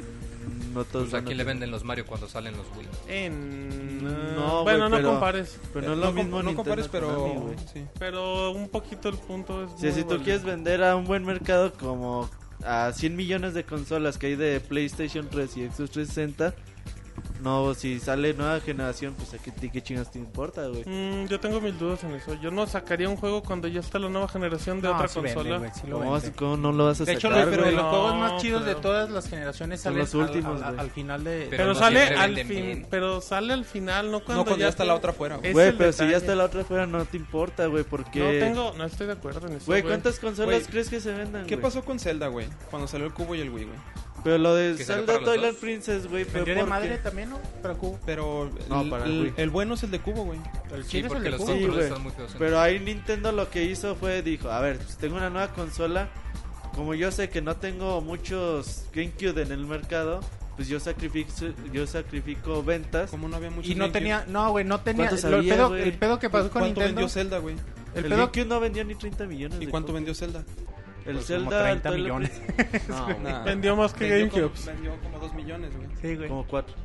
E: no todos
D: Pues a
E: van
D: quién le
E: tener.
D: venden los Mario cuando salen los Wii.
B: En...
E: No,
B: bueno,
E: güey,
B: no
E: pero-
B: compares.
E: Pero Eh, no es lo
F: com-
E: mismo
F: Eh, no
E: Nintendo
F: compares, pero
E: Konami, güey.
F: sí.
B: Pero un poquito el punto es...
E: O sea,
B: muy
E: si tú
B: válido.
E: quieres vender a un buen mercado como a 100 millones de consolas que hay de PlayStation 3 y Xbox 360, no, si sale nueva generación, pues a qué, ti- qué chingas te importa, güey.
B: Mm, yo tengo mis dudas en eso. Yo no sacaría un juego cuando ya está la nueva generación de
H: No,
B: otra
H: sí venden,
B: consola.
H: güey, sí lo
E: ¿Cómo, vas-
H: venden.
E: cómo no lo vas a
H: De hecho,
E: sacar,
H: los, pero
E: güey?
H: los
B: No,
H: juegos más chidos
B: pero-
H: de todas las generaciones
E: Son
H: salen
E: los
H: al-
E: últimos,
H: al, al-
E: güey.
H: al final de...
B: pero,
D: Pero no
B: sale
D: siempre
B: al
D: venden
B: fin,
D: bien.
B: pero sale al final, no cuando
F: No, cuando ya está la
B: tiene-
F: otra fuera. güey.
B: es
E: Güey,
B: el
E: pero si ya
B: detalle.
E: está la otra fuera, no te importa, güey, porque...
B: No tengo, no estoy de acuerdo en eso.
E: Güey,
B: güey.
E: ¿cuántas consolas
F: Güey,
E: crees que se vendan,
F: ¿Qué
E: güey?
F: pasó con Zelda, güey? Cuando salió el cubo y el Wii, güey.
E: Pero lo de
D: ¿Que salió
E: Zelda
D: para los
E: Twilight
D: dos?
E: Princess, güey, fue
H: ¿Vendió de
E: porque...
H: madre también, no? Para Cubo.
F: Pero
E: No,
F: el,
E: para el
F: el-
E: Wii.
F: el bueno es el de cubo, güey.
D: Sí,
H: es
D: porque
H: el
D: los
E: cubo? Sí,
D: controles
E: güey.
D: están muy feos. en
E: Pero ahí Nintendo lo que hizo fue, dijo, a ver, pues tengo una nueva consola, como yo sé que no tengo muchos GameCube en el mercado, pues yo sacrifico, yo sacrifico ventas.
F: Como no había mucho.
H: Y no tenía... No, güey, no tenía...
E: ¿Cuántos
H: lo- el,
E: había,
H: pedo,
E: güey?
H: el pedo que pasó con
F: ¿Cuánto
H: Nintendo...
F: vendió Zelda, güey?
E: El,
H: El pedo que...
E: GameCube no vendía ni 30 millones.
F: ¿Y
E: de
F: cuánto
E: copias.
F: vendió Zelda?
E: El
H: Pues como
E: Zelda...
H: 30
E: Twilight
H: millones.
E: Princess- No, güey,
F: Nah.
B: Vendió más que
F: Vendió como-
B: GameCube.
F: Vendió como 2 millones, güey.
H: Sí, güey.
E: como 4.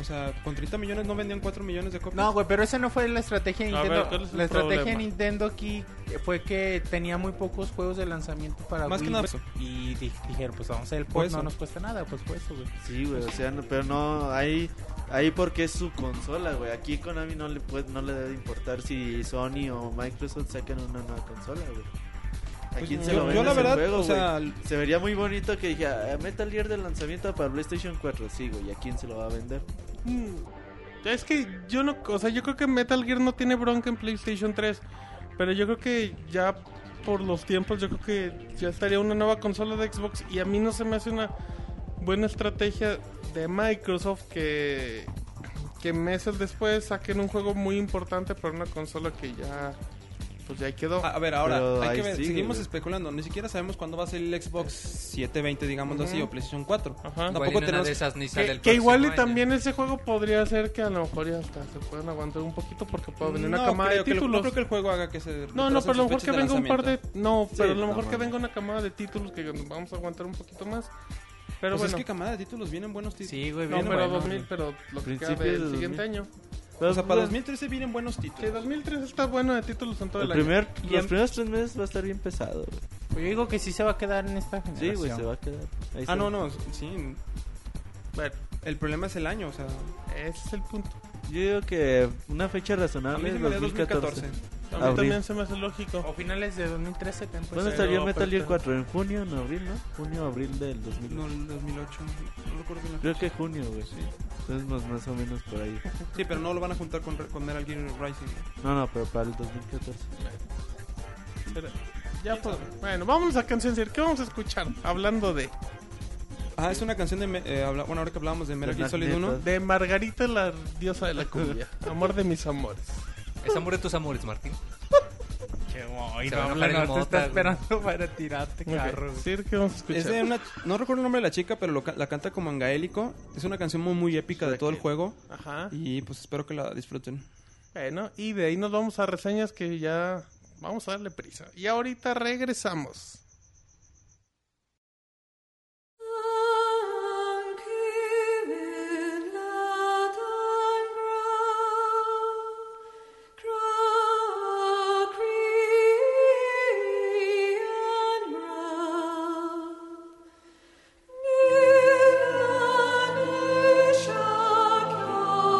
F: O sea, con 30 millones no vendían 4 millones de copias.
H: No, güey, pero esa no fue la estrategia de
B: A ver,
H: Nintendo.
B: ¿cuál es el
H: la estrategia de
B: problema?
H: Nintendo aquí fue que tenía muy pocos juegos de lanzamiento para
F: Más
H: Wii,
F: que nada
H: güey, Y di- dijeron, pues vamos a hacer el
F: Fue
H: port,
F: eso.
H: no nos cuesta nada, pues fue eso, güey.
E: Sí, güey, o sea, no- pero no, ahí, ahí porque es su consola, güey. Aquí Konami no le puede, no le debe importar si Sony o Microsoft sacan una nueva consola, güey. ¿A
F: Pues
E: quién se
F: yo-
E: lo
F: yo
E: vende
F: la
E: ese
F: verdad,
E: juego,
F: o sea,
E: güey? Se vería muy bonito que dijera "Ah, Metal Gear de lanzamiento para PlayStation 4, sí, güey. ¿A quién se lo va a vender?
B: Mm, Es que yo no, o sea, yo creo que Metal Gear no tiene bronca en PlayStation 3, pero yo creo que ya por los tiempos yo creo que ya estaría una nueva consola de Xbox y a mí no se me hace una buena estrategia de Microsoft que que meses después saquen un juego muy importante para una consola que ya pues ya ahí quedó.
D: Ah,
F: A, a ver, ahora,
E: Pero
F: hay que
E: ahí
F: ver,
E: sigue,
F: seguimos
E: güey.
F: especulando. Ni siquiera sabemos cuándo va a salir el Xbox 720, digámoslo así, o PlayStation 4.
B: Ajá. Igual
D: Igual y en
F: Tampoco
D: una
F: tenemos.
D: de esas ni pues, sale
B: que
D: el
B: que igual y
D: próximo año.
B: también ese juego podría ser que a lo mejor ya hasta se pueden aguantar un poquito porque puede
D: Mm,
B: venir una
F: No
B: camada de
F: creo que el- no
B: títulos.
F: creo que el juego haga que se.
B: No, no,
F: retrasen
B: pero a lo
F: sus
B: mejor
F: fechas
B: que
F: de
B: venga un par de...
F: lanzamiento.
B: No, pero a lo
E: no
B: mejor que
E: mames.
B: venga una camada de títulos que vamos a aguantar un poquito más. Pero
F: Pues es
B: bueno,
F: que camada de títulos vienen buenos títulos.
H: Sí, güey,
B: no,
H: bien
B: pero
H: bueno,
B: 2000, pero lo que queda
E: Principios de
B: del
E: 2000.
B: siguiente año.
E: Pero,
F: O sea, para
E: pues,
F: 2013 vienen buenos títulos.
B: Sí, 2003 está bueno de títulos en todo el,
E: el
B: año.
E: primer,
F: Y
E: los
F: en- Ah,
E: primeros tres meses va a estar bien pesado. güey.
H: Pues Yo digo que sí se va a quedar en esta
E: Sí,
H: generación.
E: güey, se va a quedar. Ahí
F: Ah,
E: se-
F: no, no, sí.
B: Bueno,
F: El problema es el año, o sea.
B: ese es el punto.
E: Yo digo que una fecha
F: A mí
E: razonable
F: se
E: es
F: me da
E: 2014.
F: 2014.
B: A mí
E: Abril.
B: también se me hace lógico.
H: O finales de 2013 que
F: Pues
E: ¿Cuándo
H: empezó.
E: salió
B: pero,
E: Metal Gear
B: pero-
E: 4? ¿En junio, en abril, no? Junio, abril del 2000.
F: No, el 2008. No recuerdo bien la
E: Creo que junio, güey. Entonces más, más o menos por ahí.
F: Sí, pero no lo van a juntar con, con Metal Gear Rising.
E: No, no, pero para el 2014.
B: Pero ya fue. Bueno, vamos a canción. Sir. ¿Qué vamos a escuchar? Hablando de...
F: Ah, es una canción de. me- eh, habla- bueno, ahora que hablábamos de Metal
E: De
F: Gear
E: las
F: Solid 1.
E: netas.
B: De Margarita, la diosa de la cumbia. Amor de mis amores.
D: Es amor de tus amores, Martín.
H: Che, güey,
D: Se
H: no,
D: va a
H: habla,
D: enojar el
H: no, te
D: Mota,
H: está
D: güey.
H: esperando para tirarte,
B: Ok,
H: carro. güey.
B: Sir, ¿qué vamos a escuchar?
F: Es de una, no recuerdo el nombre de la chica, pero lo ca- la canta como en gaélico. Es una canción muy, muy épica de todo el juego.
B: Ajá.
F: Y pues espero que la disfruten.
B: Bueno, y de ahí nos vamos a reseñas que ya vamos a darle prisa. Y ahorita regresamos.
I: Thank you.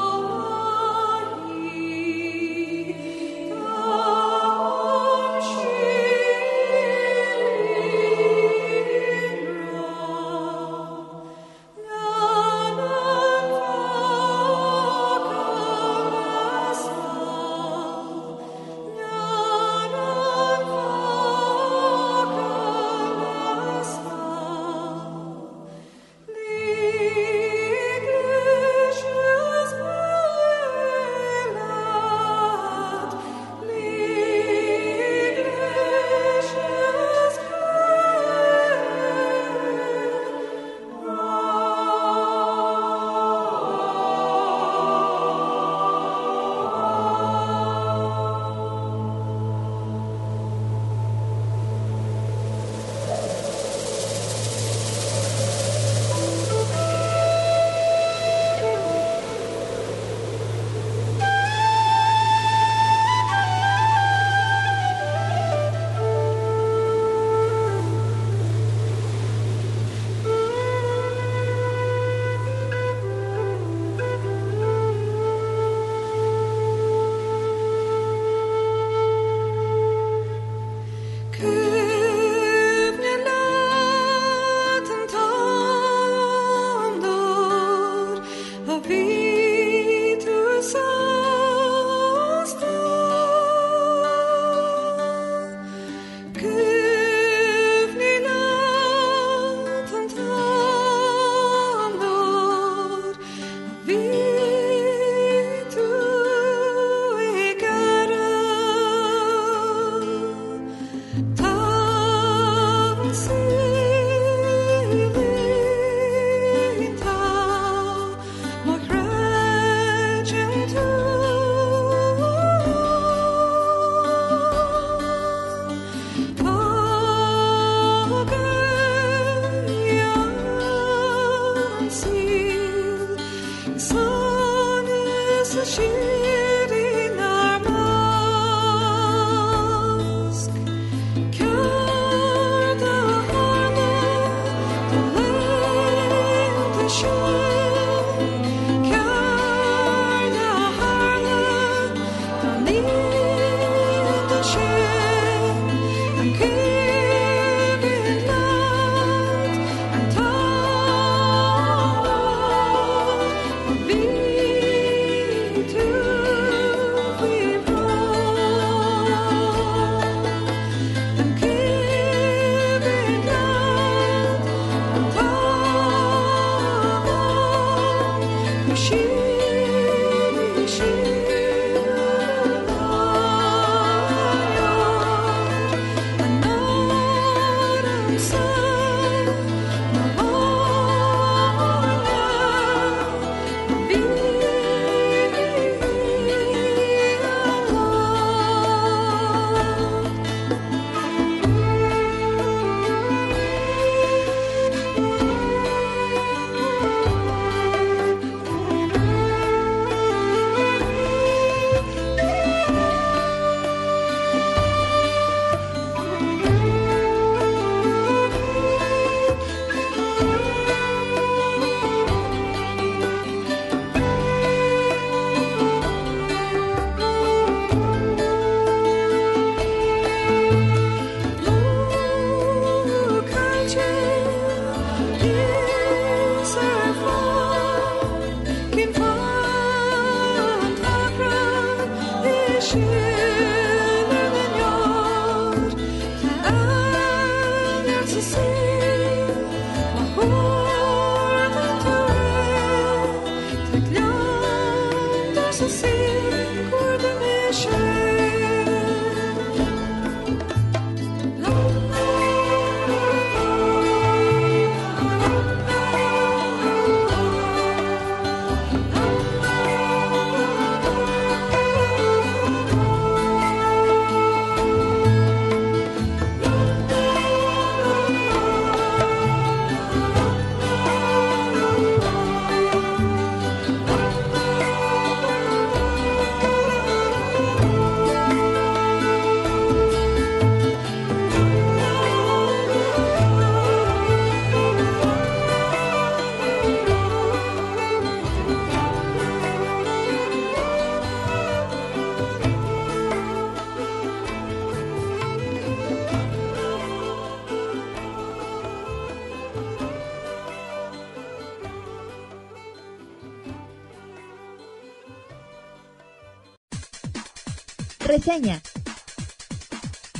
A: Reseña.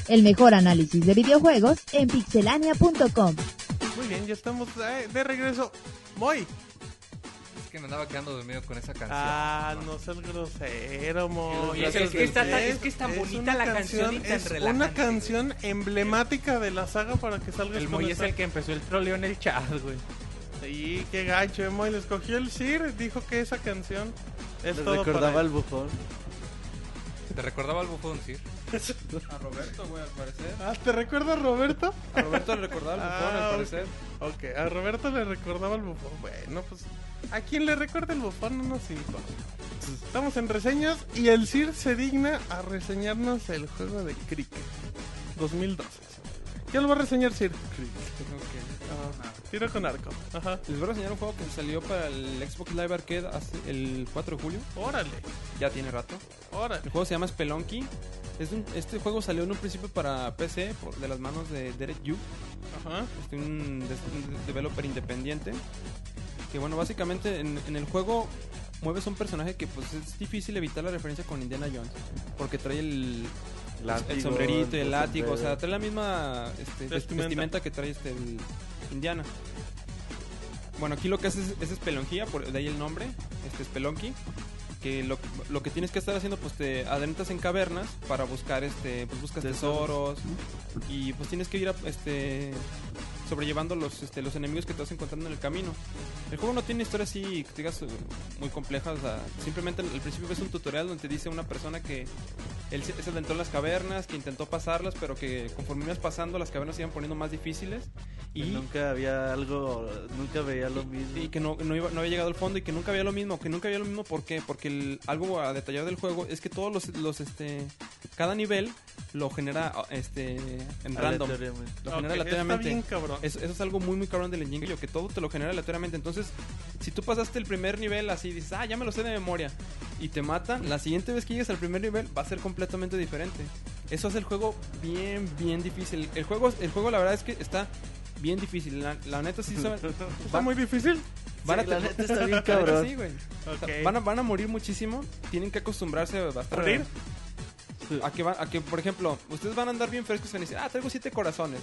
A: El mejor análisis de videojuegos en pixelania.com.
B: Muy bien, ya estamos eh, de regreso. Moy.
D: Es que me andaba quedando dormido con esa canción.
B: Ah, no seas grosero, Moy.
I: Es que- es que está tan- es que es tan bonita
B: una
I: la canción y tan
B: es Una
I: relajante.
B: canción emblemática de la saga para que salgas
H: El
B: con
H: Moy es
B: esa.
H: el que empezó el troleo en el chat, güey.
B: Sí, qué gacho, eh, Moy. Le escogió el Sir, dijo que esa canción es
E: Les
B: todo
E: recordaba
B: para él.
E: al bufón.
D: Te recordaba al bufón, sí.
F: A Roberto, güey, al parecer.
B: Ah, ¿te recuerdas, Roberto?
F: A Roberto le recordaba el bufón,
B: Ah,
F: al parecer.
B: Ok, a Roberto le recordaba el bufón. Bueno, pues a quien le recuerda el bufón no nos importa. Estamos en reseñas y el Sir se digna a reseñarnos el juego de Cricket 2012. ¿Qué lo va a reseñar Sir? Ah, tiro con arco. Ajá.
F: Les voy a enseñar un juego que salió para el Xbox Live Arcade hace- el 4 de julio.
B: Órale,
F: Ya tiene rato.
B: órale.
F: El juego se llama Spelunky. Es un- este juego salió en un principio para PC por- de las manos de Derek Yu,
B: Ajá.
F: este, un, des- un developer independiente. Que bueno, básicamente en, en el juego mueves a un personaje que pues es difícil evitar la referencia con Indiana Jones. Porque trae el, el sombrerito y el látigo, o sea, trae la misma este, vest-
B: Vestimenta.
F: vestimenta. que trae este el Indiana. Bueno, aquí lo que haces es, es espelonjía, por de ahí el nombre, este espelonqui, que lo, lo que tienes que estar haciendo pues te adentras en cavernas para buscar este pues buscas tesoros y pues tienes que ir a, este sobrellevando los este, los enemigos que te vas encontrando en el camino. El juego no tiene historia así que digas eh, muy compleja, o sea, simplemente al al principio ves un tutorial donde te dice una persona que él se, se adentró en las cavernas, que intentó pasarlas, pero que conforme ibas pasando, las cavernas se iban poniendo más difíciles.
E: Y
F: Y,
E: nunca había algo, nunca veía lo mismo.
F: y que no, no, iba- no había llegado al fondo y que nunca había lo mismo. Que nunca había lo mismo, ¿por qué? Porque el- algo a detallar del juego es que todos los, los, este, cada nivel lo genera este, en random.
E: Aleatoriamente.
F: Lo
B: Ok,
F: genera
B: está
F: aleatoriamente.
B: bien cabrón.
F: Eso, eso es algo muy, muy cabrón del engine que todo te lo genera aleatoriamente. Entonces, si tú pasaste el primer nivel así, dices, ah, ya me lo sé de memoria, y te matan, la siguiente vez que llegues al primer nivel va a ser completamente diferente. Eso hace el juego bien, bien difícil. El juego, el juego la verdad es que está bien difícil. La, la neta sí son-
B: Está
F: van-
B: muy difícil.
F: van a
E: Sí, la
F: tener-
E: neta está bien
F: la neta
E: cabrón.
F: sí, güey. O sea,
B: Ok.
F: van, a, van a morir muchísimo. Tienen que acostumbrarse a estar-
B: ¿Morir?
F: A que, van- a que, por ejemplo, ustedes van a andar bien frescos y van a decir, ah, traigo siete corazones.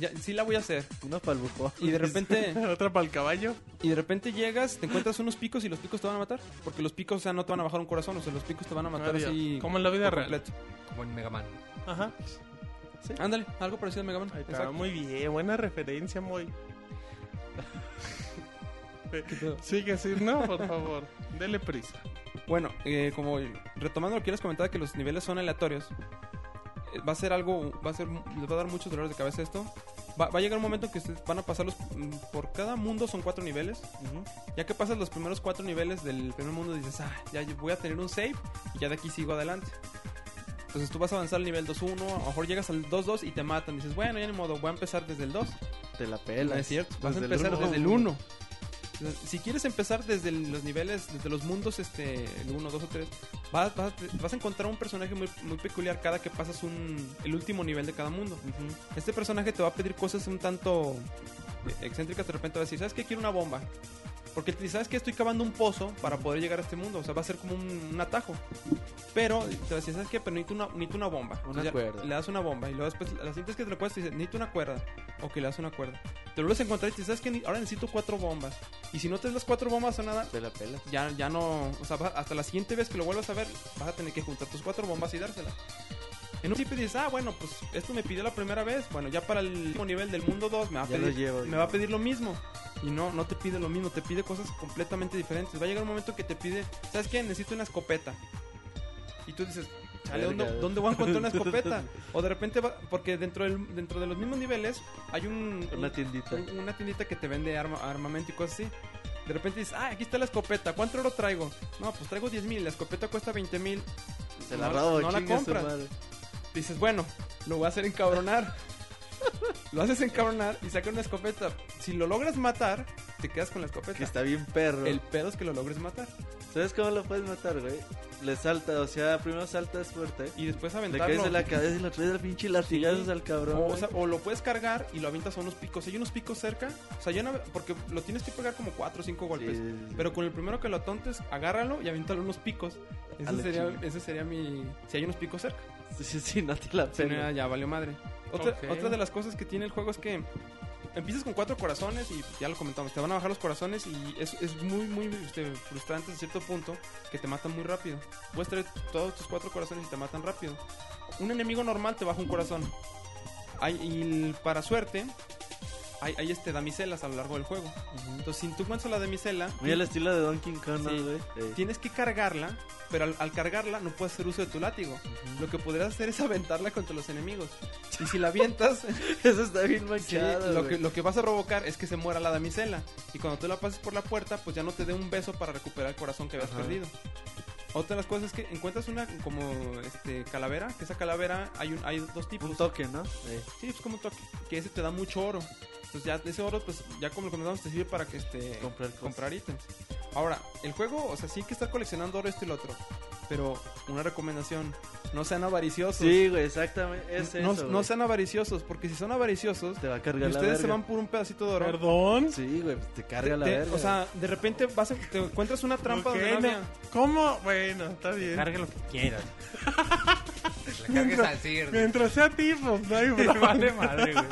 F: Ya, sí la voy a hacer.
E: Una pa'l bufón.
F: Y de
B: Pues,
F: repente,
B: Otra para el caballo.
F: y de repente llegas, te encuentras unos picos y los picos te van a matar. Porque los picos, o sea, no te van a bajar un corazón, o sea, los picos te van a matar
B: Adiós.
F: así.
B: Como en la vida
F: por
B: real.
F: completo.
D: Como en Mega Man.
B: Ajá.
F: Ándale, algo parecido a Mega Man.
B: Ahí está,
F: Exacto.
B: muy bien, buena referencia, muy. Sigue así, no, por favor. Dele prisa.
F: Bueno, eh, como retomando lo que les comentaba, que los niveles son aleatorios. eh, Va a ser algo, va a ser, les va a dar muchos dolores de cabeza esto. Va, va a llegar un momento que ustedes van a pasarlos mm, por cada mundo, son cuatro niveles. Ya que pasas los primeros cuatro niveles del primer mundo, dices, ah, ya yo voy a tener un save y ya de aquí sigo adelante. Entonces tú vas a avanzar al nivel 2-1, a lo mejor llegas al 2-2 y te matan. Dices, bueno, ya ni modo, voy a empezar desde el 2.
E: Te la
F: No
E: pela.
F: es cierto, vas a empezar desde el 1. Si quieres empezar desde el- los niveles, desde los mundos, este, el 1, 2 o 3, vas, vas, vas a encontrar un personaje muy, muy peculiar cada que pasas un, el último nivel de cada mundo. Este personaje te va a pedir cosas un tanto eh, excéntricas. De repente va a decir, ¿sabes qué? Quiero una bomba. Porque te dice, sabes que estoy cavando un pozo para poder llegar a este mundo. O sea, va a ser como un, un atajo. Pero te va a decir, ¿sabes qué? Pero necesito una, necesito una bomba. Entonces ya
E: cuerda.
F: Le das una bomba y luego después, a la siguiente vez que te lo puedes, te dice, necesito una cuerda. Ok, le das una cuerda. Te lo vuelves a encontrar y te dice, ¿sabes qué? Ni- Ahora necesito cuatro bombas. Y si no te das las cuatro bombas o nada,
E: Te la pela.
F: ya, ya no. O sea, va- hasta la siguiente vez que lo vuelvas a ver, vas a tener que juntar tus cuatro bombas y dárselas. En un principio dices, ah, bueno, pues esto me pidió la primera vez. Bueno, ya para el último nivel del mundo 2 me va a
E: Ya lo
F: pedir,
E: llevo,
F: me
E: ya.
F: va a pedir lo mismo. Y no, no te pide lo mismo, te pide cosas completamente diferentes. Va a llegar un momento que te pide, ¿sabes qué? Necesito una escopeta. Y tú dices, chale, ¿dónde,
E: Verga.
F: ¿dónde voy a encontrar una escopeta? o de repente va, porque dentro, del, dentro de los mismos niveles hay un,
E: Una
F: un-
E: tiendita.
F: un- una tiendita que te vende arma- armamento y cosas así. De repente dices, ah, aquí está la escopeta, ¿cuánto oro traigo? No, pues traigo 10 mil, la escopeta cuesta 20 mil.
E: Se la
F: no,
E: robo,
F: no la
E: chingue su
F: compras.
E: madre.
F: Dices, bueno, lo voy a hacer encabronar. lo haces encabronar y saca una escopeta. Si lo logras matar, te quedas con la escopeta.
E: Que está bien perro.
F: El pedo es que lo logres matar.
E: ¿Sabes cómo lo puedes matar, güey? Le salta, o sea, primero saltas fuerte.
F: Y después
E: Le
F: aventarlo.
E: caes de la cabeza y le traes al pinche latigazos al cabrón.
F: O,
E: güey.
F: sea, o lo puedes cargar y lo avientas a unos picos. Hay unos picos cerca. O sea, yo no. Porque lo tienes que pegar como 4 o 5 golpes.
E: Sí, sí, sí.
F: Pero con el primero que lo atontes, agárralo y aviéntalo unos picos.
E: A la
F: Ese sería,
E: chinga.
F: ese sería mi. Si hay unos picos cerca.
E: Sí, sí, sí, no te la
F: Si no,
E: pena.
F: ya valió madre. Otra,
H: Ok.
F: otra de las cosas que tiene el juego es que empiezas con cuatro corazones y ya lo comentamos, te van a bajar los corazones y es, es muy, muy este, frustrante a cierto punto que te matan muy rápido. Puedes traer todos tus cuatro corazones y te matan rápido. Un enemigo normal te baja un corazón. Hay, y el- para suerte, hay, hay, este, damiselas a lo largo del juego. Entonces, si tú encuentras la damisela,
E: Muy al estilo de Donkey Kong, ¿no,
F: Sí.
E: güey? Eh,
F: Tienes que cargarla, pero al, al cargarla no puedes hacer uso de tu látigo. Lo que podrías hacer es aventarla contra los enemigos. Y si la avientas,
E: Eso está bien
F: sí,
E: manchado,
F: lo,
E: güey.
F: que, lo que vas a provocar es que se muera la damisela. Y cuando tú la pases por la puerta, pues ya no te dé un beso para recuperar el corazón que habías
E: Ajá.
F: perdido. Otra de las cosas es que encuentras una como este calavera, que esa calavera hay un, hay dos tipos.
E: Un toque, ¿no? Eh,
F: Sí, es como un toque, que ese te da mucho oro. Entonces ya ese oro, pues ya como lo comentamos, te sirve para que este
E: comprar cosas.
F: comprar ítems. Ahora, el juego, o sea, sí hay que estar coleccionando oro esto y lo otro. Pero una recomendación, no sean avariciosos.
E: Sí, güey, exactamente. Es
F: no,
E: eso,
F: no
E: güey.
F: sean avariciosos, porque si son avariciosos,
E: Te va a
F: y
E: cargar la
F: ustedes se
E: verga.
F: van por un pedacito de oro.
B: Perdón.
E: Sí, güey, pues te carga la
F: te-
E: verga.
F: o sea, de repente vas a- te encuentras una trampa
B: Ok,
F: donde no
B: no.
F: había.
B: ¿Cómo? Bueno, está bien.
H: Carga lo que quieras.
D: La cargues al cierre.
B: Mientras sea tipo, no hay
H: Te
B: problema.
H: vale madre, güey.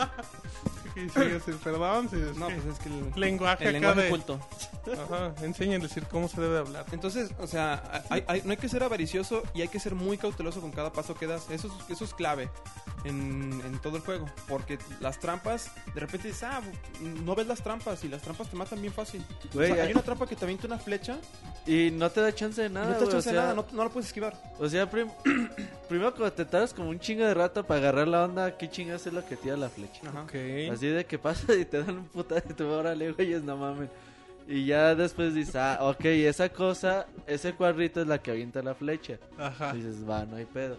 B: Sí, sí, sí, perdón. sí, es
F: No,
B: que
F: pues es que el,
B: lenguaje
F: el
B: acá
F: lenguaje
B: de-
F: oculto.
B: Ajá, enseñen a decir cómo se debe de hablar.
F: Entonces, o sea, hay- hay- no hay que ser avaricioso y hay que ser muy cauteloso con cada paso que das. Eso es, eso es clave en, en todo el juego. Porque las trampas, de repente dices, ah, no ves las trampas y las trampas te matan bien fácil. O
E: Güey,
F: sea,
E: ya-
F: hay una trampa que te avienta una flecha
E: Y no te da chance de
F: y
E: nada,
F: no te
E: güey,
F: echas
E: o sea,
F: nada, no, no la puedes esquivar.
E: O sea, prim- primero cuando te tardas como un chingo de rato para agarrar la onda, ¿qué chingas es lo que tira la flecha?
F: Ajá.
E: Así de que pasa y te dan un puta de tu órale, güeyes, no mames. Y ya después dices, ah, ok, esa cosa, ese cuadrito es la que avienta la flecha.
B: Ajá.
F: Ah.
E: Y dices, va, no hay pedo.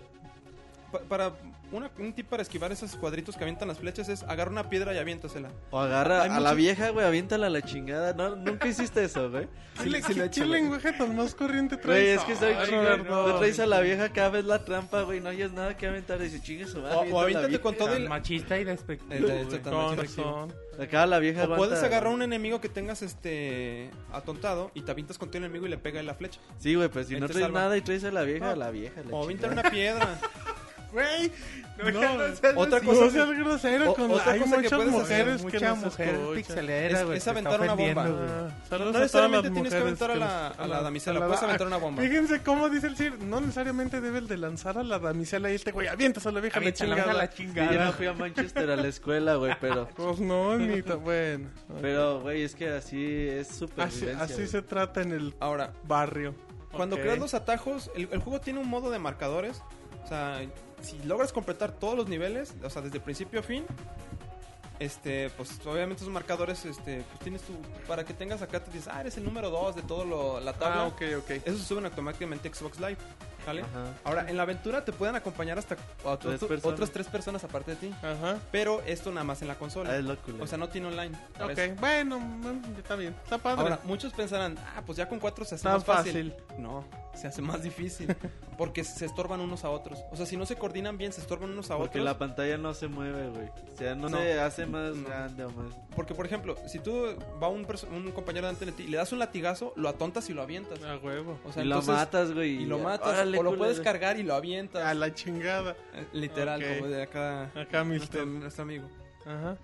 F: Pa- para una- un tip para esquivar esos cuadritos que avientan las flechas es agarra una piedra y aviéntasela.
E: O agarra
F: Hay
E: a la
F: muchos-
E: vieja, güey, aviéntala a la chingada. No, nunca hiciste eso, güey.
B: ¿Qué, le- qué- qué lenguaje tan más corriente traes?
E: Güey, es que soy
B: Ay,
E: chingo.
B: Roberto.
E: No traes a la vieja, cada vez la trampa, güey, no hayas nada que aventar. Dice, chingue su madre.
F: O- o
E: avienta la
F: aviéntate
E: vieja".
F: con todo
H: Tan
F: el-
H: machista y
F: El-
H: despectivo.
F: el-
H: güey.
F: el-
B: Con
F: el-
B: razón.
E: Acá la vieja
F: O
E: aguanta.
F: puedes agarrar a un enemigo que tengas este atontado y te avientas contra el enemigo y le pega en la flecha.
E: Sí, güey, pues si
F: Ahí
E: no
F: te
E: traes
F: salva.
E: nada y traes a la vieja,
F: No.
E: a la vieja. la
F: O avientar
E: chingada.
F: una piedra.
B: Güey, no,
F: Otra
B: no
F: cosa
B: seas grosero
F: o-
B: con
F: otra
B: Hay
F: cosa que
B: muchas
F: puedes hacer,
B: mujeres que
H: Mucha
B: nos
H: mujer
B: escuchan.
H: pixelera,
F: Es-
H: güey.
F: es
H: te está
F: aventar una bomba.
H: ofendiendo, güey.
B: Ah,
F: No
B: saludos a todas
F: necesariamente
B: las
F: tienes que
B: mujeres
F: aventar a
B: que
F: la,
B: nos-
F: a la damisela,
B: a la-
F: puedes aventar una bomba.
B: Fíjense cómo dice el Sir, no necesariamente debes de lanzar a la damisela y este güey, avientas a la vieja la
H: Avienta la
B: chingada.
H: la
E: Sí, yo no
H: chingada.
E: fui a Manchester a la escuela, güey, pero.
B: Pues no, ni ta- bueno.
E: Pero, güey, es que así es
B: Así,
E: supervivencia.
B: así
E: güey.
B: se trata en el
F: Ahora,
B: barrio.
F: cuando
B: Ok.
F: creas los atajos, el, el juego tiene un modo de marcadores. O sea, si logras completar todos los niveles, o sea, desde principio a fin, este, pues obviamente esos marcadores, este, pues tienes tu. Para que tengas acá, te dices, ah, eres el número 2 de toda la tabla.
B: Ah, ok, ok.
F: Eso se suben automáticamente a Xbox Live. ¿Vale?
E: Ajá.
F: Ahora, en la aventura te pueden acompañar hasta otros-
E: Tres personas.
F: otras tres personas aparte de ti.
B: Ajá.
F: Pero esto nada más en la
E: Ah, es
F: consola.
E: lo culero.
F: O sea, no tiene online. para
B: Ok,
F: eso.
B: bueno, mm, está bien. Está padre.
F: Ahora, muchos pensarán, ah, pues ya con cuatro se hace
B: Tan
F: más fácil.
B: fácil.
F: No, se hace más difícil. porque se estorban unos a otros. O sea, si no se coordinan bien, se estorban unos a
E: Porque
F: otros.
E: la pantalla no se mueve, güey. O sea, no,
F: No.
E: se hace más
F: No.
E: grande o más.
F: Porque, por ejemplo, si tú va un, perso- un compañero delante de ti y le das un latigazo, lo atontas y lo avientas.
B: a huevo.
F: O sea,
E: Ah, y lo
F: entonces-
E: matas, güey.
F: Y lo
E: ya.
F: matas.
E: Órale,
F: o lo puedes
E: culero.
F: cargar y lo avientas.
B: A la chingada.
F: Eh, Literal,
B: Ok.
F: como de acá.
B: Acá
F: Nuestro,
B: Milton.
F: nuestro amigo.
B: Ajá.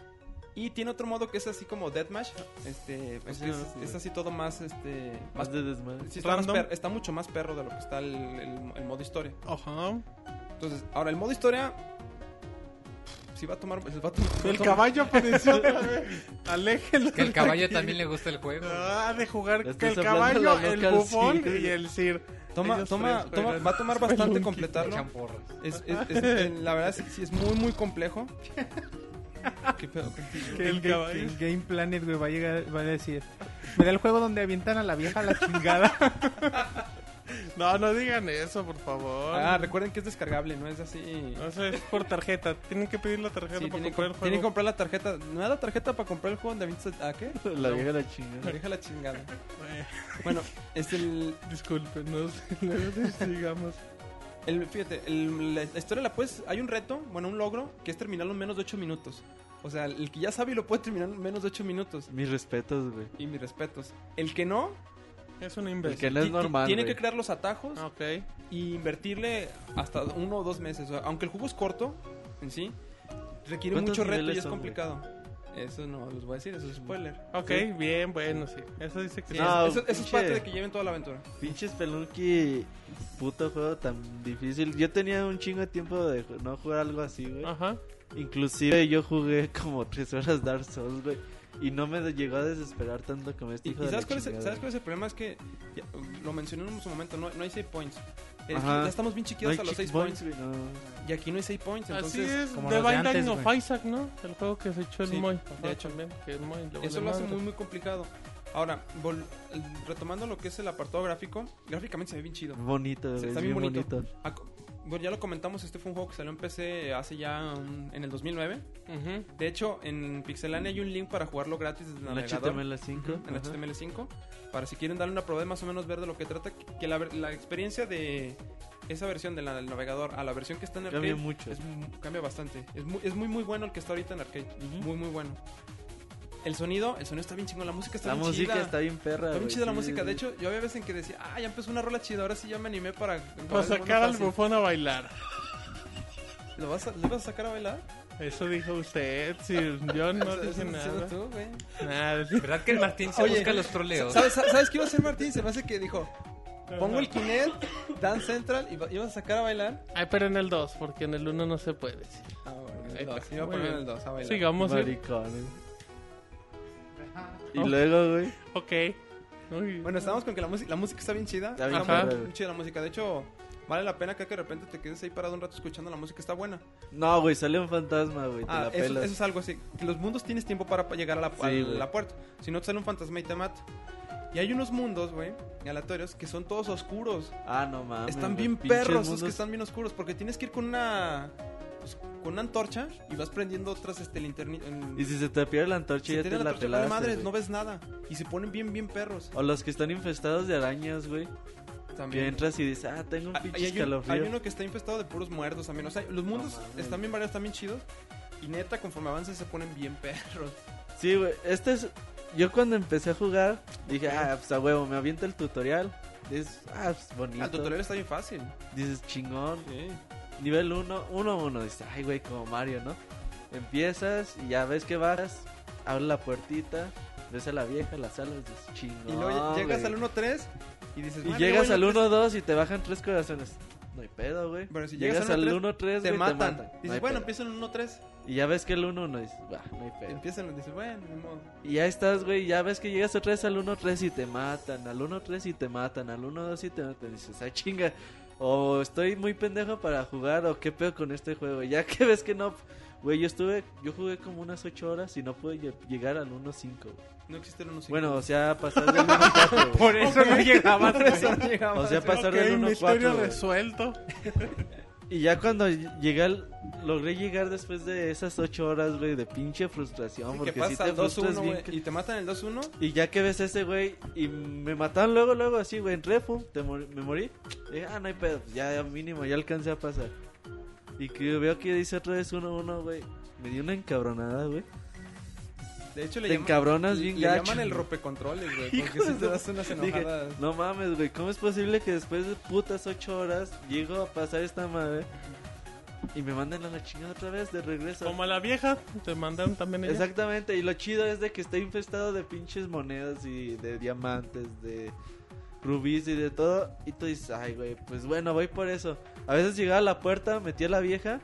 F: Y tiene otro modo que es así como Deathmatch. Este, pues,
E: Ese
F: que
E: no lo
F: es,
E: jugué.
F: es así todo más. Este,
E: Más de desmadre.
F: Sí, está, más
B: Random.
F: per- está mucho más perro de lo que está el, el- el modo historia.
B: Ajá.
F: Entonces, ahora el modo historia. Si va a tomar. Les va a tomar
B: El
F: toma-
B: caballo apareció otra vez. Aléjenlo.
D: Que el
B: de
D: caballo
B: aquí.
D: también le gusta el juego.
B: Ah, de jugar
E: Le
B: que el
E: estás
B: caballo,
E: hablando la boca
B: el
E: al
B: bufón
E: Sir.
B: y el Sir.
F: Toma,
B: Ellos
F: toma,
B: tres
F: toma-
B: juegan.
F: va a tomar bastante
B: Spelunky.
D: Le
F: completarlo.
D: echan porras.
F: Es- es- es- eh, la verdad, sí, sí es muy, muy complejo. ¿Qué pedo?
B: Que el
H: Ga-
B: caballo.
H: el Game Planet, güey, va a llegar, va a decir. Me da el juego donde avientan a la vieja a la chingada.
B: No, no digan eso, por favor.
F: Ah, recuerden que es descargable, no es así.
B: No sé, es por tarjeta. Tienen que pedir la tarjeta
F: Sí,
B: para
F: tienen, que-
B: Ah, comprar el
F: tienen que
B: juego.
F: comprar la tarjeta. ¿No era tarjeta para comprar el juego donde viniste a qué?
E: La vieja la
F: Me
E: chingada.
F: deja la chingada. Bueno, es el,
B: Discúlpenos, luego sigamos.
F: el- fíjate, el- la historia la puedes, hay un reto, bueno, un logro, que es terminarlo en menos de 8 minutos. O sea, el que ya sabe y lo puede terminar en menos de 8 minutos.
E: Mis respetos, güey.
F: Y mis respetos. El que no,
B: Es un
E: El
B: imbécil.
E: que no es
F: ti- ti-
E: normal.
F: tiene
E: güey.
F: que crear los atajos
B: Ah, Ok.
F: y invertirle hasta uno o dos meses. O sea, aunque el juego es corto en sí, requiere
E: ¿Cuántos
F: mucho reto y
E: niveles
F: es
E: son, güey?
F: complicado. Eso no los voy a decir, eso es spoiler.
B: Ok, bien, bueno, sí. Eso dice que
F: Sí,
B: sí.
E: No,
F: eso, eso es
E: pinche.
F: parte de que lleven toda la aventura.
E: Pinche Spelunky, puto juego tan difícil. Yo tenía un chingo de tiempo de no jugar algo así, güey.
F: Ah.
B: Ajá.
E: Inclusive yo jugué como tres horas Dark Souls, güey. Y no me llegó a desesperar tanto como este
F: ¿Y,
E: hijo
F: y
E: de
F: sabes,
E: la
F: cuál es, el-
E: chingada, güey.
F: sabes cuál es el problema? Es que ya, lo mencioné en su momento, no, no hay save points. Es que
E: Ajá.
F: ya estamos bien
E: No hay
F: chiquitos a los 6
E: checkpoints,
F: points.
E: güey, no.
F: Y aquí no hay 6 points,
B: Así
F: entonces
B: es,
H: como
B: The
H: los de
B: Binding
H: antes,
B: of
H: güey.
B: Isaac, ¿no? El juego que se echó el
F: Sí,
B: Moy.
F: de hecho.
B: también, que el Moy le
F: eso
B: vale
F: lo hace
B: madre.
F: muy muy complicado. Ahora, vol- el- retomando lo que es el apartado gráfico, gráficamente se ve bien chido.
E: Bonito,
F: Se-
E: güey,
F: está
E: es
F: bien
E: bien bonito.
F: bonito. Ac- Bueno, ya lo comentamos, este fue un juego que salió en PC hace ya um, en el 2009.
B: Ujú.
F: De hecho, en Pixelania hay un link para jugarlo gratis desde el
E: En
F: navegador.
E: HTML5.
F: en
E: ajá.
F: HTML5 para si quieren darle una prueba de más o menos ver de lo que trata que- que la, ver- la experiencia de esa versión de la- del navegador a la versión que está en arcade
E: Cambia mucho.
F: es mu- cambia bastante es muy, es muy muy bueno el que está ahorita en arcade muy muy bueno el sonido el sonido está bien chingón la música está
E: La
F: bien
E: música
F: chida
E: está bien perra.
F: Está bien
E: güey,
F: chida la
E: sí,
F: música de
E: sí.
F: hecho yo había veces en que decía ah ya empezó una rola chida ahora sí ya me animé para
B: Para Pues sacar al
F: fácil".
B: bufón a bailar.
F: ¿Lo vas a, ¿lo vas a sacar a bailar?
B: Eso dijo usted, Sir. Yo no
F: Eso- eso
B: dije
F: estás diciendo
B: nada.
F: tú, güey.
B: Nada, sí.
D: ¿Verdad que el Martín se
F: Oye,
D: busca los troleos?
F: ¿Sabes, ¿Sabes qué iba a hacer Martín? Se me hace que dijo: Pongo el Kinect, Dan Central y va- ibas a sacar a bailar.
B: Ay, pero en el 2, porque en el 1 no se puede. Sir.
F: Ah, bueno,
B: Ahí
F: el 2.
B: está.
F: Iba a
B: Muy
F: poner
B: bien.
F: el 2 a bailar.
B: Sigamos. Sir.
E: Maricón, güey. Y luego, güey.
B: Ok. Uy.
F: Bueno, estamos con que la, música- la música está bien chida.
E: Está bien
F: muy-
E: perra,
F: muy
E: güey.
F: chida la música. De hecho, vale la pena que de repente te quedes ahí parado un rato escuchando la música. Está buena.
E: No, güey, sale un fantasma, güey. Te
F: Ah,
E: la
F: eso,
E: pelas.
F: eso es algo así. Que los mundos tienes tiempo para pa- llegar a la, a
E: Sí,
F: la
E: güey.
F: puerta. Si no, te sale un fantasma y te mata. Y hay unos mundos, güey, aleatorios, que son todos oscuros.
E: Ah, no mames.
F: Están
E: güey,
F: bien
E: pinches
F: perros, es
E: mundos-
F: que están bien oscuros, porque tienes que ir con una pues, con una antorcha y vas prendiendo otras este linterni- en-
E: Y si se te pierde la
F: si
E: antorcha, ya
F: te
E: te
F: tiran
E: la
F: antorcha, vale
E: pelaste.
F: madres,
E: güey.
F: no ves nada y se ponen bien bien perros.
E: O los que están infestados de arañas, güey. Que
F: También.
E: entras y dices, ah, tengo un
F: Ah,
E: pinche
F: y hay, un-
E: escalofrío.
F: hay uno que está infestado de puros muertos también, o sea, los mundos
E: mames.
F: están bien variados, están bien chidos y neta conforme avanzas se ponen bien perros.
E: Sí, güey. Este es. Yo cuando empecé a jugar, dije, ah, pues a huevo, me aviento el tutorial. Dices, ah, pues bonito.
F: El tutorial está bien fácil.
E: Dices, chingón. Nivel 1, 1 1. Dices, ay, güey, como Mario, ¿no? Empiezas y ya ves que vas. Abre la puertita. Ves a la vieja, la salvas. Dices, chingón.
F: y luego lle- llegas
E: güey".
F: al 1-3 y dices,
E: Y
F: "Bueno,
E: llegas
F: bueno,
E: al
F: pues,
E: 1-2 y te bajan tres corazones. No hay pedo, güey.
F: Pero si
E: llegas,
F: llegas al
E: al
F: 1-3,
E: 1-3, güey,
F: te matan.
E: No hay
F: Dices, bueno, pues
E: pedo.
F: empieza en 1-3.
E: Y ya ves que el 1-1 dices, bah, no hay pedo.
F: Empiezan, dices, bueno, ni modo.
E: Y ya estás, güey, ya ves que llegas otra vez al 1-3 y te matan, al 1-3 y te matan, al 1-2 y te matan. Dices, ah, chinga. O estoy muy pendejo para jugar, o qué pedo con este juego. Ya que ves que no, güey, yo estuve, yo jugué como unas 8 horas y no pude lle- llegar al 1-5. güey.
F: No existe el 1-5.
E: Bueno, o sea, pasar del 1-4. güey.
H: Por eso no llegaba.
F: Por eso no llegamos.
E: O sea, pasar
B: Ok,
E: del 1-4.
B: misterio
E: güey.
B: resuelto.
E: Y ya cuando llegué al- logré llegar después de esas 8 horas, güey, de pinche frustración.
F: Sí, que
E: porque si
F: pasa
E: te
F: al 2-1,
E: frustras bien.
F: güey,
E: que-
F: y te matan el 2-1,
E: Y ya que ves ese güey y me mataron luego, luego así, güey, entré, pum, te mor- me morí. Dije, ah, no hay pedo, pues ya mínimo, ya alcancé a pasar. Y que veo que dice otra vez 1-1, güey. Me dio una encabronada, güey.
F: de hecho le
E: Te
F: llaman,
E: encabronas
F: le-
E: bien
F: le
E: gacho.
F: llaman el rompecontroles, güey, porque si te das unas
E: Dije,
F: enojadas.
E: no mames, güey, ¿cómo es posible que después de putas 8 horas llego a pasar esta madre y me manden a la chingada otra vez de regreso?
B: Como a la vieja, te mandaron también ella.
E: Exactamente, y lo chido es de que está infestado de pinches monedas y de diamantes, de rubíes y de todo. Y tú dices, ay, güey, pues bueno, voy por eso. A veces llegaba a la puerta, metía a la vieja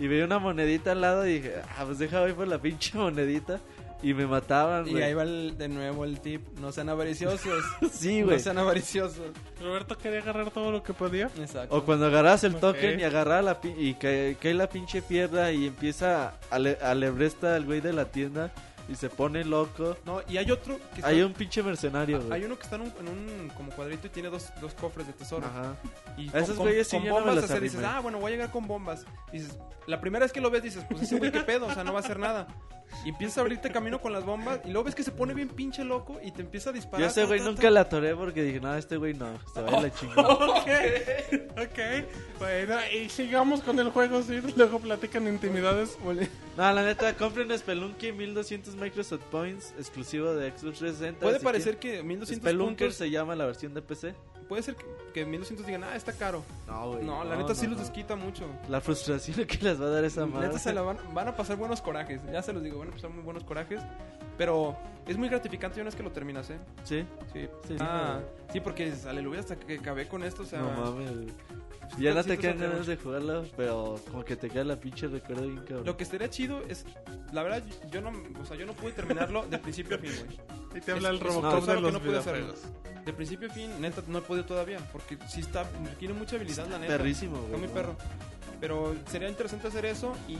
E: y veía una monedita al lado y dije, ah, pues deja, voy por la pinche monedita. Y me mataban,
F: Y
E: güey.
F: ahí va el- de nuevo el tip, no sean avariciosos.
E: Sí,
F: no
E: güey.
F: sean avariciosos.
B: Roberto quería agarrar todo lo que podía.
F: Exacto.
E: O cuando agarras el
B: Ok.
E: token y agarras la pi- y cae, cae la pinche piedra y empieza a le- a lebresta al güey de la tienda y se pone loco.
F: No, y hay otro que está-
E: Hay un pinche mercenario, güey.
F: hay uno que está en un, en un como cuadrito y tiene dos, dos cofres de tesoro.
E: Ajá.
F: Y
E: A
F: con,
E: esos
F: con-
E: güeyes sí
F: con
E: ya no me
F: bombas,
E: las
F: o sea, dices,
E: arrimé.
F: ah, bueno, voy a llegar con bombas. Dices, la primera vez que lo ves, dices, pues ese güey, qué pedo, o sea, no va a hacer nada. Y empiezas a abrirte camino con las bombas y luego ves que se pone bien pinche loco y te empieza a disparar.
E: Yo a ese
F: ta,
E: güey
F: ta, ta.
E: nunca la atoré porque dije, no, este güey no, se va a la chingada.
F: Oh.
B: Ok, ok. Bueno, y sigamos con el juego, sí. Luego platican intimidades.
E: No, la neta, compren Spelunky 1200 Microsoft Points exclusivo de Xbox 360.
F: Puede
E: si
F: parecer
E: quieren.
F: que 1200
E: Spelunker
F: puntos,
E: se llama la versión de PC.
F: puede ser que, que 1200 digan, ah, está caro.
E: No, güey.
F: No, la neta sí
E: no,
F: los
E: no.
F: desquita mucho.
E: La frustración que les va a dar esa madre.
F: Neta se la van, van a pasar buenos corajes, ya se los digo, van a pasar muy buenos corajes, pero es muy gratificante una vez que lo terminas, ¿eh?
E: Sí.
F: Sí.
E: Sí.
F: Ah, sí, porque dices, aleluya, hasta que acabé con esto, o sea,
E: No mames. güey. Ya no te
F: Siento
E: quedan
F: esa
E: ganas de jugarla, pero como que te queda la pinche recuerdo bien cabrón.
F: Lo que estaría chido es, la verdad, yo no, o sea, yo no pude terminarlo de principio a fin, güey.
B: Y te habla el
F: Es- es
B: Robocop
F: una cosa
B: de
F: que
B: los
F: no pude hacer,
B: videojuegos.
F: De principio a fin, neta, no he podido todavía, porque sí está, requiere mucha habilidad, la neta.
E: Perrísimo, güey.
F: Está muy
E: ¿no?
F: perro. Pero sería interesante hacer eso y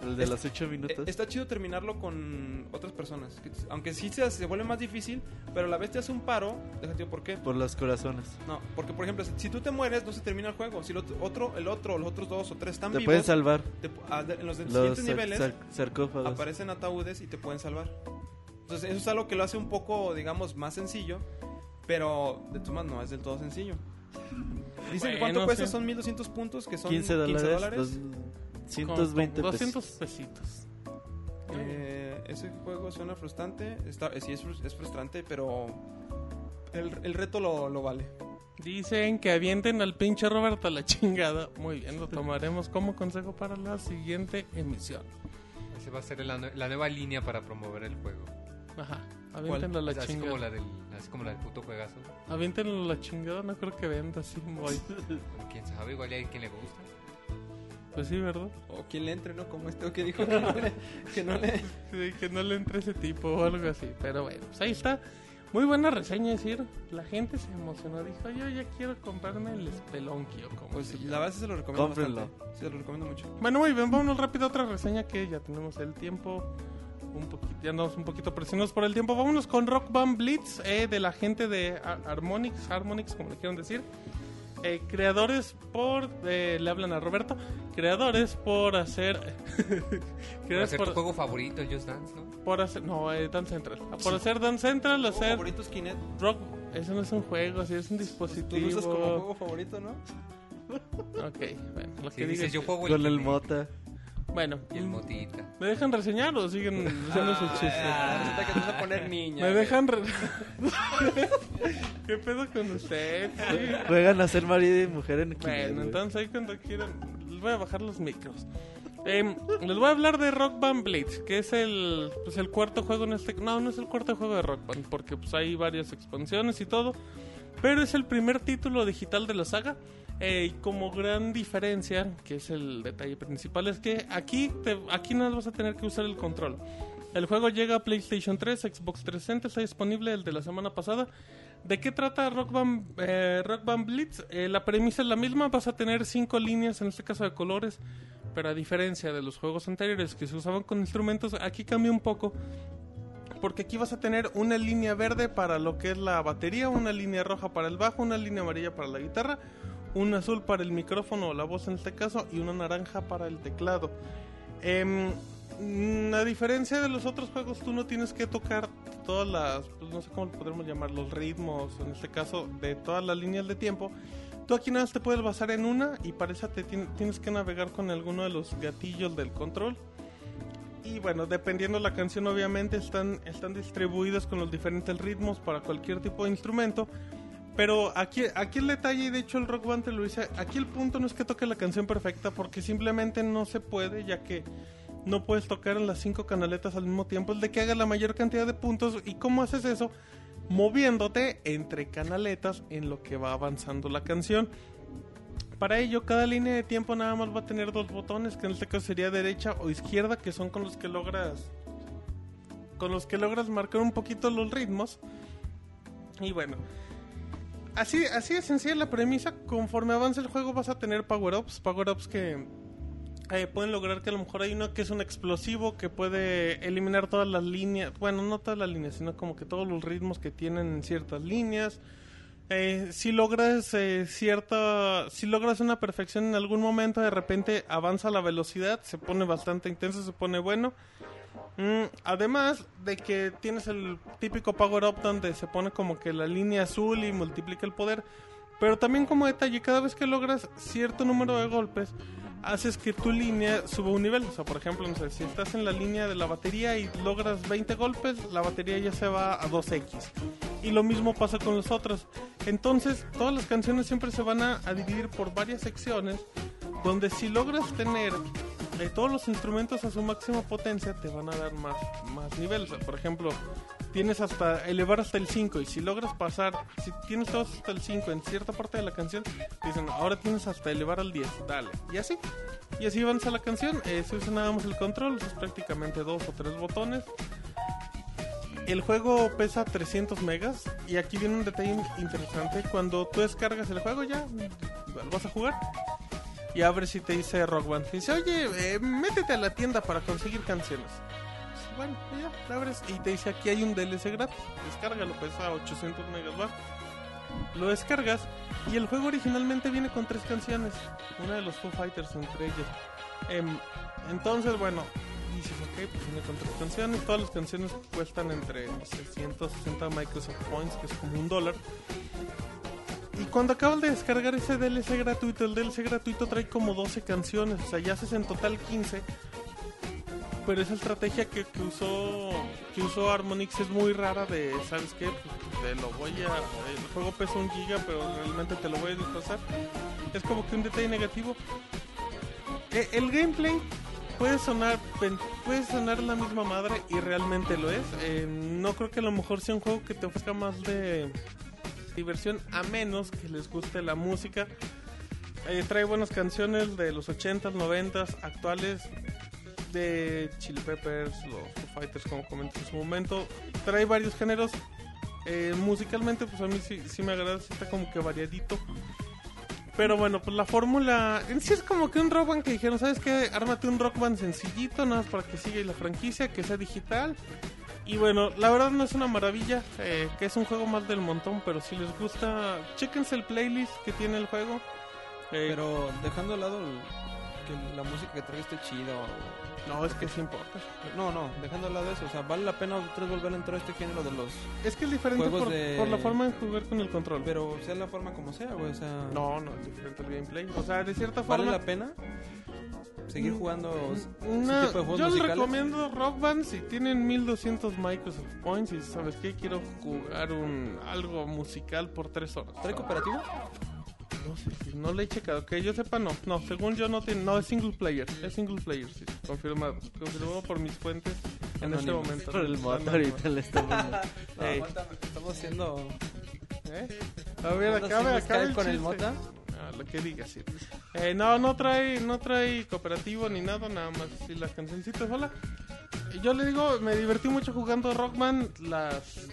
E: El de
F: Es-
E: las 8
F: Eh,
E: minutos.
F: Está chido terminarlo con otras personas. que- Aunque sí se, se vuelve más difícil, pero a la vez te hace un paro. Déjate digo por qué.
E: Por los corazones.
F: No, porque por ejemplo, si, si tú te mueres, no se termina el juego. Si el otro, otro- el otro o los otros dos o tres están
E: Te
F: vivos,
E: pueden salvar.
F: te pu- a- de- en los,
E: Los sar-
F: siguientes niveles
E: sar- sarcófagos.
F: aparecen ataúdes y te pueden salvar. Entonces, eso es algo que lo hace un poco, digamos, más sencillo. Pero de todas maneras, no es del todo sencillo. Dicen que cuánto
B: Bueno,
F: cuesta,
B: sí.
F: son 1200 puntos, que son
E: 15 dólares.
F: dólares.
E: dos-
B: Con- con
E: 120 pesos.
B: 200 pesitos.
F: Eh, ese juego suena frustrante. Está, eh, sí, es, frus- es frustrante, pero el, el reto lo, lo vale.
B: Dicen que avienten al pinche Robert a la chingada. Muy bien, lo tomaremos como consejo para la siguiente emisión.
D: Ese va a ser la, nue- la nueva línea para promover el juego.
B: Ajá, aviéntenlo a la
D: O sea, así, como la
B: chingada.
D: del, así como la del puto juegazo.
B: Aviéntenlo a la chingada, no creo que venda así voy.
D: Quién sabe, igual hay quien le gusta.
B: Pues sí, ¿verdad?
F: O quien le entre, ¿no? Como este que dijo que no le. Que no le-
B: Sí, que no le entre ese tipo o algo así. Pero bueno, pues ahí está. Muy buena reseña, es decir, la gente se emocionó. Dijo, yo ya quiero comprarme el Spelunky o como se
F: Pues
B: llame".
F: la verdad sí se lo recomiendo
E: Cómprenlo.
F: bastante. Sí, se lo recomiendo mucho.
B: Bueno, muy bien, vámonos rápido a otra reseña que ya tenemos el tiempo. Un poquito, ya andamos un poquito presionados por el tiempo. Vámonos con Rock Band Blitz, eh, de la gente de Ar- Harmonix, Harmonix, como le quieran decir. Eh, creadores por. eh, le hablan a Roberto. Creadores por hacer.
D: Va a
B: creadores
D: ser tu
B: por,
D: juego favorito, el Just Dance, ¿no?
B: por hacer. No, eh, Dan Central. Por hacer Dan Central,
F: Juego
B: hacer
F: favorito es Kinect.
B: Rock. Eso no es un juego, sí, es un
F: Tú lo
B: dispositivo.
F: usas como juego favorito, ¿no?
B: Ok, bueno, lo
D: Sí,
B: que diga
D: dices,
B: es
D: yo
B: que-
D: juego
E: Con el
D: Kinect
E: mota.
B: Bueno,
D: Y el motita.
B: ¿me dejan reseñar o siguen haciendo sus chistes?
F: Ah, resulta que te vas a poner niña.
B: Me
F: güey.
B: dejan. re- ¿Qué pedo con usted?
F: ah.
B: Sí.
E: Juegan a ser marido y mujer en Kinect,
B: Bueno,
E: güey.
B: entonces ahí cuando quieran. Les voy a bajar los micros. Em, les voy a hablar de Rock Band Blitz, que es el, pues, el cuarto juego en este. No, no es el cuarto juego de Rock Band, porque pues, hay varias expansiones y todo. Pero es el primer título digital de la saga. eh, y como gran diferencia, que es el detalle principal, es que aquí, te, aquí nada más vas a tener que usar el control. El juego llega a PlayStation 3, Xbox 360, está disponible el de la semana pasada. ¿De qué trata Rock Band, eh, Rock Band Blitz? Eh, la premisa es la misma, vas a tener cinco líneas, en este caso de colores, pero a diferencia de los juegos anteriores que se usaban con instrumentos, aquí cambia un poco. Porque aquí vas a tener una línea verde para lo que es la batería, una línea roja para el bajo, una línea amarilla para la guitarra, un azul para el micrófono o la voz en este caso y una naranja para el teclado. Em, mm, a diferencia de los otros juegos, tú no tienes que tocar todas las, pues, no sé cómo podremos llamar, los ritmos, en este caso, de todas las líneas de tiempo. Tú aquí nada más te puedes basar en una y para esa te tien- tienes que navegar con alguno de los gatillos del control. Y bueno, dependiendo la canción, obviamente están, están distribuidas con los diferentes ritmos para cualquier tipo de instrumento. Pero aquí, aquí el detalle, y de hecho el Rock Band te lo dice, aquí el punto no es que toque la canción perfecta, porque simplemente no se puede, ya que no puedes tocar en las cinco canaletas al mismo tiempo, es de que haga la mayor cantidad de puntos. ¿Y cómo haces eso? Moviéndote entre canaletas en lo que va avanzando la canción. Para ello, cada línea de tiempo nada más va a tener dos botones, que en este caso sería derecha o izquierda, que son con los que logras. Con los que logras marcar un poquito los ritmos. Y bueno. Así, así de sencilla la premisa. Conforme avanza el juego vas a tener power-ups. Power-ups que eh, pueden lograr que a lo mejor hay uno que es un explosivo que puede eliminar todas las líneas, bueno, no todas las líneas, sino como que todos los ritmos que tienen en ciertas líneas. Eh, si logras eh, cierta, si logras una perfección en algún momento, de repente avanza la velocidad, se pone bastante intenso, se pone bueno. Mm, además de que tienes el típico power up donde se pone como que la línea azul y multiplica el poder. Pero también como detalle, cada vez que logras cierto número de golpes, haces que tu línea suba un nivel. O sea, por ejemplo, no sé, si estás en la línea de la batería y logras 20 golpes, la batería ya se va a 2X. Y lo mismo pasa con los otros. Entonces, todas las canciones siempre se van a, a dividir por varias secciones, donde si logras tener eh, todos los instrumentos a su máxima potencia, te van a dar más, más niveles. O sea, por ejemplo, tienes hasta elevar hasta el 5 y si logras pasar, si tienes todos hasta el 5 en cierta parte de la canción, te dicen, ahora tienes hasta elevar al 10, dale. Y así, y así avanza la canción. Eh, si usábamos el control, es prácticamente dos o tres botones. El juego pesa 300 megas y aquí viene un detalle interesante. Cuando tú descargas el juego ya, lo vas a jugar. Y abres y te dice Rock Band. Dice, oye, eh, métete a la tienda para conseguir canciones. Pues, Bueno, ya, la abres y te dice aquí hay un DLC gratis. Descárgalo, pesa 800 megas, va. Lo descargas y el juego originalmente viene con tres canciones. Una de los Foo Fighters entre ellas. Em, entonces, bueno, dices, ok, pues viene con tres canciones. Todas las canciones cuestan entre no sé, 160 Microsoft Points, que es como un dólar. Y cuando acabas de descargar ese DLC gratuito, el DLC gratuito trae como 12 canciones, o sea, ya haces en total 15. Pero esa estrategia que, que usó que usó Harmonix es muy rara de, ¿sabes qué? Pues te lo voy a... El juego pesa un giga, pero realmente te lo voy a disfrazar. Es como que un detalle negativo. E- el gameplay puede sonar pen- puede sonar la misma madre y realmente lo es. Eh, no creo que a lo mejor sea un juego que te ofrezca más de diversión a menos que les guste la música. Eh, trae buenas canciones de los 80s, 90s, actuales de Chili Peppers, los Foo Fighters como comenté en su momento. Trae varios géneros. Eh, musicalmente pues a mí sí, sí me agrada, sí está como que variadito. Pero bueno, pues la fórmula en sí es como que un rock band que dijeron, ¿sabes qué? Ármate un rock band sencillito, nada más para que siga la franquicia, que sea digital. Y bueno, la verdad no es una maravilla, eh, que es un juego más del montón, pero si les gusta, chéquense el playlist que tiene el juego. Eh,
F: Pero dejando de lado el- que la música que trae esté chida o-
B: no, es que sí importa.
F: No, no, dejando de lado eso, o sea, vale la pena otra vez volver a entrar a este género de los...
B: Es que es diferente
F: Juegos
B: por,
F: de-
B: por la forma de jugar con el control.
F: Pero sea la forma como sea, güey, o sea...
B: No, no, es diferente el gameplay. O sea, de cierta forma...
F: ¿Vale
B: Mm,
F: la pena seguir jugando ese
B: Una-
F: tipo de juegos
B: yo les
F: musicales?
B: recomiendo Rock Band si tienen 1200 Microsoft Points y sabes que quiero jugar un algo musical por 3 horas. Ah,
F: ¿Trae cooperativo?
B: No sé, no le he checado, que yo sepa no. No, según yo no tiene, no es single player, es single player, sí, confirmado, confirmado por mis fuentes en este
F: Anónimo.
B: momento.
E: Por el moto ahorita le estamos.
B: Ey,
F: Estamos haciendo...
B: ¿eh? A ver,
F: ¿Estamos
B: acabe,
F: haciendo
B: acabe
F: Skype
B: el
F: con el
B: chiste.
F: Mota?
B: Ah, lo que digas, sí. Eh, no, no trae, no trae cooperativo ni nada, nada más si la cancioncita sola. Y Yo le digo, me divertí mucho jugando Rockman las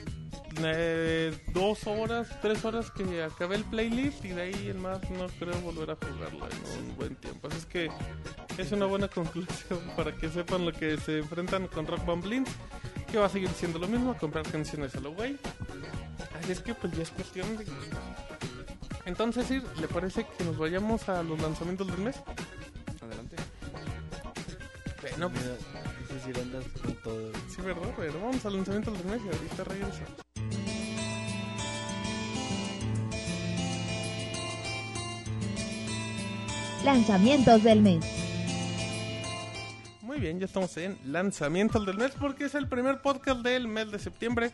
B: eh, dos horas, tres horas que acabé el playlist y de ahí en más no creo volver a jugarla en un buen tiempo. Así es que es una buena conclusión para que sepan lo que se enfrentan con Rockman Blind, que va a seguir siendo lo mismo, comprar canciones a lo güey. Así es que pues ya es cuestión de entonces, Sir, ¿le parece que nos vayamos a los lanzamientos del mes?
F: Adelante.
B: Bueno, pues
E: Dices si andas con todo.
B: sí, ¿verdad? Pero vamos al lanzamiento del mes y ahorita regresamos.
A: Lanzamientos del mes.
B: Muy bien, ya estamos en lanzamientos del mes porque es el primer podcast del mes de septiembre.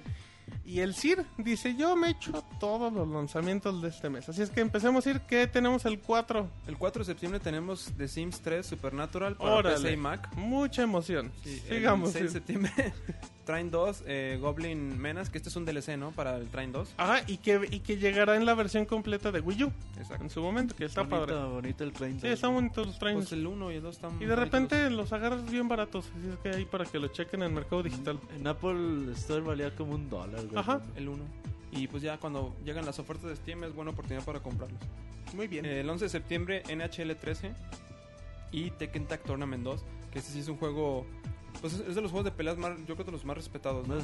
B: Y el Sir dice, yo me echo todos los lanzamientos de este mes. Así es que empecemos, Sir, que tenemos el 4.
F: El 4 de septiembre tenemos The Sims 3 Supernatural para
B: Órale.
F: PC y Mac.
B: Mucha emoción.
F: Sí,
B: Sigamos,
F: El 6 de
B: Sir.
F: septiembre traen 2 eh, Goblin Menas, que este es un DLC, ¿no? Para el Train 2.
B: Ajá, y que, y que llegará en la versión completa de Wii U.
F: Exacto.
B: En su momento, que está
E: bonito,
B: padre.
E: bonito el train.
B: Sí, están bonitos los trains.
F: Pues el 1 y el 2 están...
B: Y de repente los agarras bien baratos, así es que ahí para que lo chequen en el mercado digital.
E: En Apple Store valía como un dólar, güey.
B: Ajá.
F: El 1. Y pues ya cuando llegan las ofertas de Steam es buena oportunidad para comprarlos.
B: Muy bien.
F: Eh, El 11 de septiembre NHL 13 y Tekken Tag Tournament 2, que este sí es un juego... Pues es es de los juegos de peleas más, yo creo de los más respetados, ¿no?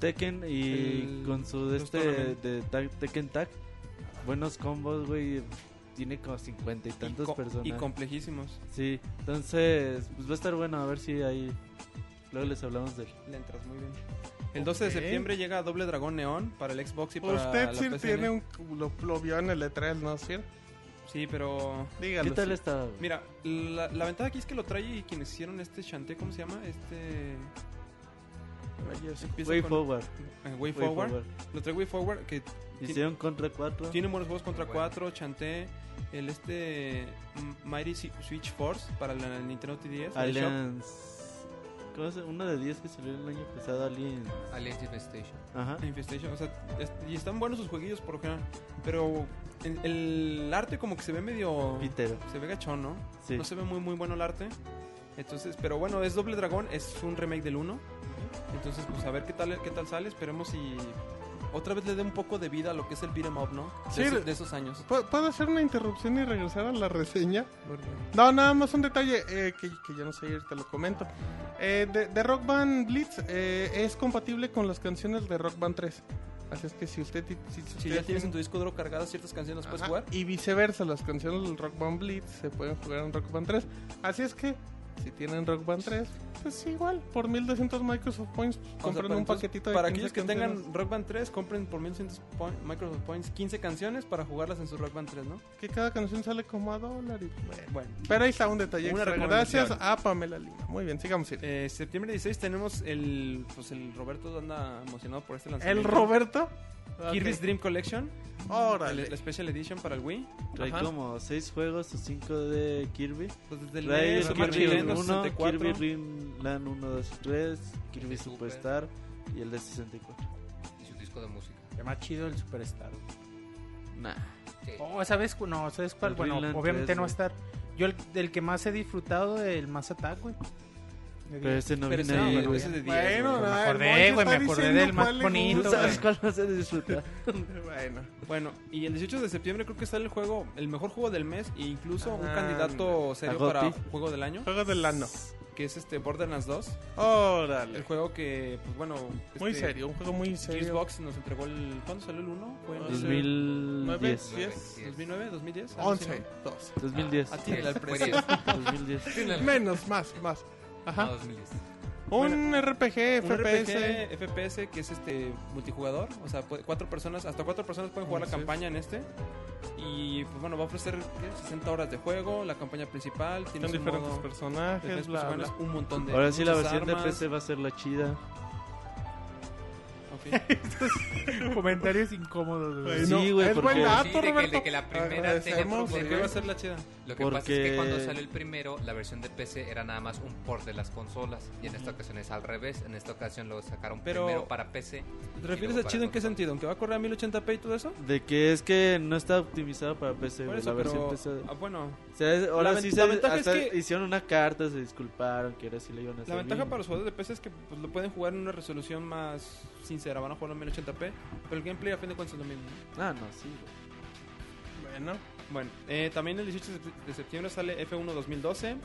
E: Tekken y
F: El-
E: con su de
F: los
E: este
F: tournament.
E: de tag- Tekken Tag. Buenos combos, güey. Tiene como 50 y tantos
F: co-
E: personajes.
F: y complejísimos.
E: Sí, entonces pues va a estar bueno, a ver si ahí luego les hablamos de él.
F: Le entras muy bien. El 12
B: Ok.
F: de septiembre llega Doble Dragón Neón para el Xbox y para
B: Usted
F: la
B: sí
F: PSN.
B: tiene un... Lo, lo vio en el E3, ¿no, Sir?
F: Sí, pero...
B: Dígalo.
E: ¿Qué tal
B: Sir.
E: está? güey?
F: Mira, la, la ventaja aquí es que lo trae y quienes hicieron este shanté, ¿cómo se llama? Este... Empieza
E: Way
F: con-
E: Forward.
F: eh, Way
E: Way
F: Forward.
E: Forward.
F: Lo trae Way Forward, que
E: Hicieron contra 4.
F: tiene buenos juegos contra
D: Bueno.
F: 4, Chanté, el este mm, Mighty Si- Switch Force para la Nintendo TDS. la eShop.
E: Aliens. ¿Cómo se- Uno de 10 que salió el año pasado, Aliens.
D: Alien Devastation.
E: Ajá.
F: Infestation, o sea, es- y están buenos sus jueguillos por lo general, pero en- el arte como que se ve medio...
E: Pitero.
F: Se ve gachón, ¿no?
E: Sí.
F: No se ve muy muy bueno el arte. Entonces, pero bueno, es Doble Dragón, es un remake del 1. Entonces, pues a ver qué tal qué tal sale, esperemos si otra vez le dé un poco de vida a lo que es el beat'em up, ¿no? De,
B: Sí,
F: esos-
B: le-
F: de esos años.
B: ¿Pu- ¿Puedo hacer una interrupción y regresar a la reseña? No, nada más un detalle eh, que, que ya no sé, te lo comento. Eh, de, de Rock Band Blitz eh, es compatible con las canciones de Rock Band 3. Así es que si usted... ti- Si,
F: Si
B: usted
F: ya tienes en tu disco duro cargadas ciertas canciones, las puedes
B: Ajá,
F: jugar.
B: Y viceversa, las canciones del Rock Band Blitz se pueden jugar en Rock Band 3. Así es que, si tienen Rock Band 3, pues igual, por 1200 Microsoft Points,
F: O sea,
B: compran
F: para
B: un
F: entonces-
B: paquetito de
F: Para
B: 15
F: aquellos que
B: canciones.
F: tengan Rock Band 3, compren por 1200 point- Microsoft Points 15 canciones para jugarlas en su Rock Band 3, ¿no?
B: Que cada canción sale como a dólar y... bueno.
F: Bueno.
B: Pero ahí está un detalle
F: Una
B: extra.
F: recomendación.
B: Gracias a Pamela Lima. Muy bien, sigamos. Sir.
F: Eh, septiembre 16 tenemos el... Pues el Roberto anda emocionado por este lanzamiento.
B: El Roberto.
F: Kirby's
B: Ok.
F: Dream Collection,
B: Órale.
F: el- la Special Edition para el Wii.
E: Trae
B: Ajá.
E: como 6 juegos o 5 de Kirby.
F: Entonces, Pues desde el
E: Trae
F: NES,
E: el
F: Super
E: Kirby
F: Nintendo,
E: 1,
F: 64.
E: Kirby Rim Land 1, 2 y 3, Kirby
D: Super.
E: Superstar y el de 64.
D: Y su disco de música.
H: Está más chido el Superstar.
E: Nah.
D: Sí.
H: Oh, ¿sabes? cu- No, ¿sabes cuál?
E: El
H: Bueno,
E: Dreamland
H: obviamente
E: 3,
H: no va a
E: güey.
H: estar. Yo el, del que más he disfrutado, el más Attack, güey. Yo
E: Pero
F: Pues,
H: digo,
E: ese no viene
F: Pero ese no,
E: ahí.
F: pero
E: güey.
F: ese es de 10.
B: Bueno,
F: güey.
B: nada,
H: Me
B: el
H: acordé,
B: Monchi
H: güey,
B: está
H: me acordé
B: diciendo
H: del más
B: cuál le
H: bonito,
E: ¿Tú
B: gusta.
E: sabes cuál más se disfruta?
B: Bueno.
F: Bueno, y el 18 de septiembre creo que sale el juego, el mejor juego del mes e incluso un
B: Ah,
F: candidato serio
E: A
F: para
E: Gotti.
F: juego del año,
B: Juegos del lano.
F: que es este Borderlands 2, el
B: Órale.
F: juego que pues bueno, este,
B: Muy serio, un juego muy serio.
F: Xbox nos entregó el ¿Cuándo salió el 1? ¿Fue en
B: Ah,
E: 2010.
B: 10,
F: 2009, 2010? algo así,
B: 11, 12.
E: 2010.
F: Ah, Atínale al
D: Fue
F: precio.
D: 10.
E: 2010.
B: Menos, más, más.
D: No,
B: Ajá.
D: 2010.
B: Un RPG,
F: ¿no? Un
B: FPS.
F: RPG, FPS que es este multijugador, o sea, puede- cuatro personas, hasta cuatro personas pueden jugar la
B: Así es.
F: campaña en este. Y pues bueno, va a ofrecer ¿qué? 60 horas de juego, la campaña principal, tiene
B: Con
F: un
B: diferentes
F: modo- Pues
B: personajes,
F: diferentes
B: bla,
F: personas,
B: bla.
F: un montón de
E: Ahora sí la
F: muchas
E: versión de
F: armas.
E: PC va a ser la chida.
F: Ok.
H: Comentarios incómodos, güey.
B: Bueno,
E: Sí, güey,
B: Pues es
E: porque-
B: buen dato,
D: Sí, de que-
B: Roberto.
D: de que la primera tenga
B: Agradecemos,
F: ¿Por
D: porque-
F: qué
B: ¿eh?
F: va a ser la chida?
D: Lo que pasa es
E: Porque-
D: que cuando salió el primero, la versión de PC era nada más un port de las consolas. Y en esta ocasión es al revés. En esta ocasión lo sacaron
F: Pero-
D: primero para PC.
F: ¿Te refieres
D: luego
F: a
D: para
F: chido en qué
D: consola.
F: sentido? ¿En que va a correr a 1080p y todo eso?
E: De que es que no está optimizada para PC,
F: Por
E: güey,
F: eso,
E: la versión
F: pero...
E: PC.
F: ah, bueno,
E: O sea, es- ahora
F: la
E: sí
F: ven-
E: se
F: la ventaja es
E: hasta
F: que-
E: hicieron una carta, se disculparon, que ahora sí le iban a hacer.
F: la ventaja
E: bien.
F: para los jugadores de PC es que pues, lo pueden jugar en una resolución más sincera. Van a jugar en 1080p, pero el gameplay a fin de cuentas es lo mismo.
E: Ah, no, sí, güey.
B: Bueno,
F: Bueno, eh, también el 18 de septiembre sale F1 2012.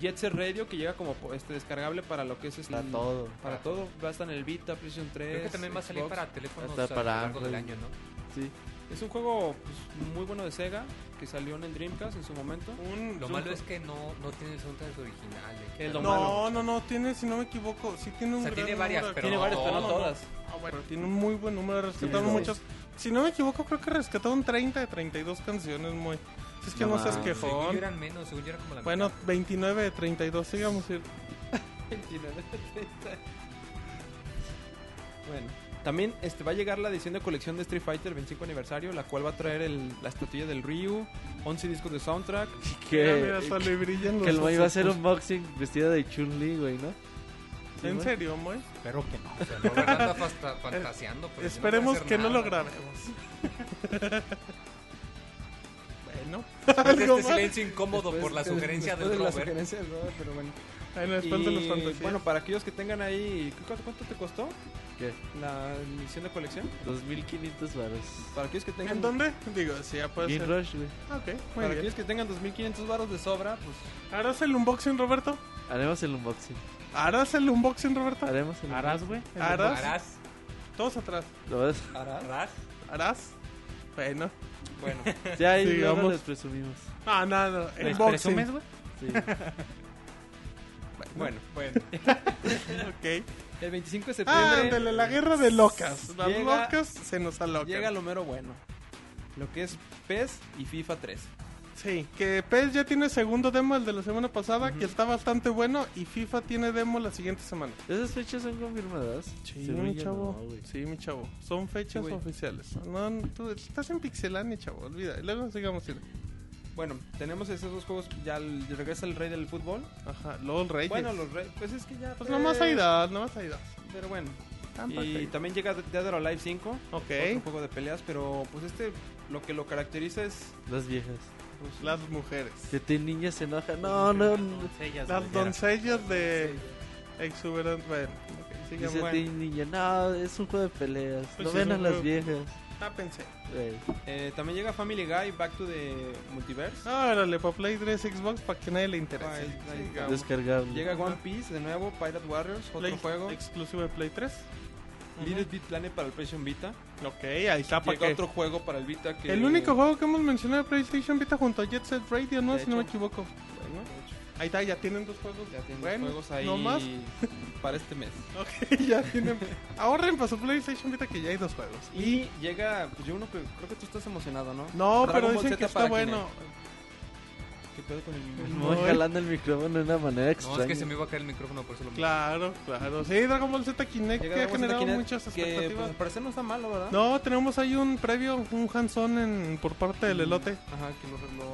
F: Jet Set Radio, que llega como po- este descargable para lo que es... este-
E: Está todo.
F: Para todo. Va a estar en el Vita, PlayStation 3,
D: Creo que también va a salir
F: Xbox.
D: para teléfonos
E: Hasta
D: a lo
E: para
D: largo del
E: Android.
D: año, ¿no?
E: Sí.
F: Es un juego pues, muy bueno de Sega, que salió en el Dreamcast en su momento.
B: un-
D: Lo
B: un-
D: malo es que no, no tiene soundtracks originales.
F: Es lo
B: No,
F: malo.
B: no, no, tiene, si no me equivoco, sí tiene un
D: O sea,
B: gran
D: tiene varias,
B: número de-
D: pero
F: Tiene
D: no
F: varias, pero no
D: todas.
F: todas.
B: Ah, bueno, tiene un muy buen número, rescataron
E: Sí,
B: muchas. Si no me equivoco, creo que rescataron 30 de 32 canciones, muy. Si es que no,
E: No
B: seas
E: mames.
D: Según yo
B: quejón.
D: eran menos, según yo eran como la
B: Bueno,
D: mitad.
B: 29 de 32, sigamos. Ir.
F: Bueno, también este, va a llegar la edición de colección de Street Fighter 25 aniversario, la cual va a traer el- la estatuilla del Ryu, 11 discos de soundtrack.
B: Mira, mira, hasta
E: Que,
B: le brillan
E: que el
B: los
E: güey va a
B: ojos.
E: hacer unboxing vestida de Chun-Li, güey, ¿no? Sí,
B: ¿En
E: güey.
B: serio, Moy?
H: Espero que no.
D: O sea, Robert anda fasta- pues, fantaseando. pero yo no voy a
B: Esperemos
D: hacer
B: que no
D: nada.
B: lo grabemos. ¿no?
D: Después de
B: Algo
D: este
B: más.
D: silencio incómodo por la
F: Después-
D: sugerencia
F: después
D: del
F: de la
D: Robert.
F: sugerencia del Robert, pero bueno.
B: Ahí nos faltan los
F: Y,
B: fantasías.
F: Bueno, para aquellos que tengan ahí, ¿cu- cu- ¿cuánto te costó
E: ¿Qué?
F: la edición de colección?
E: 2500 varos.
F: Para aquellos que tengan
B: ¿En dónde? Digo, sí, ya puede
E: Bien
B: ser. Ah,
E: rush, güey.
B: Ok, muy
F: pues, Para
B: bien.
F: aquellos que tengan 2500 varos de sobra, pues
B: ¿Harás el unboxing, Roberto?
E: Haremos el unboxing.
B: ¿Harás el unboxing, Roberto?
E: Haremos el
H: ¿Harás, güey?
B: ¿Harás?
D: Arás,
B: Todos atrás.
E: Lo vas-
D: arás.
B: ¿Harás? Bueno.
F: bueno,
E: Ya ahí
B: Sí,
E: luego
B: vamos.
E: les presumimos.
B: Ah, no, no. El
H: ¿Les
B: unboxing.
H: presumes, güey?
E: Sí.
F: bueno.
B: Ok.
F: El 25 de septiembre
B: Ah, Ándale, la guerra de locas. Las
F: Llega-
B: locas se nos alocan.
F: llega lo mero bueno. Lo que es PES y FIFA 3.
B: Sí, que PES ya tiene segundo demo, el de la semana pasada, que está bastante bueno. Y FIFA tiene demo la siguiente semana.
E: ¿Esas fechas son confirmadas?
B: Sí,
E: Según
B: mi
E: yo
B: chavo.
E: no, güey.
B: sí, mi chavo. Son fechas
F: güey.
B: oficiales. No, no, tú estás en Pixelania, chavo. Olvida. Y luego sigamos. Ira.
F: Bueno, tenemos esos dos juegos. Ya el- regresa el rey del fútbol.
B: Ajá, LOL Reyes.
F: Bueno, los reyes. Pues es que ya.
B: Pues nomás hay dos, nomás hay dos.
F: Pero bueno.
B: Tampoco
F: Y
B: hay-
F: también llega Dead or Alive 5.
B: pues Ok.
F: Otro juego de peleas. Pero pues este lo que lo caracteriza es.
E: Las viejas.
F: pues,
B: Las mujeres.
E: Que te niña se enoja. No, no. no.
H: Doncellas,
B: Las
H: güey.
B: doncellas de exuberante. Bueno, ok, sigan.
E: Dice
B: Bueno,
E: te niña, no, es un juego de peleas.
B: Pues
E: no
B: sí,
E: ven
B: es
E: a
B: un
E: las
B: juego.
E: viejas.
B: tápense.
E: Güey.
D: Ah,
F: eh, también llega Family Guy Back to the Multiverse.
B: Órale, para Play 3 Xbox, para que nadie le interese.
F: Ay, ay,
B: Sigamos.
E: Descargable.
F: Llega One Piece de nuevo. Pirate Warriors. Otro
B: Play-
F: juego.
B: Exclusivo de Play 3.
F: Little Big Planet para el PlayStation Vita.
B: Ok, ahí está para
F: Llega
B: que.
F: otro juego para el Vita que.
B: Ah, El único juego que hemos mencionado de PlayStation Vita junto a Jet Set Radio, ¿no?
F: De
B: Si no me
F: hecho.
B: equivoco.
F: Bueno,
B: Ahí está, ya tienen dos juegos.
F: ya tienen
B: Bueno,
F: juegos ahí.
B: ¿no más?
F: Para este mes.
B: Ok, ya tienen. Ahorren para su PlayStation Vita que ya hay dos juegos.
F: Y llega, pues yo uno que creo que tú estás emocionado, ¿no?
B: No,
F: Dragon
B: pero
F: Ball
B: dicen
F: Z
B: que está
F: para
B: bueno.
F: ¿Qué pedo con el
E: Voy
B: Voy.
E: jalando el micrófono de una manera
D: No,
E: extraña.
D: es que se me iba a caer el micrófono, por eso lo
B: Claro, claro. Sí, Dragon Ball Z Kinect
F: Llega
B: que ha
F: Dragon Ball Z
B: generado
F: Kinect,
B: muchas
F: Que
B: expectativas.
F: pues, al parecer no está malo, ¿verdad?
B: No, tenemos ahí un previo, un hands-on en- por parte
F: Mm.
B: del elote.
F: Ajá, que lo, lo,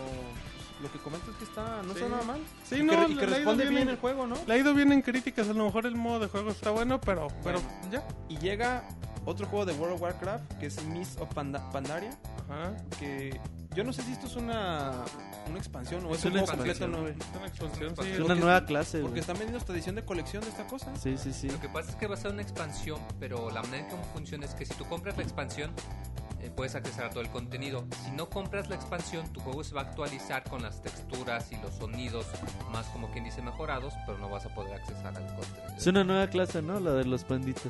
F: lo que comentas es que está, no
B: Sí.
F: está nada mal.
B: Sí,
F: Y
B: no,
F: que, y
B: le- le ha
F: que
B: ido
F: responde
B: bien en-
F: bien el juego, ¿no?
B: Le ha ido bien en críticas, a lo mejor el modo de juego está bueno, pero, pero ya.
F: Y llega otro juego de World of Warcraft que es Miss of Panda- Pandaria.
B: Ajá.
F: Que yo no sé si esto es una, una expansión o es,
E: Es
F: un
E: una
F: juego completo
E: expansión,
F: nuevo.
B: Es una expansión, sí.
E: Es
F: Porque
E: una
F: es-
E: nueva clase,
F: Porque
E: güey.
F: están vendiendo esta edición de colección de esta cosa.
E: Sí, sí, sí.
D: Lo que pasa es que va a ser una expansión, pero la manera en que funciona es que si tú compras la expansión, eh, puedes accesar a todo el contenido. Si no compras la expansión, tu juego se va a actualizar con las texturas y los sonidos, más como quien dice mejorados, pero no vas a poder accesar al contenido.
E: Es una nueva clase, ¿no? La de los panditas.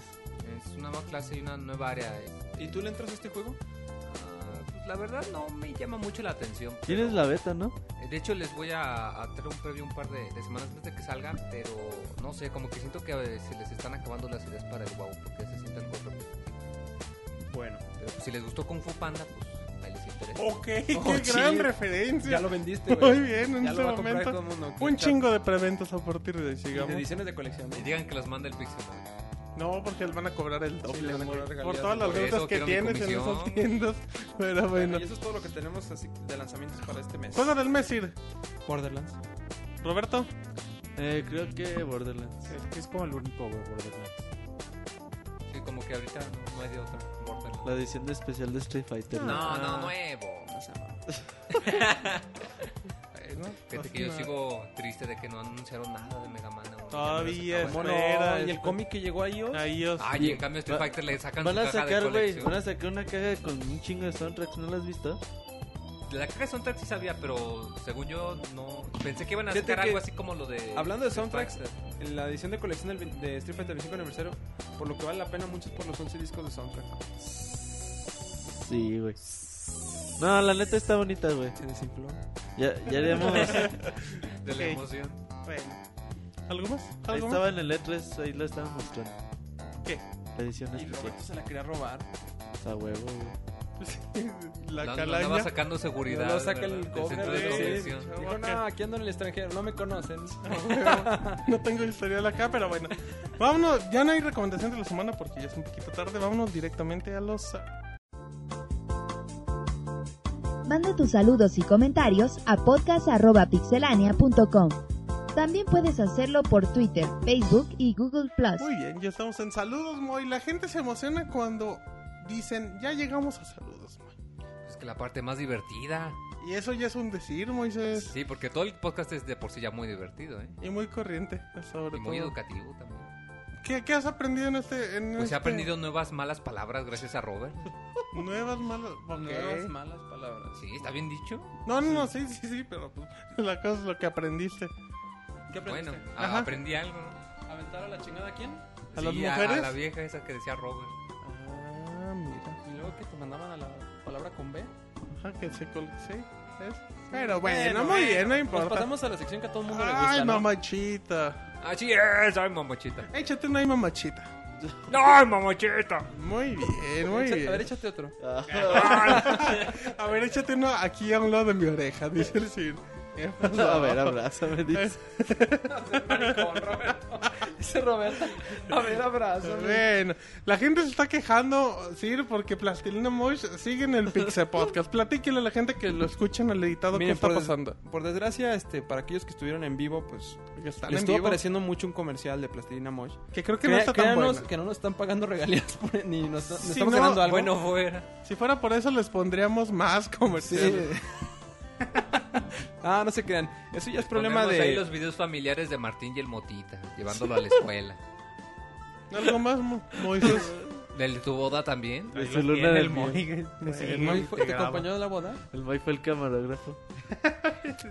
D: Es una nueva clase y una nueva área. eh.
F: ¿Y tú le entras a este juego?
D: Ah, pues la verdad no me llama mucho la atención. pero-
E: Tienes la beta, ¿no?
D: Eh, De hecho, les voy a, a traer un preview un par de, de semanas antes de que salga, pero no sé, como que siento que eh, se les están acabando las ideas para el WoW, porque se sienten muy repetitivos.
F: Bueno,
D: Pero pues, si les gustó Kung Fu Panda, pues ahí les interesa.
B: Ok,
F: Oh,
B: qué
F: sí.
B: gran referencia.
F: ya lo vendiste, güey.
B: Muy bien, en
F: ya
B: este
F: lo va a comprar
B: momento.
F: todo el mundo.
B: Un
F: Está-
B: chingo de preventas a partir de ahí,
F: y
B: sigamos.
F: de ediciones de colección. ¿no?
D: Y digan que los manda el Pixel Móvil.
B: No, porque les van a cobrar el doble.
F: les van a
B: güey,
F: cobrar regalías,
B: por todas las
D: por eso
B: ventas que
D: quiero mi
B: tienes en
D: comisión.
B: esas tiendas. Pero bueno.
F: Y eso es todo lo que tenemos así de lanzamientos para este mes.
B: Cosa del mes, Sir.
F: Borderlands.
B: Roberto.
E: Eh, creo que Borderlands.
H: Es que es como el único, güey, Borderlands.
D: Sí, como que ahorita no, no hay de otra. Mortal.
E: La edición de especial de Street Fighter.
D: No, Ah. no, nuevo. Fíjate que yo sigo triste de que no anunciaron nada de Mega Man. aún.
B: Todavía
D: Ya me lo
F: ¿Cómo
D: estaba-
F: no?
B: Espera,
F: y el
B: espera.
F: cómic que llegó ahí hoy.
B: Ahí os.
D: Ay, en cambio Street
E: Va-
D: Fighter le sacan
E: Van
D: su
E: a
D: caja
E: sacar,
D: de
E: güey,
D: colección.
E: van a sacar una caja con un chingo de soundtracks, ¿no la has visto?
D: La caja de soundtracks sí sabía, pero según yo no... Pensé que iban a
F: Fíjate
D: sacar
F: que-
D: algo así como lo de...
F: Hablando de
D: Street
F: soundtracks,
D: Fighter.
F: en la edición de colección del ve- de Street Fighter 25 aniversario, por lo que vale la pena mucho es por los 11 discos de soundtrack.
E: Sí, güey. No, la neta está bonita, güey.
F: Se desinfló.
E: Ya, ya haríamos.
D: De la
B: Ok.
D: emoción.
B: Bueno. ¿Algo más?
E: ahí
B: ¿Algo
E: estaba en el E3, ahí la estaban mostrando.
B: ¿Qué?
E: La edición
F: Y
E: especial.
F: Roberto se la quería robar.
E: Está huevo, güey.
B: más? La
D: La
B: calaña.
D: andaba sacando seguridad.
F: Luego saca
D: ¿verdad?
F: el
D: Del
F: cobre,
D: centro de
B: güey.
D: convención.
B: Sí.
F: Dijo, no, aquí ando en el extranjero, no me conocen.
B: No tengo historial acá, pero bueno. Vámonos, ya no hay recomendación de la semana porque ya es un poquito tarde. Vámonos directamente a los.
A: Manda tus saludos y comentarios a podcast.pixelania.com. También puedes hacerlo por Twitter, Facebook y Google Plus.
B: Muy bien, ya estamos en saludos, Moy. La gente se emociona cuando dicen, ya llegamos a saludos, Moy.
D: Pues que la parte más divertida.
B: Y eso ya es un decir, Moisés.
D: Sí, porque todo el podcast es de por sí ya muy divertido, ¿eh?
B: Y muy corriente, sobre
D: Y muy
B: todo.
D: educativo también.
B: ¿Qué, qué has aprendido en este...? En
D: Pues he
B: este-
D: aprendido nuevas malas palabras gracias a Robert.
B: Nuevas malas... ok.
F: Nuevas malas palabras.
D: Sí, está bien dicho.
B: No, no, no, sí, sí, sí, pero pues, la cosa es lo que aprendiste.
F: ¿Qué aprendiste?
D: Bueno, a-
B: Ajá.
D: aprendí algo, ¿no?
F: ¿Aventar a la chingada a quién?
B: ¿A las
D: Sí, A,
B: mujeres?
D: la vieja esa que decía Robert.
B: Ah, mira.
F: Y luego que te mandaban a la palabra con B.
B: Ajá, que se col... Sí, es... Pero bueno, muy bien, no
F: Nos
B: importa.
F: pasamos a la sección que a todo el mundo le gusta.
B: Ay,
F: ¿no?
B: mamachita.
D: Así es, ay mamachita.
B: Échate una ahí, mamachita.
D: No, ay mamachita.
B: Muy bien, muy
F: Echa-
B: bien.
F: A ver, échate otro.
B: A ver, échate una aquí a un lado de mi oreja, dice el Sir. ¿Qué pasó?
E: A ver, abrázame, dice.
F: Dice Roberto. A ver, abrazo.
B: Bueno, la gente se está quejando, Sir, porque Plastilina Mosh sigue en el Pixel Podcast. Platíquele a la gente que lo escucha en el editado qué
F: Miren,
B: está
F: pues, por, des-
B: pasando.
F: por desgracia, este, para aquellos que estuvieron en vivo, pues
B: Que están
F: les
B: en
F: estuvo
B: vivo.
F: apareciendo mucho un comercial de Plastilina Mosh.
B: Que creo que no
F: Crea-
B: está tan
F: créanos
B: bueno.
F: que no nos están pagando regalías por- ni nos, nos
B: Si
F: estamos
B: no,
F: ganando algo.
D: Bueno, fuera.
B: Si fuera por eso, les pondríamos más
F: Sí.
B: comerciales.
F: ah, no se crean. Eso ya es problema
D: Ponemos ahí
F: de.
D: los videos familiares de Martín y el Motita, llevándolo a la escuela.
B: Algo más, Mo- Moisés.
D: Del tu boda también.
E: De
H: Ahí
E: su
H: los
E: luna
H: tiene
E: de
H: el
E: miel.
H: Moy.
F: ¿El
H: Sí,
F: Moy fue-
H: te
F: ¿Te
H: graba.
F: acompañó a la boda?
E: El Moy fue el camarógrafo.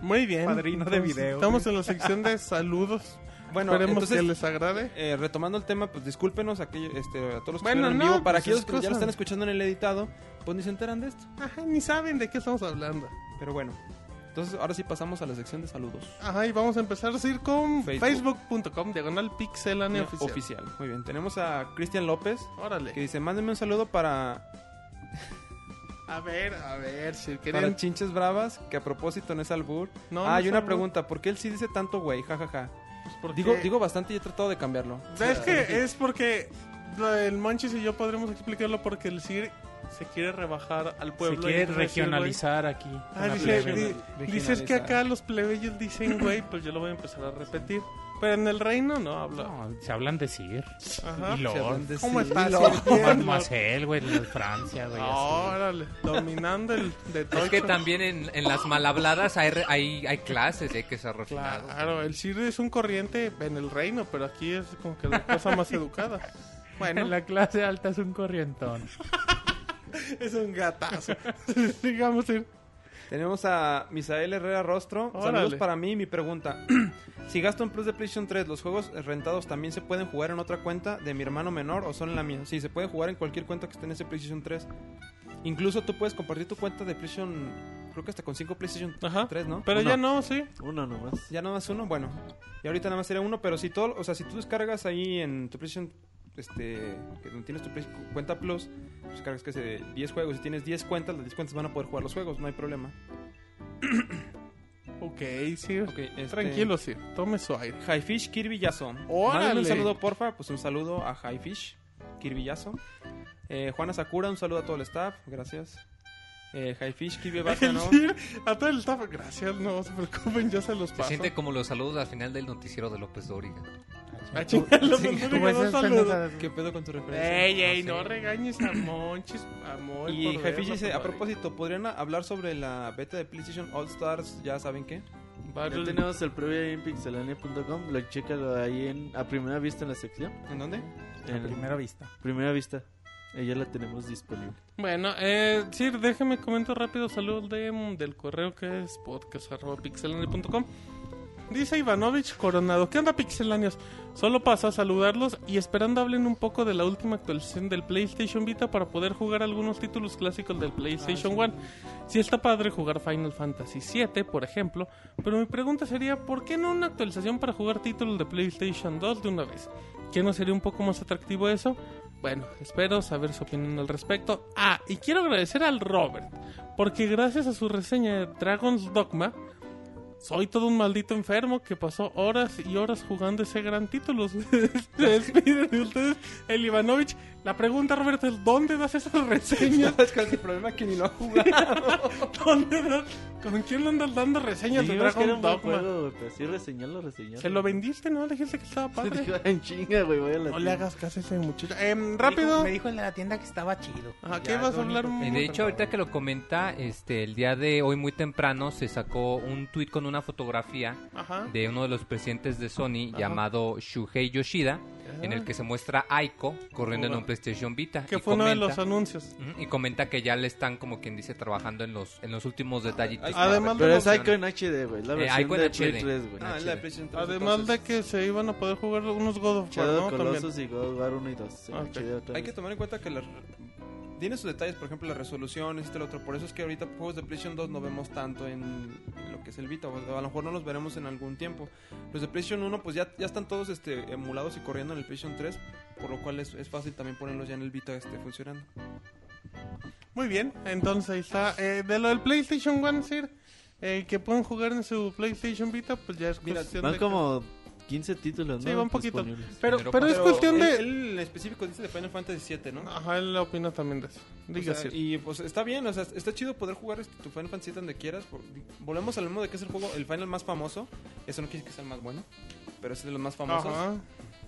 B: Muy bien.
H: Padrino de
B: Entonces,
H: video.
B: Estamos en la sección de saludos.
F: Bueno,
B: Esperemos
F: entonces,
B: que les agrade.
F: eh, retomando el tema, pues discúlpenos a, aquello- este, a todos los que
B: Bueno,
F: estuvieron en
B: no,
F: vivo. para
B: pues,
F: aquellos
B: es
F: que ya
B: cosa-
F: lo están escuchando en el editado, pues ni se enteran de esto.
B: Ajá, ni saben de qué estamos hablando.
F: Pero bueno, entonces ahora sí pasamos a la sección de saludos.
B: Ajá, y vamos a empezar a ir con
F: Facebook.
B: facebook.com, diagonal pixelania oficial.
F: Eh, Oficial. Muy bien, tenemos a Cristian López que
B: Órale.
F: dice: Mándenme un saludo para
B: A ver, a ver, si
F: Para
B: quieren...
F: chinches bravas, que a propósito no es albur.
B: No,
F: ah,
B: no
F: hay
B: es
F: una
B: albur.
F: pregunta, ¿por qué él sí dice tanto güey? Ja, ja, ja.
B: pues, ¿por
F: Digo,
B: qué?
F: digo bastante y he tratado de cambiarlo.
B: ¿Sabes qué? Es porque el Monchis y yo podremos explicarlo porque el Sir se quiere rebajar al
H: Se
B: pueblo.
H: quiere
B: y dice,
H: regionalizar aquí.
B: "Güey". Ah,
H: con la
B: dice,
H: plebe.
B: di-
F: regionalizar.
B: dices que acá los plebeyos dicen güey, pues yo lo voy a empezar a repetir. Pero en el reino no habla.
H: No, se hablan de Sir.
B: Ajá.
H: Y Lord.
B: ¿Cómo estás? Sir? Bien, Lord.
H: Mademoiselle, güey, de Francia, güey. así.
B: Ah, Órale, dominando el de
D: Es que
B: tocho.
D: también en, en las malhabladas hay, re- hay, hay clases y hay que ser refinado.
B: Claro, el Sir es un corriente en el reino, pero aquí es como que la cosa más educada. Bueno,
H: En la clase alta es un corrientón.
B: es un gatazo. Digamos, Sir.
F: Tenemos a Misael Herrera Rostro. Saludos
B: Órale.
F: para mí. Mi pregunta: Si gasto en Plus de PlayStation 3, ¿los juegos rentados también se pueden jugar en otra cuenta de mi hermano menor o son en la mía? Sí, se puede jugar en cualquier cuenta que esté en ese PlayStation 3. Incluso tú puedes compartir tu cuenta de PlayStation, creo que hasta con 5 PlayStation
B: Ajá.
F: 3, ¿no?
B: Pero
F: ¿O
B: ya no, sí.
E: Uno nomás.
F: Ya nada más uno, bueno. Y ahorita nada más sería uno, pero si todo, o sea, si tú descargas ahí en tu PlayStation, este, que donde tienes tu Play- cuenta Plus, descargas que sé, 10 juegos, si tienes 10 cuentas, las 10 cuentas van a poder jugar los juegos, no hay problema.
B: Ok, Sir.
F: Ok, este,
B: Tranquilo, Sir. Tome su aire.
F: Highfish Kirby Yaso.
B: ¡Órale!
F: Mándame un saludo, porfa, pues un saludo a Highfish Kirby Yaso. Eh, Juana Sakura, un saludo a todo el staff, gracias. Eh, Highfish Kirby Baza,
B: El
F: ¿no?
B: Sir, a todo el staff, gracias, no se preocupen, yo se los
D: Se
B: paso.
D: siente como los saludos al final del noticiero de López Dóriga.
B: Ah, chinga, los saludos,
H: Como
B: los
H: esas
B: saludos.
H: pendejadas.
F: ¿Qué pedo con tu referencia? Ah,
B: Ey, ey,
D: No
B: no
D: sé.
B: regañes a Monchis, a Monchis.
F: Y
B: por
F: Highfish
B: verlo,
F: dice,
B: por
F: a propósito, ¿podrían hablar sobre la beta de PlayStation All Stars? Ya saben qué.
E: Ya
B: Battle-
E: tenemos el previo ahí en pixelania.com. Lo chécalo ahí en, a primera vista en la sección.
F: ¿En dónde?
E: En
H: A primera vista.
E: primera vista. Eh, ya la tenemos disponible.
B: Bueno, eh, Sir, déjeme comento rápido saludos de- mm, del correo que es podcast.pixelania.com. Dice Ivanovich Coronado, ¿qué onda pixelanios? Solo paso a saludarlos y esperando hablen un poco de la última actualización del PlayStation Vita para poder jugar algunos títulos clásicos del PlayStation One. Si está padre jugar Final Fantasy VII, por ejemplo, pero mi pregunta sería, ¿por qué no una actualización para jugar títulos de PlayStation 2 de una vez? ¿Qué no sería un poco más atractivo eso? Bueno, espero saber su opinión al respecto. Ah, y quiero agradecer al Robert, porque gracias a su reseña de Dragon's Dogma, soy todo un maldito enfermo que pasó horas y horas jugando ese gran título. Se despide de ustedes, el Ivanovich. La pregunta, Robert, es ¿dónde das esas reseñas?
F: ¿Sabes cuál es el problema? Que ni lo ha jugado.
B: ¿Dónde das ¿Con quién le andas dando reseñas de
E: Dijimos que era
B: Dragon
E: un buen
B: Dogma?
E: juego, güey, pero sí reseñalo, reseñalo.
B: Se lo vendiste, ¿no? Le dijiste que estaba
E: Dijo,
B: padre.
E: en chinga, güey, voy a la
B: No le
E: tienda.
B: hagas caso a ese muchacho. Em, rápido.
H: Me dijo en la tienda que estaba chido.
B: Ajá, ¿qué
H: Ya, es
B: vas a
H: lo
B: hablar,
H: único
B: Momo?
H: que-
D: Eh, De hecho, ahorita que lo comenta, este, el día de hoy muy temprano se sacó un tuit con una fotografía
B: Ajá.
D: de uno de los presidentes de Sony
B: Ah. Ajá.
D: llamado Shuhei Yoshida, en el que se muestra Aiko corriendo en
B: Ujú.
D: un PlayStation Vita.
B: Que
D: y
B: fue uno de los
D: comenta-
B: anuncios.
D: Ujú, Y comenta que ya le están, como quien dice, trabajando en los, en los
B: Ah,
D: últimos detallitos.
F: Además-
D: para ver
B: Además de
D: la
E: Pero es
D: versión.
E: Icon HD, güey. La
D: Eh,
E: versión
D: Ico en
E: de
D: HD.
E: Play 3, güey.
F: Ah, es la de PlayStation 3.
B: Además de
F: entonces.
B: que se iban a poder jugar unos God of War,
E: Shadow
B: ¿no? También.
E: Colossus y God of War 1 y 2. en
B: Ok.
E: HD otra
F: Hay
E: vez.
F: que tomar en cuenta que las... Tiene sus detalles, por ejemplo, la resolución, este, el otro. Por eso es que ahorita juegos de PlayStation 2 no vemos tanto en lo que es el Vita. o a lo mejor no los veremos en algún tiempo. Los de PlayStation 1, pues ya, ya están todos este, emulados y corriendo en el PlayStation 3. Por lo cual es, es fácil también ponerlos ya en el Vita este, funcionando.
B: Muy bien, entonces ahí está. Eh, de lo del PlayStation One, Sir, eh, que pueden jugar en su PlayStation Vita, pues ya es
F: Mira,
B: cuestión
E: Van
B: de...
E: como 15 títulos, ¿no?
B: Sí, van poquitos.
E: Disponibles.
B: Pero,
D: Pero-
B: pero es cuestión de...
F: El, el específico dice de Final Fantasy VII, ¿no?
B: Ajá, él opina también de eso. Diga,
F: O sea,
B: Sir.
F: y pues está bien, o sea, está chido poder jugar este, tu Final Fantasy donde quieras. por- volvemos al mismo de que es el juego, el final más famoso. Eso no quiere decir que sea el más bueno, pero es de los más famosos.
B: Ajá.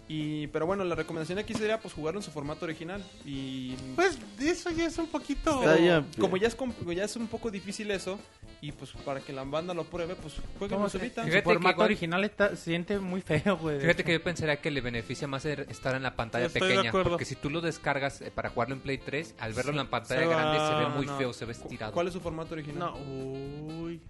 F: Y, pero bueno, la recomendación aquí sería pues jugarlo en su formato original. Y
B: Pues eso ya es un poquito...
E: Está bien.
F: como ya es, com- ya es un poco difícil eso, y pues para que la banda lo pruebe, pues jueguen
H: ¿Cómo
F: en
H: se-
F: su Vita.
D: Fíjate
H: Su formato
D: que igual-
H: original está- se siente muy feo, güey.
D: Fíjate que yo pensaría que le beneficia más er- estar en la pantalla
B: Estoy de
D: pequeña.
B: acuerdo.
D: Porque si tú lo descargas eh, para jugarlo en Play 3, al verlo en la pantalla
B: Se va- Ah,
D: grande se ve muy
B: no.
D: feo, se ve estirado.
F: ¿Cuál es su formato original?
B: No, uy...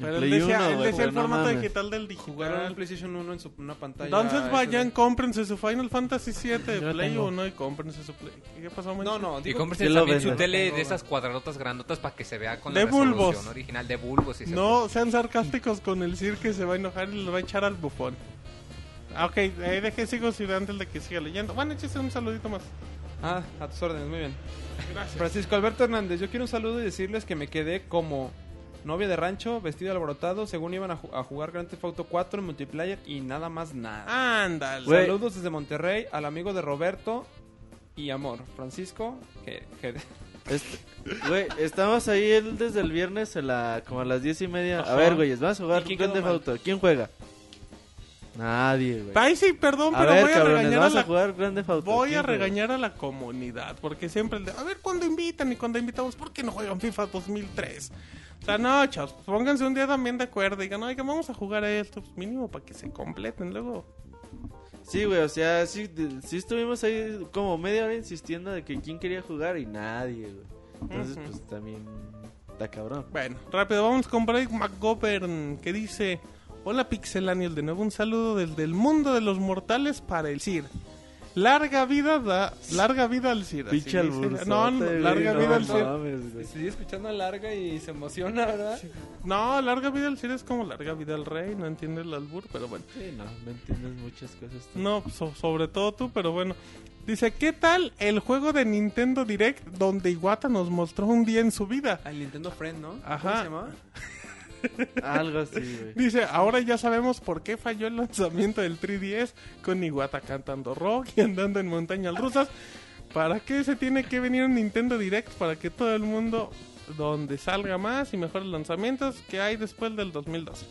B: Pero él
E: Play
B: decía,
E: uno,
B: él
E: güey,
B: decía el
E: pero no
B: formato
E: mames.
B: digital del
F: Jugaron en
B: digital.
F: PlayStation 1 en su, una pantalla.
B: Entonces
F: SD.
B: vayan, cómprense su Final Fantasy VII de
H: Yo lo
B: Play
H: tengo.
B: 1 y cómprense su Play... ¿Qué pasó,
F: No,
B: Monchis?
F: no,
D: Y
F: digo,
D: cómprese
E: Yo lo
D: también su
E: vendo.
D: tele de esas cuadradotas grandotas para que se vea con la
B: De
D: resolución
B: bulbos.
D: original de bulbos. y se-
B: No sean sarcásticos con el Sir que se va a enojar y lo va a echar al bufón. Ah, Ok, eh, deje sigo Sir antes de que siga leyendo. Bueno, échese un saludito más.
F: Ah, a tus órdenes, muy bien.
B: Gracias.
F: Francisco Alberto Hernández, yo quiero un saludo y decirles que me quedé como novia de rancho, vestido de alborotado, según iban a, ju- a jugar Grand Theft Auto 4 en multiplayer y nada más nada.
B: Ah, Ándale.
E: Güey.
F: Saludos desde Monterrey al amigo de Roberto y amor, Francisco. Que, que-
E: Est- Güey, estamos ahí él desde el viernes a la, como a las 10 y media. A ver, güeyes, vamos a
F: ¿Y
E: jugar
F: quién
E: Grand
F: quedó
E: Theft Auto. ¿Quién juega? Nadie, güey.
B: Ay, sí, perdón,
E: A
B: pero
E: ver,
B: voy a
E: cabrones,
B: regañar a
E: vamos a
B: la
E: jugar Grand Theft Auto.
B: voy a
E: ¿Quién juega?
B: regañar a la comunidad, porque siempre el de, a ver cuándo invitan y cuando invitamos, ¿por qué no juegan FIFA 2003? O sea, no, chavos, pues, pónganse un día también de acuerdo y digan, oiga, vamos a jugar esto, pues, mínimo para que se completen luego.
E: Sí, güey, o sea, sí, de- sí estuvimos ahí como media hora insistiendo de que quién quería jugar y nadie, güey. Entonces,
B: Ujú.
E: pues también está cabrón.
B: Bueno, rápido, vamos con Blake McGovern que dice: Hola Pixelaniel, de nuevo un saludo desde el mundo de los mortales para el CIR. Larga vida da, larga vida al CIR. así dice.
E: Pinche albur.
B: No, no, larga vida al CIR.
F: estoy escuchando a larga y se emociona, ¿verdad?
B: No, larga vida al CIR es como larga vida al rey, no entiende el albur, pero bueno.
E: Sí, no, no entiendes muchas cosas. tú.
B: No, so- sobre todo tú, pero bueno. Dice, ¿qué tal el juego de Nintendo Direct donde Iwata nos mostró un día en su vida?
F: Al Nintendo Friend, ¿no?
B: Ajá.
F: ¿Cómo se llamaba?
E: Algo así, güey.
B: Dice, ahora ya sabemos por qué falló el lanzamiento del 3DS con Iwata cantando rock y andando en montañas rusas. ¿Para qué se tiene que venir un Nintendo Direct? Para que todo el mundo donde salga más y mejores lanzamientos que hay después del 2012.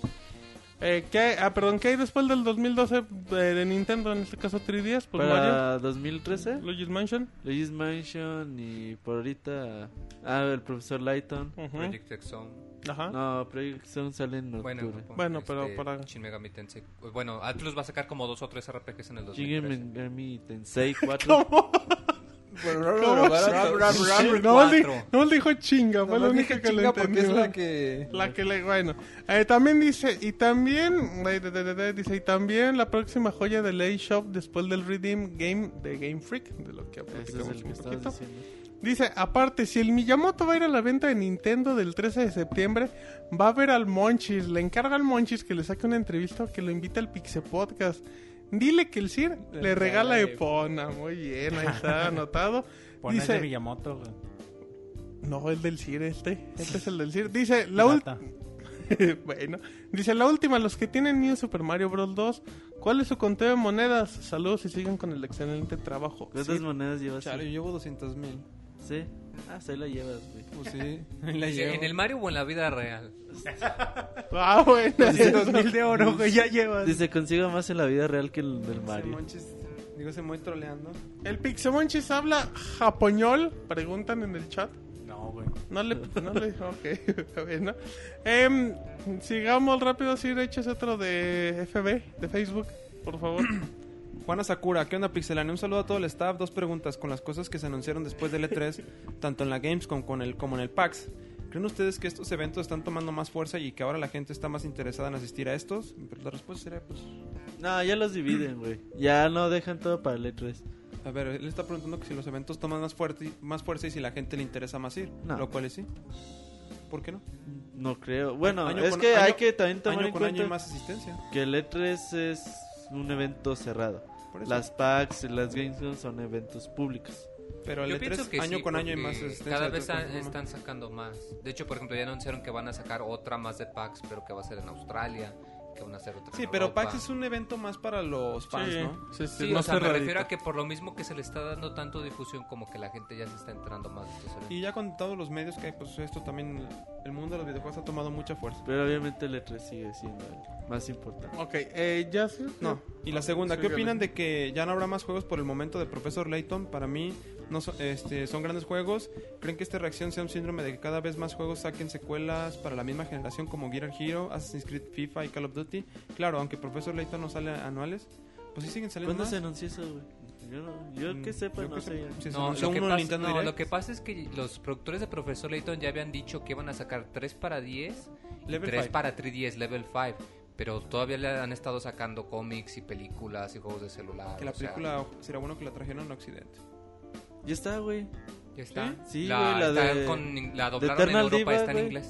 B: Eh, ¿qué hay- ah, perdón, ¿qué hay después del 2012 eh, de, de Nintendo? En este caso 3DS, pues Mario,
E: Para 2013,
B: Luigi's Mansion.
E: Luigi's Mansion y por ahorita. Ah, el profesor Lighton.
B: Ujú,
D: Project X Zone.
B: Ajá.
E: No, Project Zone sale en octubre.
D: Bueno, en Japón,
B: Bueno, pero para-
D: Shin Megami Tensei. Bueno, Atlus va a sacar como dos o tres RPGs en el
E: Shin
D: 2013.
E: Megami Tensei 4.
B: ¿Cómo se- No, él di- no él dijo chinga, fue la
F: Nomás
B: única
F: dije
B: que le
F: chinga porque es
B: entendió.
F: la que...
B: La que le, bueno. Eh, también dice, y también, eh, de- de- de- de- dice, y también la próxima joya del A-Shop después del Redeem Game de Game Freak, de lo que
E: Ese es
B: platicamos
E: el que
B: un
E: estabas
B: poquito.
E: diciendo.
B: Dice, aparte, si el Miyamoto va a ir a la venta de Nintendo del 13 de septiembre, va a ver al Monchis, le encarga al Monchis que le saque una entrevista o que lo invite al Pixe Podcast. Dile que el Sir le, regala Epona. Muy bien, ahí está anotado.
H: Pones de
B: Dice,
H: Miyamoto, güey.
B: no, el del Sir este. Este es el del Sir. Dice, la, ul-
H: Pirata.
B: bueno, dice la última, los que tienen New Super Mario Bros. 2, ¿cuál es su conteo de monedas? Saludos y sigan con el excelente trabajo.
E: ¿Cuántas
B: Sí.
F: Pues
E: monedas llevas?
F: Chale, yo llevo 200 mil.
E: Sí. Ah, se la llevas, güey.
F: Pues sí, ahí la
D: Dice,
F: llevo.
D: ¿En el Mario o en la vida real?
B: Ah, bueno.
C: Dice 2000 de oro, güey, ya llevas.
E: Dice, consigo más en la vida real que el del
F: Ese
E: Mario.
F: monchis, digo, se muy troleando.
B: ¿El Pixemonchis habla japoñol? Preguntan en el chat.
C: No, güey.
H: Pues
B: No le... No le ok, está bien, ¿no? Em, sigamos rápido, si echas otro de FB, de Facebook, por favor.
F: Juana Sakura, ¿qué onda Pixelania? Un saludo a todo el staff. Dos preguntas con las cosas que se anunciaron después del E3, tanto en la Gamescom con el, como en el PAX. ¿Creen ustedes que estos eventos están tomando más fuerza y que ahora la gente está más interesada en asistir a estos? Pero la respuesta sería, pues,
E: No, ya los dividen, güey. Ya no dejan todo para el E3.
F: a ver, él está preguntando que si los eventos toman más, fuerte, más fuerza y si la gente le interesa más ir,
E: No.
F: lo cual es sí. ¿Por qué no?
E: No creo. Bueno,
F: Año
E: es
F: con-
E: que
F: año-
E: hay que también tomar
F: Año
E: en
F: con año
E: cuenta
F: hay más asistencia.
E: que el E3 es un evento cerrado.
F: Por eso.
E: Las PAX y las Gamescom son eventos públicos.
F: Pero el
D: Yo
F: E3
D: pienso que
F: año
D: sí,
F: con año hay
D: porque
F: más este, asistencia.
D: Cada
F: de
D: vez
F: otra
D: han-
F: forma.
D: están sacando más. De hecho, por ejemplo, ya anunciaron que van a sacar otra más de PAX, pero que va a ser en Australia, que van a hacer otra
F: Sí,
D: en
F: pero
D: Europa.
F: PAX es un evento más para los fans,
B: Sí,
F: ¿no?
B: sí, sí,
D: Sí,
B: no
D: o sea, me
B: cerradito.
D: refiero a que por lo mismo que se le está dando tanto difusión, como que la gente ya se está entrando más de estos eventos.
F: Y ya con todos los medios que hay, pues esto también, el mundo de los videojuegos ha tomado mucha fuerza.
E: Pero obviamente el E3 sigue siendo el más importante.
B: Ok, eh, ya sí.
F: No, y la segunda,
B: Sí,
F: ¿qué
B: ya
F: opinan
B: lo-
F: de que ya no habrá más juegos por el momento de Professor Layton? Para mí, no so- este, son grandes juegos. ¿Creen que esta reacción sea un síndrome de que cada vez más juegos saquen secuelas para la misma generación como Gear Hero, Assassin's Creed, FIFA y Call of Duty? Claro, aunque Professor Layton no sale anuales, pues sí siguen saliendo
E: ¿Cuándo
F: más. Mm,
E: se anunció eso, güey? Yo, no- yo que sepa,
F: Yo
E: no
F: que
E: sé.
F: sepa. Sí, se
D: No,
F: anunció
D: lo que,
F: uno en
D: pasa,
F: Nintendo
D: no,
F: Direct.
D: lo que pasa es que los productores de Profesor Layton ya habían dicho que iban a sacar 3 para 10 y
F: Level
D: 3
F: five.
D: para 3DS, level 5. Pero todavía le han estado sacando cómics y películas y juegos de celular.
F: Que la
D: o sea,
F: película será bueno que la trajeron en Occidente.
E: Ya está, güey.
D: ¿Ya está?
E: Sí,
D: la,
E: güey, la
D: está
E: de-
D: con- la
E: de
D: doblaron
E: Eternal
D: en Europa,
E: Diva,
D: está en
E: güey.
D: inglés.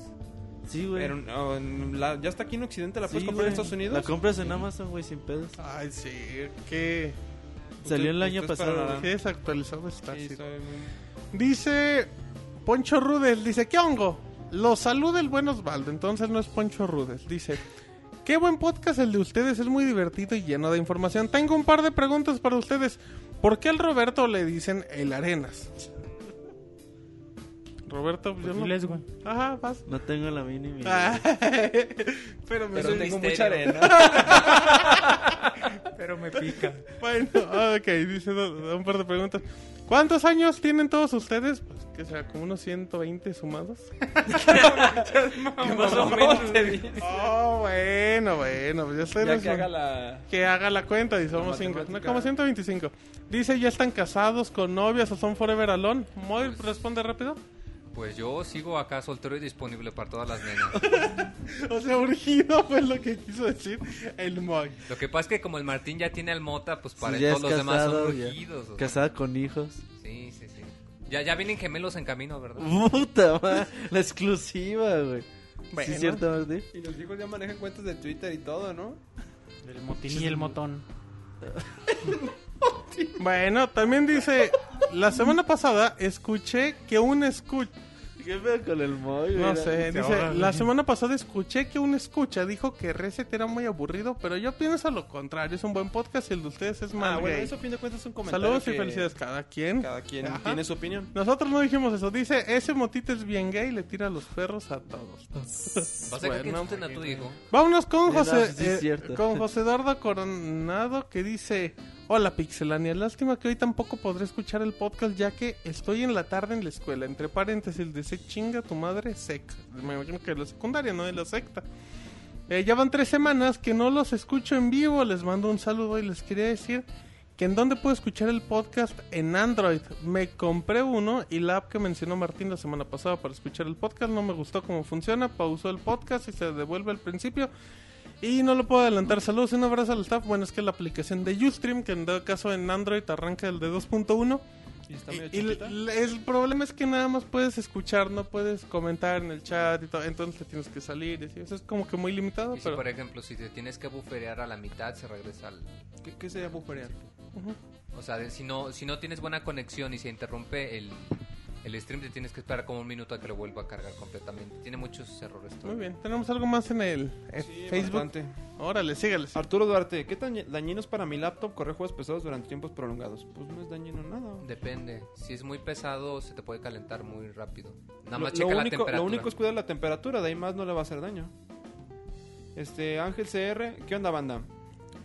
E: Sí, güey.
F: Pero no, en la- ya está aquí en Occidente, la puedes
E: Sí,
F: comprar
E: güey.
F: en Estados Unidos.
E: La compras en Amazon, güey, sin pedos.
B: Ay, sí, que...
E: Salió el año
F: ustedes
E: pasado,
F: para-
E: güey.
B: Qué desactualizado está.
F: Sí,
B: sí.
F: soy muy-
B: Dice Poncho Rudel, dice, ¿qué hongo? Lo saluda el buen Osvaldo, entonces no es Poncho Rudel. Dice, qué buen podcast el de ustedes, es muy divertido y lleno de información. Tengo un par de preguntas para ustedes. ¿Por qué al Roberto le dicen el Arenas? Roberto, pues, yo no...
H: Diles, güey.
B: Ajá, vas.
E: No tengo la mínima. idea.
B: Ah, Pero me
D: Pero
B: soy-
D: tengo
C: Mucha
D: mucha arena.
C: arena. Pero me pica.
B: Bueno, ah, ok, dice do- do- un par de preguntas. ¿Cuántos años tienen todos ustedes? Pues que sea como unos 120 sumados.
C: Más o menos.
B: Oh, bueno, bueno, pues yo estoy
F: Ya que
B: respon-
F: haga la...
B: que haga la cuenta, dice, somos cinco. No,
F: matemática.
B: como 125. Dice, ¿ya están casados con novias o son forever alone? Moy, responde rápido.
D: Pues yo sigo acá soltero y disponible para todas las nenas.
B: O sea, urgido fue lo que quiso decir el Moy.
D: Lo que pasa es que como el Martín ya tiene al Mota, pues para
E: Sí,
D: él
E: ya
D: todos los
E: es
D: demás son
E: casado, ya.
D: rugidos. o sea.
E: Casada con hijos.
D: Sí, sí, sí. Ya, ya vienen gemelos en camino, ¿verdad?
E: Puta, madre. la exclusiva, güey.
B: Bueno.
E: Sí, cierto, Martín.
F: Y los hijos ya manejan cuentas de Twitter y todo, ¿no?
H: El motín y el motón.
B: Bueno, también dice, la semana pasada escuché que un escucha...
E: ¿Qué pedo con el Moy, güey?
B: No sé,
H: se
B: dice,
H: ahoga.
B: la semana pasada escuché que un escucha dijo que Reset era muy aburrido, pero yo pienso lo contrario, es un buen podcast y el de ustedes es más
F: Ah, bueno,
B: gay.
F: eso a fin de cuentas es un comentario.
B: Saludos y
F: que
B: felicidades cada quien.
F: Cada quien
B: Ajá.
F: tiene su opinión.
B: Nosotros no dijimos eso. Dice, ese motito es bien gay y le tira los perros a todos.
D: Vas a dejar que
B: Bueno,
D: insulten a tu hijo.
B: Vámonos con
E: No,
B: José,
E: sí es
B: eh,
E: cierto.
B: con José Eduardo Coronado que dice, hola Pixelania, lástima que hoy tampoco podré escuchar el podcast ya que estoy en la tarde en la escuela. Entre paréntesis, dice, chinga tu madre, sec. Me imagino que la secundaria, no de la secta. Eh, ya van tres semanas que no los escucho en vivo. Les mando un saludo y les quería decir que en dónde puedo escuchar el podcast en Android. Me compré uno y la app que mencionó Martín la semana pasada para escuchar el podcast no me gustó cómo funciona. Pausó el podcast y se devuelve al principio. Y no lo puedo adelantar. Saludos y un abrazo al staff. Bueno, es que la aplicación de Ustream, que en dado caso en Android arranca el de 2.1.
F: Y está medio
B: Y, y l-
F: chiquita.
B: l- el problema es que nada más puedes escuchar, no puedes comentar en el chat y todo. Entonces te tienes que salir. y así. Eso es como que muy limitado.
D: Y si,
B: pero...
D: por ejemplo, si te tienes que buferear a la mitad, se regresa al...
F: ¿Qué, qué sería buferear?
D: O sea, de- si no, si no tienes buena conexión y se interrumpe el, El stream te tienes que esperar como un minuto a que lo vuelva a cargar completamente. Tiene muchos errores.
B: Muy bien, tenemos algo más en el en
F: Sí,
B: Eh, Facebook.
F: bastante.
B: Órale, sígales.
F: Arturo Duarte, ¿qué tan dañino es para mi laptop correr juegos pesados durante tiempos prolongados? Pues no es dañino nada.
D: Depende. Si es muy pesado, se te puede calentar muy rápido. Nada
F: Lo-
D: más
F: lo
D: checa la
F: único-
D: temperatura.
F: Lo único es cuidar la temperatura, de ahí más no le va a hacer daño. Este, Ángel CR, ¿qué onda, banda?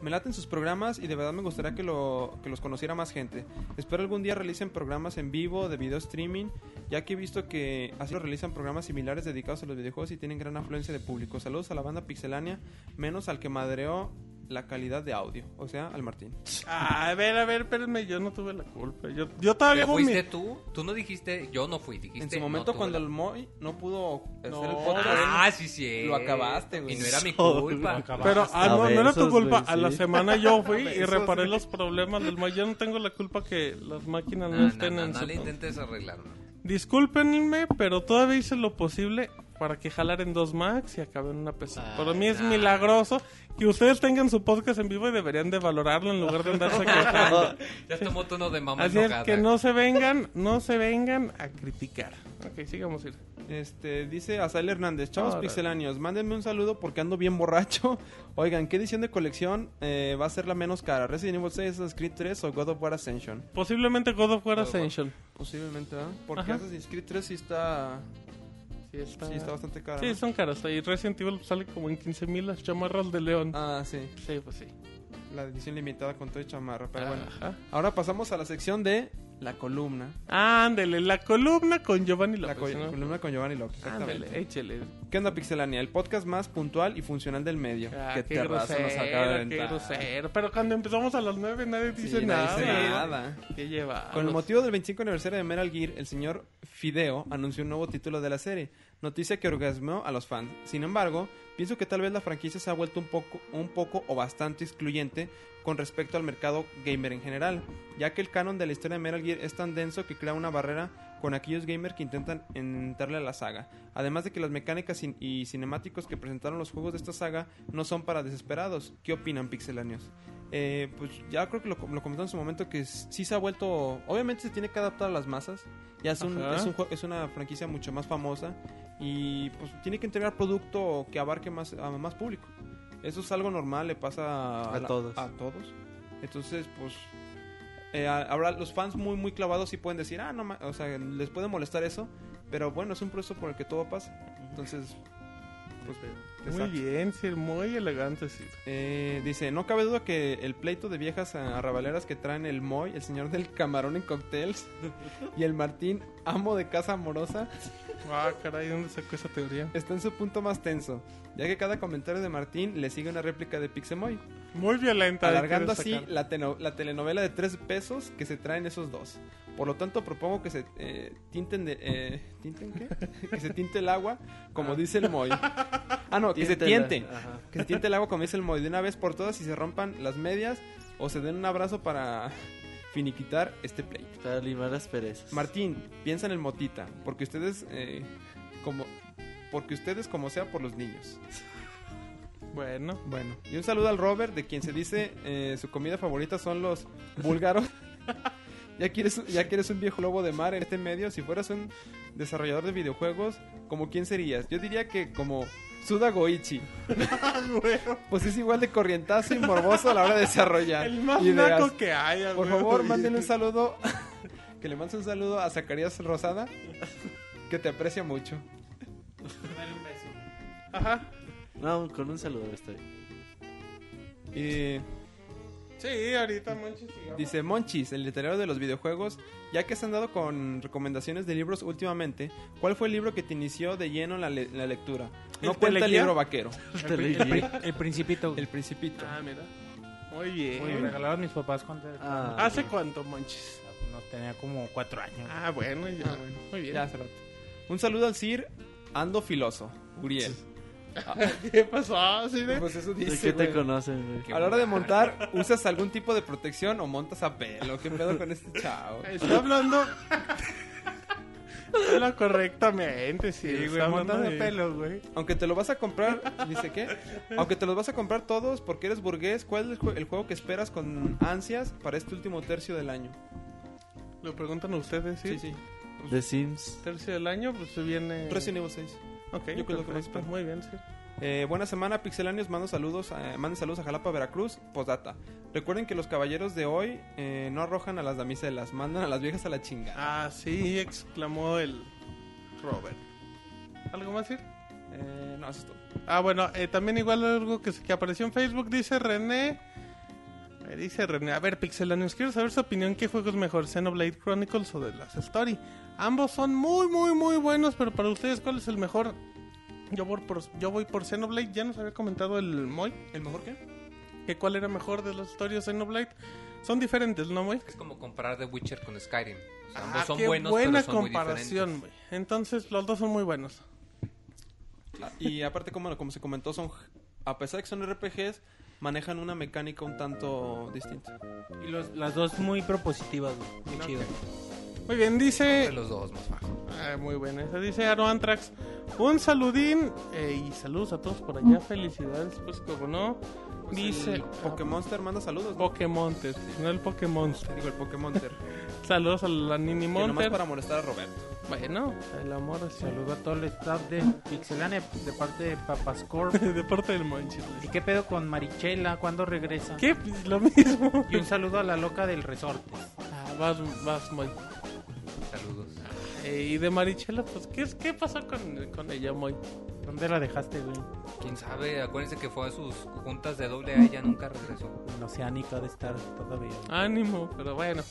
F: Me laten sus programas y de verdad me gustaría que, lo, que los conociera más gente. Espero algún día realicen programas en vivo, de video streaming, ya que he visto que así lo realizan programas similares dedicados a los videojuegos y tienen gran afluencia de público. Saludos a la banda pixelánea, menos al que madreó la calidad de audio, o sea, al Martín.
B: Ah, a ver, a ver, espérenme, yo no tuve la culpa. Yo, yo todavía
D: ¿Pero
B: hago mi-
D: ¿Fuiste tú? Tú no dijiste, yo no fui. Dijiste,
F: En su
D: no
F: momento,
D: tuve
F: cuando
D: la-
F: el Moy no pudo hacer
B: No.
F: el podcast,
D: Ah, sí, sí.
F: Lo acabaste, güey.
D: Y no era mi
H: Oh,
D: culpa.
B: Pero ah, no,
E: A
B: no era tu
E: besos,
B: culpa.
E: güey,
B: A la
E: sí.
B: semana yo fui y
F: Besos,
B: reparé
F: güey.
B: los problemas del Moy. Yo no tengo la culpa que las máquinas
D: No,
B: no,
D: no,
B: estén
D: no,
B: en
D: no
B: su-
D: le intentes arreglar. no.
B: Discúlpenme, pero todavía hice lo posible para que jalaran dos Macs y acaben una PC. Para mí es
D: Ah, nah.
B: milagroso que ustedes tengan su podcast en vivo y deberían de valorarlo en lugar de andarse quejando.
D: Ya tomó tono de mamá
B: Así es
D: enojada.
B: que no se vengan, no se vengan a criticar. Ok, sigamos ir.
F: Este, dice Azael Hernández, chavos
B: Órale.
F: pixelanios, mándenme un saludo porque ando bien borracho. Oigan, ¿qué edición de colección eh, va a ser la menos cara? ¿Resident Evil 6, Assassin's Creed 3 o God of War Ascension?
B: Posiblemente God of War
D: God of War.
B: Ascension.
F: Posiblemente, ¿verdad? Porque
B: ¿ah? Ajá.
F: Assassin's Creed 3 sí está,
B: Sí, está,
F: sí está bastante cara.
B: Sí,
F: ¿no?
B: son caras. Y Resident Evil sale como en 15 mil las chamarras de león.
F: Ah, sí,
B: Sí, pues sí.
F: la edición limitada con todo y chamarra, pero bueno.
B: Ajá.
F: Ahora pasamos a la sección de la columna.
B: Ándele, la columna con Giovanni
F: La
B: López.
F: co-
B: ¿no?
F: columna con Giovanni López, exactamente.
B: Ándele, échele.
F: ¿Qué onda, Pixelania? El podcast más puntual y funcional del medio.
B: Ah,
F: ¿Qué,
B: qué
F: terrazo nos acaba de
B: grosero, qué
F: aventar.
B: grosero. Pero cuando empezamos a las 9 nadie
F: Sí,
B: dice
F: no
B: nada.
F: dice nada.
B: ¿Qué lleva?
F: Con el motivo del 25 aniversario de Metal Gear, el señor Fideo anunció un nuevo título de la serie, noticia que orgasmeó a los fans. Sin embargo, pienso que tal vez la franquicia se ha vuelto un poco, un poco o bastante excluyente con respecto al mercado gamer en general, ya que el canon de la historia de Metal Gear es tan denso que crea una barrera con aquellos gamers que intentan entrarle a la saga. Además de que las mecánicas cin- y cinemáticos que presentaron los juegos de esta saga no son para desesperados. ¿Qué opinan, pixelanios? Eh, pues ya creo que lo, com- lo comentó en su momento que s- sí se ha vuelto. Obviamente se tiene que adaptar a las masas. Ya es, un,
B: Ajá.
F: es, un jue- es una franquicia mucho más famosa. Y pues tiene que entregar producto que abarque más, a más público. Eso es algo normal, le pasa
E: A todos.
F: a todos. Entonces, pues. eh, a- habrá los fans muy, muy clavados sí pueden decir, ah, no, ma-", o sea, les puede molestar eso. Pero bueno, es un proceso por el que todo pasa. Entonces, pues,
B: Muy
F: exacto.
B: bien, Sir, muy elegante, Sir.
F: Eh, dice, no cabe duda que el pleito de viejas eh, arrabaleras que traen el Moy, el señor del camarón en cócteles y el Martín, amo de casa amorosa,
B: Ah, caray, ¿dónde sacó esa teoría?
F: está en su punto más tenso, ya que cada comentario de Martín le sigue una réplica de Pixemoy,
B: Muy violenta.
F: alargando
B: quiero
F: así
B: sacar.
F: la, teno- la telenovela de tres pesos que se traen esos dos. Por lo tanto, propongo que se eh, tinten de... eh, ¿Tinten qué? que se tinte el agua, como dice el Moy. Ah, no, que se
E: Tiéntela.
F: tiente.
E: Ajá.
F: Que se tiente el agua como dice el Moy de una vez por todas y se rompan las medias o se den un abrazo para finiquitar este play.
E: Para limar las perezas.
F: Martín, piensa en el motita, porque ustedes eh, como porque ustedes como sea por los niños.
B: Bueno,
F: Bueno, y un saludo al Robert, de quien se dice eh, su comida favorita son los búlgaros. ya, quieres, ya quieres un viejo lobo de mar en este medio. Si fueras un desarrollador de videojuegos, ¿como quién serías? Yo diría que como Suda Goichi. pues es igual de corrientazo y morboso a la hora de desarrollar.
B: el más
F: ideas.
B: naco que haya,
F: Por
B: güey.
F: favor, mándenle un saludo. que le mandes un saludo a Zacarías Rosada, que te aprecia mucho.
H: Dale un beso.
B: Ajá.
E: No, con un saludo estoy.
F: Y.
B: Sí, ahorita, Monchi, sigamos.
F: Dice Monchis, el literario de los videojuegos, ya que se han dado con recomendaciones de libros últimamente, ¿cuál fue el libro que te inició de lleno en la, le- en la lectura? No
B: ¿El
F: cuenta el
B: Teleguía?
F: libro vaquero,
H: El, pri- el pri- el principito.
F: El Principito.
B: Ah, mira. Muy bien.
H: Me regalaron mis papás cuando
E: Ah.
B: ¿Hace cuánto, Monchis?
H: no tenía como cuatro años.
B: Ah, bueno, ya, bueno. Muy bien.
F: Ya hace rato. Un saludo al Sir Ando Filoso, Uriel.
B: ¿Qué pasó? ¿Sí de...
F: Pues eso
E: ¿De
F: dice,
E: qué te
F: güey.
E: conocen, güey?
F: A la hora de montar, ¿usas algún tipo de protección o montas a pelo? ¿Qué pedo con este chavo?
B: Está hablando. Habla correctamente, sí.
H: Sí,
B: está
H: güey,
B: hablando
H: montas de
B: bien.
H: pelo, güey.
F: Aunque te lo vas a comprar, dice qué? Aunque te los vas a comprar todos porque eres burgués, ¿cuál es el jue- el juego que esperas con ansias para este último tercio del año?
B: Lo preguntan a ustedes, sí.
F: Sí, sí.
E: The Sims.
B: Tercio del año, pues se viene.
F: Resident Evil 6.
B: Ok,
F: Yo creo que lo espero.
B: Muy bien, sí.
F: Eh, buena semana, pixelanios. Mando saludos, a, manden saludos a Jalapa, Veracruz. Postdata. Recuerden que los caballeros de hoy eh, no arrojan a las damiselas, mandan a las viejas a la chingada.
B: Ah, sí, exclamó el Robert. ¿Algo más, Sir?
F: Eh, no, eso es todo.
B: Ah, bueno, eh, también igual algo que, que apareció en Facebook, dice René. Me dice René, a ver, Pixelanios, quiero saber su opinión, ¿qué juego es mejor, Xenoblade Chronicles o The Last Story? Ambos son muy, muy, muy buenos, pero para ustedes, ¿cuál es el mejor? Yo voy por, yo voy por Xenoblade, ya nos había comentado el Moy,
F: ¿El mejor qué?
B: que cuál era mejor de Last Story o Xenoblade. Son diferentes, ¿no, Moy?
D: Es como comparar The Witcher con Skyrim. O sea, ambos
B: Ah,
D: son
B: qué
D: buenos,
B: buena
D: pero son muy
B: comparación,
D: diferentes.
B: güey. Entonces, los dos son muy buenos.
F: Ah, Y aparte, como, como se comentó, son a pesar de que son RPGs, manejan una mecánica un tanto distinta.
H: Y los- las dos muy propositivas, güey. Muy chido.
B: Muy bien, dice...
D: Entre los dos, más bajo.
B: Ah, muy buena esa. Dice Aro Antrax. Un saludín eh, y saludos a todos por allá. Felicidades, pues como no.
F: Pues
B: Dice
F: el Pokémonster manda saludos. ¿no?
B: Pokémon, no el Pokémon.
F: Digo, el Pokémonster. que
B: Saludos a la Nini
F: nomás
B: Monter.
F: para molestar a Roberto.
B: Bueno, el amor hacia
H: Saludo a todo el staff de Pixelania de parte de Papascorp.
B: el deporte del Monchi.
H: ¿Y qué pedo con Marichela? ¿Cuándo regresa?
B: ¿Qué? Pues, Lo mismo.
H: Y un saludo a la loca del resorte.
B: Ah, vas, vas, Moy.
D: Saludos.
B: Eh, y de Marichela, pues, ¿qué, es- qué pasó con, con ella, Moy?
H: ¿Dónde la dejaste, güey?
D: Quién sabe, acuérdense que fue a sus juntas de doble A y ya nunca regresó.
H: En Oceánica ha de estar todavía.
B: Ah, Ánimo, pero bueno.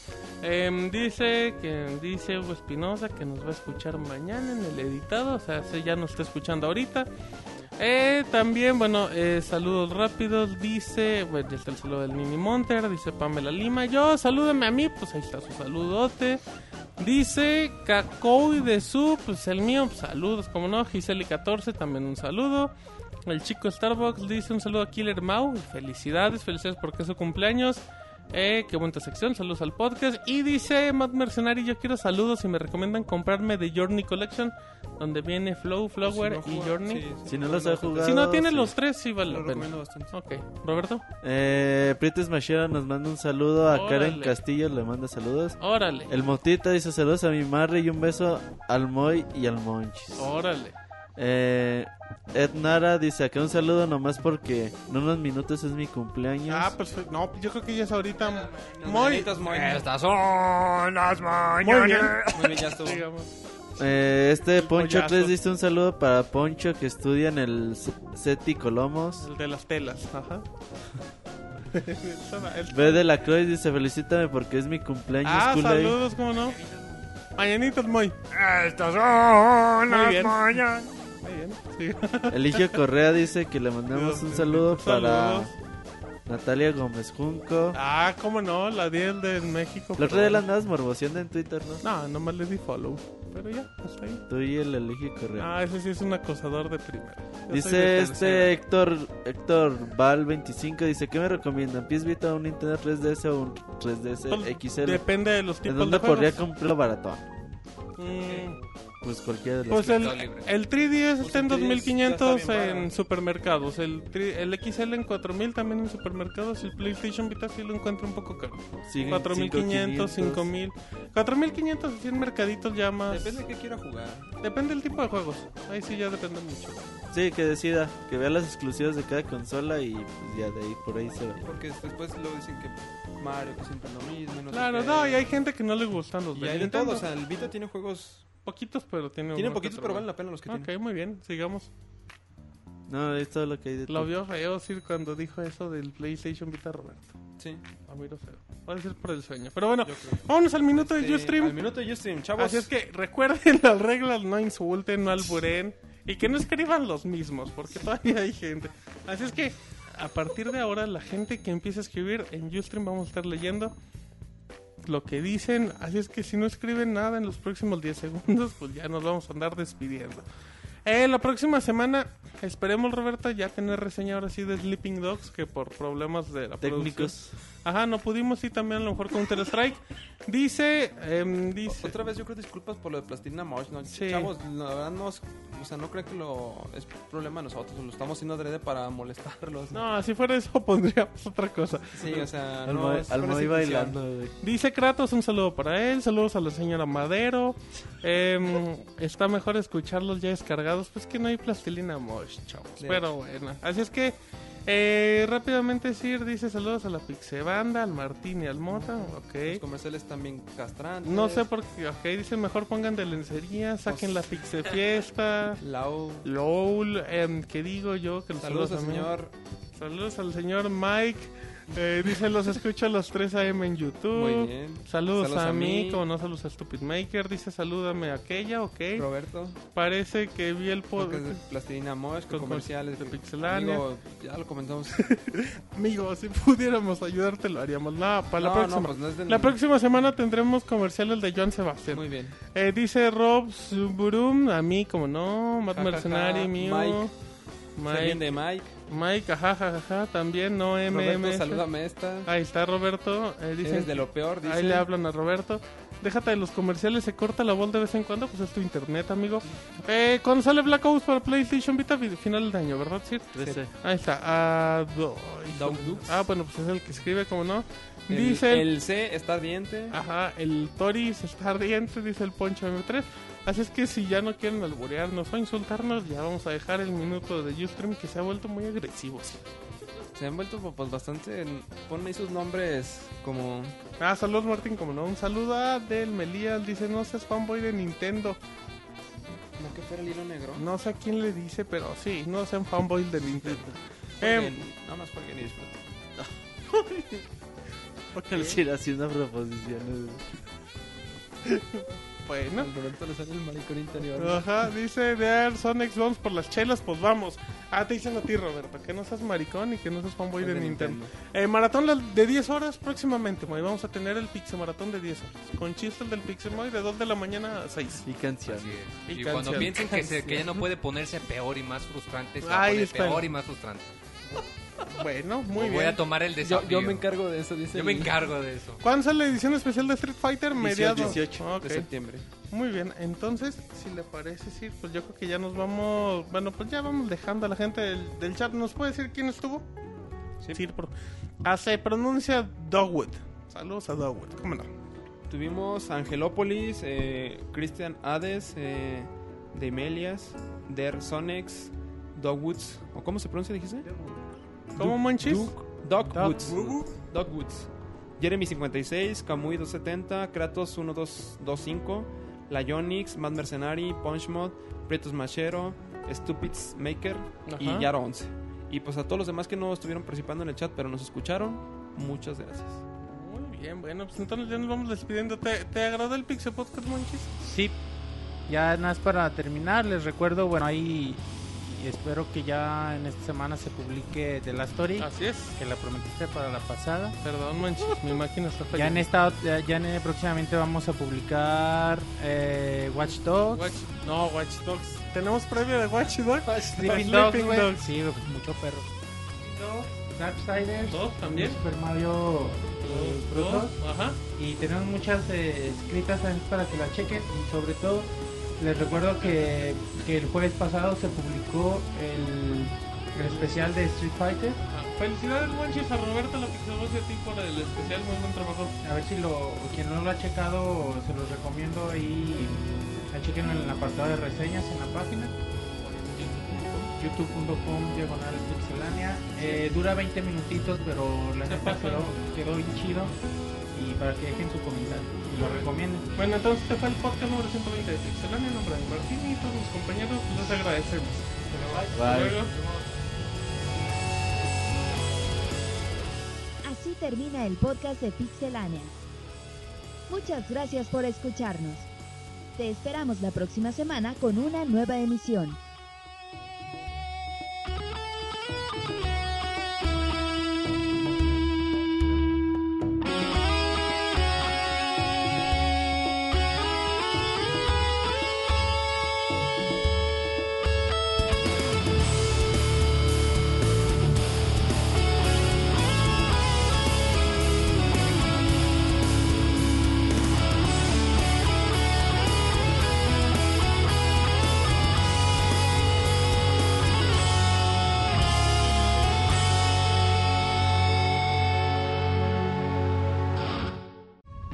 B: Em, dice que dice Hugo Espinosa que nos va a escuchar mañana en el editado. O sea, se ya nos está escuchando ahorita. Eh, también, bueno, eh, saludos rápidos. Dice, bueno, ya está el saludo del Nini Monter. Dice Pamela Lima. Yo, salúdame a mí. Pues ahí está su saludote. Dice Kakoi de su, pues el mío, pues, saludos, como no. Giseli14, también un saludo. El chico Starbucks dice un saludo a Killer Mau. Felicidades, felicidades porque es su cumpleaños. Eh, qué bonita sección, saludos al podcast. Y dice Matt Mercenari, yo quiero saludos y me recomiendan comprarme The Journey Collection, donde viene Flow, Flower
F: Si no
B: y
F: juega-
B: Journey.
F: sí, sí,
E: Si no
F: lo
E: los ha
F: recomiendo
E: jugado.
B: Si no tienes
E: sí.
B: los tres, sí
F: bastante.
B: vale
F: Lo
B: la pena.
F: recomiendo bastante.
B: Ok, Roberto,
E: Eh, Prietes Machera nos manda un saludo a Karen
B: Órale.
E: Castillo, le manda saludos.
B: órale,
E: El Motita dice saludos a mi Marre y un beso al Moy y al Monchis.
B: órale.
E: Eh, Ed Nara dice acá un saludo nomás porque en unos minutos es mi cumpleaños.
B: Ah, perfecto. No, yo creo que ya es ahorita
F: Las
B: muy,
F: mañanitas, muy bien.
D: Estas son las
B: muy bien,
D: mañanas.
F: Muy bien, ya estuvo.
B: digamos.
E: Eh, este Poncho
B: pollazo.
E: les dice un saludo para Poncho que estudia en el C- CETI Colomos.
B: El de las telas, ajá. El-
E: Ve de la eh. Croix dice felicítame porque es mi cumpleaños.
B: Ah,
E: culé".
B: saludos, cómo no. Mañanitas, muy.
D: Estas son
B: Muy
D: las
B: bien.
D: mañanas.
B: Muy bien, sí.
E: Eligio Correa dice que le mandamos un saludo para
B: Saludos.
E: Natalia Gómez Junco.
B: Ah, cómo no, la 10 de México.
E: El otro día
B: pero-
E: la andabas morboseando en Twitter, ¿no?
B: No, nomás le di follow. Pero ya, hasta ahí.
E: Tú y el Eligio Correa.
B: Ah, ese sí es un acosador de primera. Yo soy
E: Dice
B: de
E: este
B: tercera.
E: Héctor Héctor Val 25 dice, ¿qué me recomiendan? ¿PS Vita, un Nintendo 3DS o un 3DS XL?
B: Depende de los
E: ¿En
B: tipos
E: dónde
B: de juegos.
E: podría comprarlo barato?
B: Mm,
E: Pues cualquiera de las
B: pues
E: que-
B: el,
D: libre.
B: el 3DS
F: Pues
B: está
F: el
B: en 2500
F: 3DS está bien
B: en
F: barato.
B: supermercados. El, tri- el XL en 4000 también en supermercados. El PlayStation Vita sí lo encuentro un poco caro.
E: Sí,
B: 4500, 5000. 4500 así en mercaditos ya más.
F: Depende de qué quiera jugar.
B: Depende del tipo de juegos. Ahí sí ya depende mucho.
E: Sí, que decida, que vea las exclusivas de cada consola y pues, ya de ahí por ahí se ve.
F: Porque después luego dicen que Mario, que siempre es lo mismo. y no sé
B: Claro,
F: qué.
B: no, y hay gente que no le gustan los
F: Y hay de
B: Nintendo.
F: todo. O sea, el Vita tiene juegos.
B: Poquitos, pero tiene
F: Tiene
B: uno que
F: poquitos,
B: otro
F: pero valen
B: bueno.
F: la pena los que tienen.
B: Ok, muy bien, sigamos.
E: No, es todo lo que hay de
B: Lo
E: todo.
B: vio feo, Sir, cuando dijo eso del PlayStation Vita Roberto.
F: Sí.
B: A mí lo feo. Puede ser por el sueño. Pero bueno,
F: Yo creo.
B: vámonos al minuto de
F: Este, Al
B: YouStream.
F: minuto de Ustream, chavos.
B: Así es que recuerden las reglas, no insulten, no alburen. Y que no escriban los mismos, porque todavía hay gente. Así es que a partir de ahora, la gente que empiece a escribir en YouStream vamos a estar leyendo lo que dicen. Así es que si no escriben nada en los próximos 10 segundos, pues ya nos vamos a andar despidiendo. Eh, la próxima semana esperemos, Roberta, ya tener reseña ahora sí de Sleeping Dogs, que por problemas de la producción-
E: Técnicos.
B: Ajá, no pudimos, sí, también a lo mejor Counter Strike. Dice, em, dice...
F: Otra vez yo creo disculpas por lo de Plastilina Mosh, ¿no?
B: Sí.
F: Chavos, la verdad no, es- o sea, no creo que lo es problema de nosotros, lo estamos haciendo adrede para molestarlos.
B: No, si fuera eso pondríamos otra cosa.
F: Sí, o sea, no
B: Ah,
E: Alma,
F: es con
E: Alma
F: esa
E: ahí
F: intención.
E: bailando, güey.
B: Dice Kratos, un saludo para él, saludos a la señora Madero. Em, está mejor escucharlos ya descargados, pues que no hay plastilina mosh, chavos.
F: De
B: Pero bueno, así es que eh, rápidamente Sir dice saludos a la Pixebanda, al Martín y al Mota,
F: Los
B: ok.
F: comerciales también castrantes.
B: No sé por qué, ok, dice mejor pongan de lencería, saquen
F: Pues.
B: la Pixe Fiesta.
F: Lau.
B: LOL, em, ¿qué digo yo? Que los
F: Saludos al
B: también.
F: señor.
B: Saludos al señor Mike. Eh, dice, los escucho a los 3 AM en YouTube.
F: Muy bien.
B: Uh, Saludos,
F: Saludos
B: a,
F: a
B: mí,
F: mí.
B: como no saludos a Stupid Maker. Dice, salúdame a aquella, ok.
F: Roberto,
B: Parece que vi el
F: creo que es de
B: podcast.
F: Plastilina Mosh,
B: Con-
F: con comerciales
B: de
F: que-
B: Pixelania.
F: Amigo, ya lo comentamos.
B: Amigo, si pudiéramos ayudarte lo haríamos. No, para la
F: No,
B: próxima.
F: no, pues no es de-
B: La próxima semana tendremos comerciales de Joan Sebastián.
F: Muy bien.
B: Eh, dice Rob Zuburum, a mí como no, Matt
F: Ja, ja, ja.
B: Mercenari, mío.
F: Mike. Alguien
B: Mike,
F: de Mike.
B: Mike, ajá, ajá, ajá, también, no MM.
F: Roberto, salúdame a esta.
B: Ahí está Roberto. Eh, dice,
F: Eres de lo peor, dice.
B: Ahí le hablan a Roberto. Déjate de los comerciales, se corta la voz de vez en cuando, pues es tu internet, amigo. Eh, cuando sale Black Ops para PlayStation Vita, fi- final de año, ¿verdad, Sir?
E: 13.
B: Ahí está. Ah, do-
F: Dog Dukes.
B: ah, bueno, pues es el que escribe, como no.
F: El-
B: Dice
F: El,
B: el,
F: C está ardiente.
B: Ajá, el Toris está ardiente, dice el Poncho M3. Así es que si ya no quieren alborearnos o insultarnos, ya vamos a dejar el minuto de Ustream que se ha vuelto muy agresivo. Sir.
F: Se han vuelto pues, bastante. Ponme ahí sus nombres como.
B: Ah, saludos Martín, como no. Un saludo a del Melías, dice, no seas fanboy de Nintendo.
F: ¿No que fuera el hilo negro?
B: No sé a quién le dice, pero sí, no sean fanboys de Nintendo. Em,
F: Jueguen, nada más jueguen y disfruten.
E: El Sir haciendo proposiciones, güey.
B: Bueno.
F: Al Roberto le sale el maricón interior.
B: pues,
H: Ah.
B: Ajá, dice Dear Sonics, vamos por las chelas, pues vamos. Ah, te dicen a ti, Roberto, que no seas maricón y que no seas fanboy de, Nintendo. Eh, maratón la- de 10 horas próximamente, Moy. Vamos a tener el Pixel Maratón de 10 horas. Con chistes del Pixel Moy de 2 de la mañana a 6.
E: Y canciones.
D: Así es.
B: Y
D: Y,
B: canción.
D: cuando piensen que, se- que ya no puede ponerse peor y más frustrante, se va a
B: Ahí
D: poner
B: está.
D: peor y más frustrante.
B: Bueno,
D: Voy
F: Pues
B: muy
D: a
B: bien.
D: tomar el
F: Yo,
D: desafío.
F: yo me encargo de eso, dice.
D: Yo me
F: el-
D: encargo de eso.
B: ¿Cuándo sale la edición especial de Street Fighter? Mediados.
E: 18.
B: Ok.
F: De septiembre.
B: Muy bien, entonces, si le parece, Sir, pues yo creo que ya nos vamos. Bueno, pues ya vamos dejando a la gente del, del chat. ¿Nos puede decir quién estuvo? Sí. Sir, por... Ah, se pronuncia Dogwood. Saludos a Dogwood, ¿cómo no?
F: Tuvimos Angelópolis, eh, Christian Hades, eh, Demelias, Der Sonex, Dogwoods. ¿O cómo se pronuncia, dijiste?
B: ¿Cómo, Monchis?
F: Dogwoods. Dogwoods. Jeremy 56, Kamui 270, Kratos 1225, Lionix, Mad Mercenary, Punchmod, Pretos Machero, Stupids Maker
B: Ajá.
F: y Yaro 11. Y pues a todos los demás que no estuvieron participando en el chat, pero nos escucharon, muchas gracias.
B: Muy bien, bueno, pues entonces ya nos vamos despidiendo. ¿Te, te agradó el Pixel Podcast, Monchis?
H: Sí, ya nada más para terminar, les recuerdo, bueno, ahí espero que ya en esta semana se publique de la story
B: Así es.
H: que la prometiste para la pasada.
B: Perdón, Monchis, mi máquina está
H: Ya en
B: fallando.
H: esta, ya- ya en- eh, próximamente vamos a publicar eh, Watch Dogs,
B: Watch... No, Watch Dogs. Tenemos previo de Watch Dogs.
H: Sleeping
B: Sleeping
H: Dogs, güey.
B: Dogs.
H: sí, güey, pues, mucho perro. Darksiders,
B: Dos también.
H: Super Mario eh, Bros.
B: Dos, Ajá.
H: y tenemos muchas eh, escritas ahí para que las chequen y sobre todo les recuerdo que, que el jueves pasado se publicó el, el especial de Street Fighter
B: Ah, Felicidades, Monchis, a Roberto, la Pixelbox y a ti por el especial. Muy buen trabajo.
H: a ver si lo quien no lo ha checado se los recomiendo ahí la chequen en el apartado de reseñas en la página youtube.com diagonal pixelania Eh, dura 20 minutitos pero la neta quedó, quedó bien chido y para que dejen su comentario y lo recomienden
B: Bueno, entonces este fue el podcast número 120 de Pixelania. En nombre de Martín y todos mis compañeros, les agradecemos. Hasta
E: Bye.
B: luego.
A: Así termina el podcast de Pixelania. Muchas gracias por escucharnos. Te esperamos la próxima semana con una nueva emisión.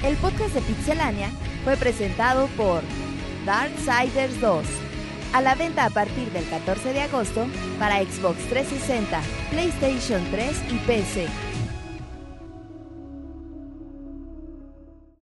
A: El podcast de Pixelania fue presentado por Darksiders 2. A la venta a partir del 14 de agosto para Xbox 360, PlayStation 3 y PC.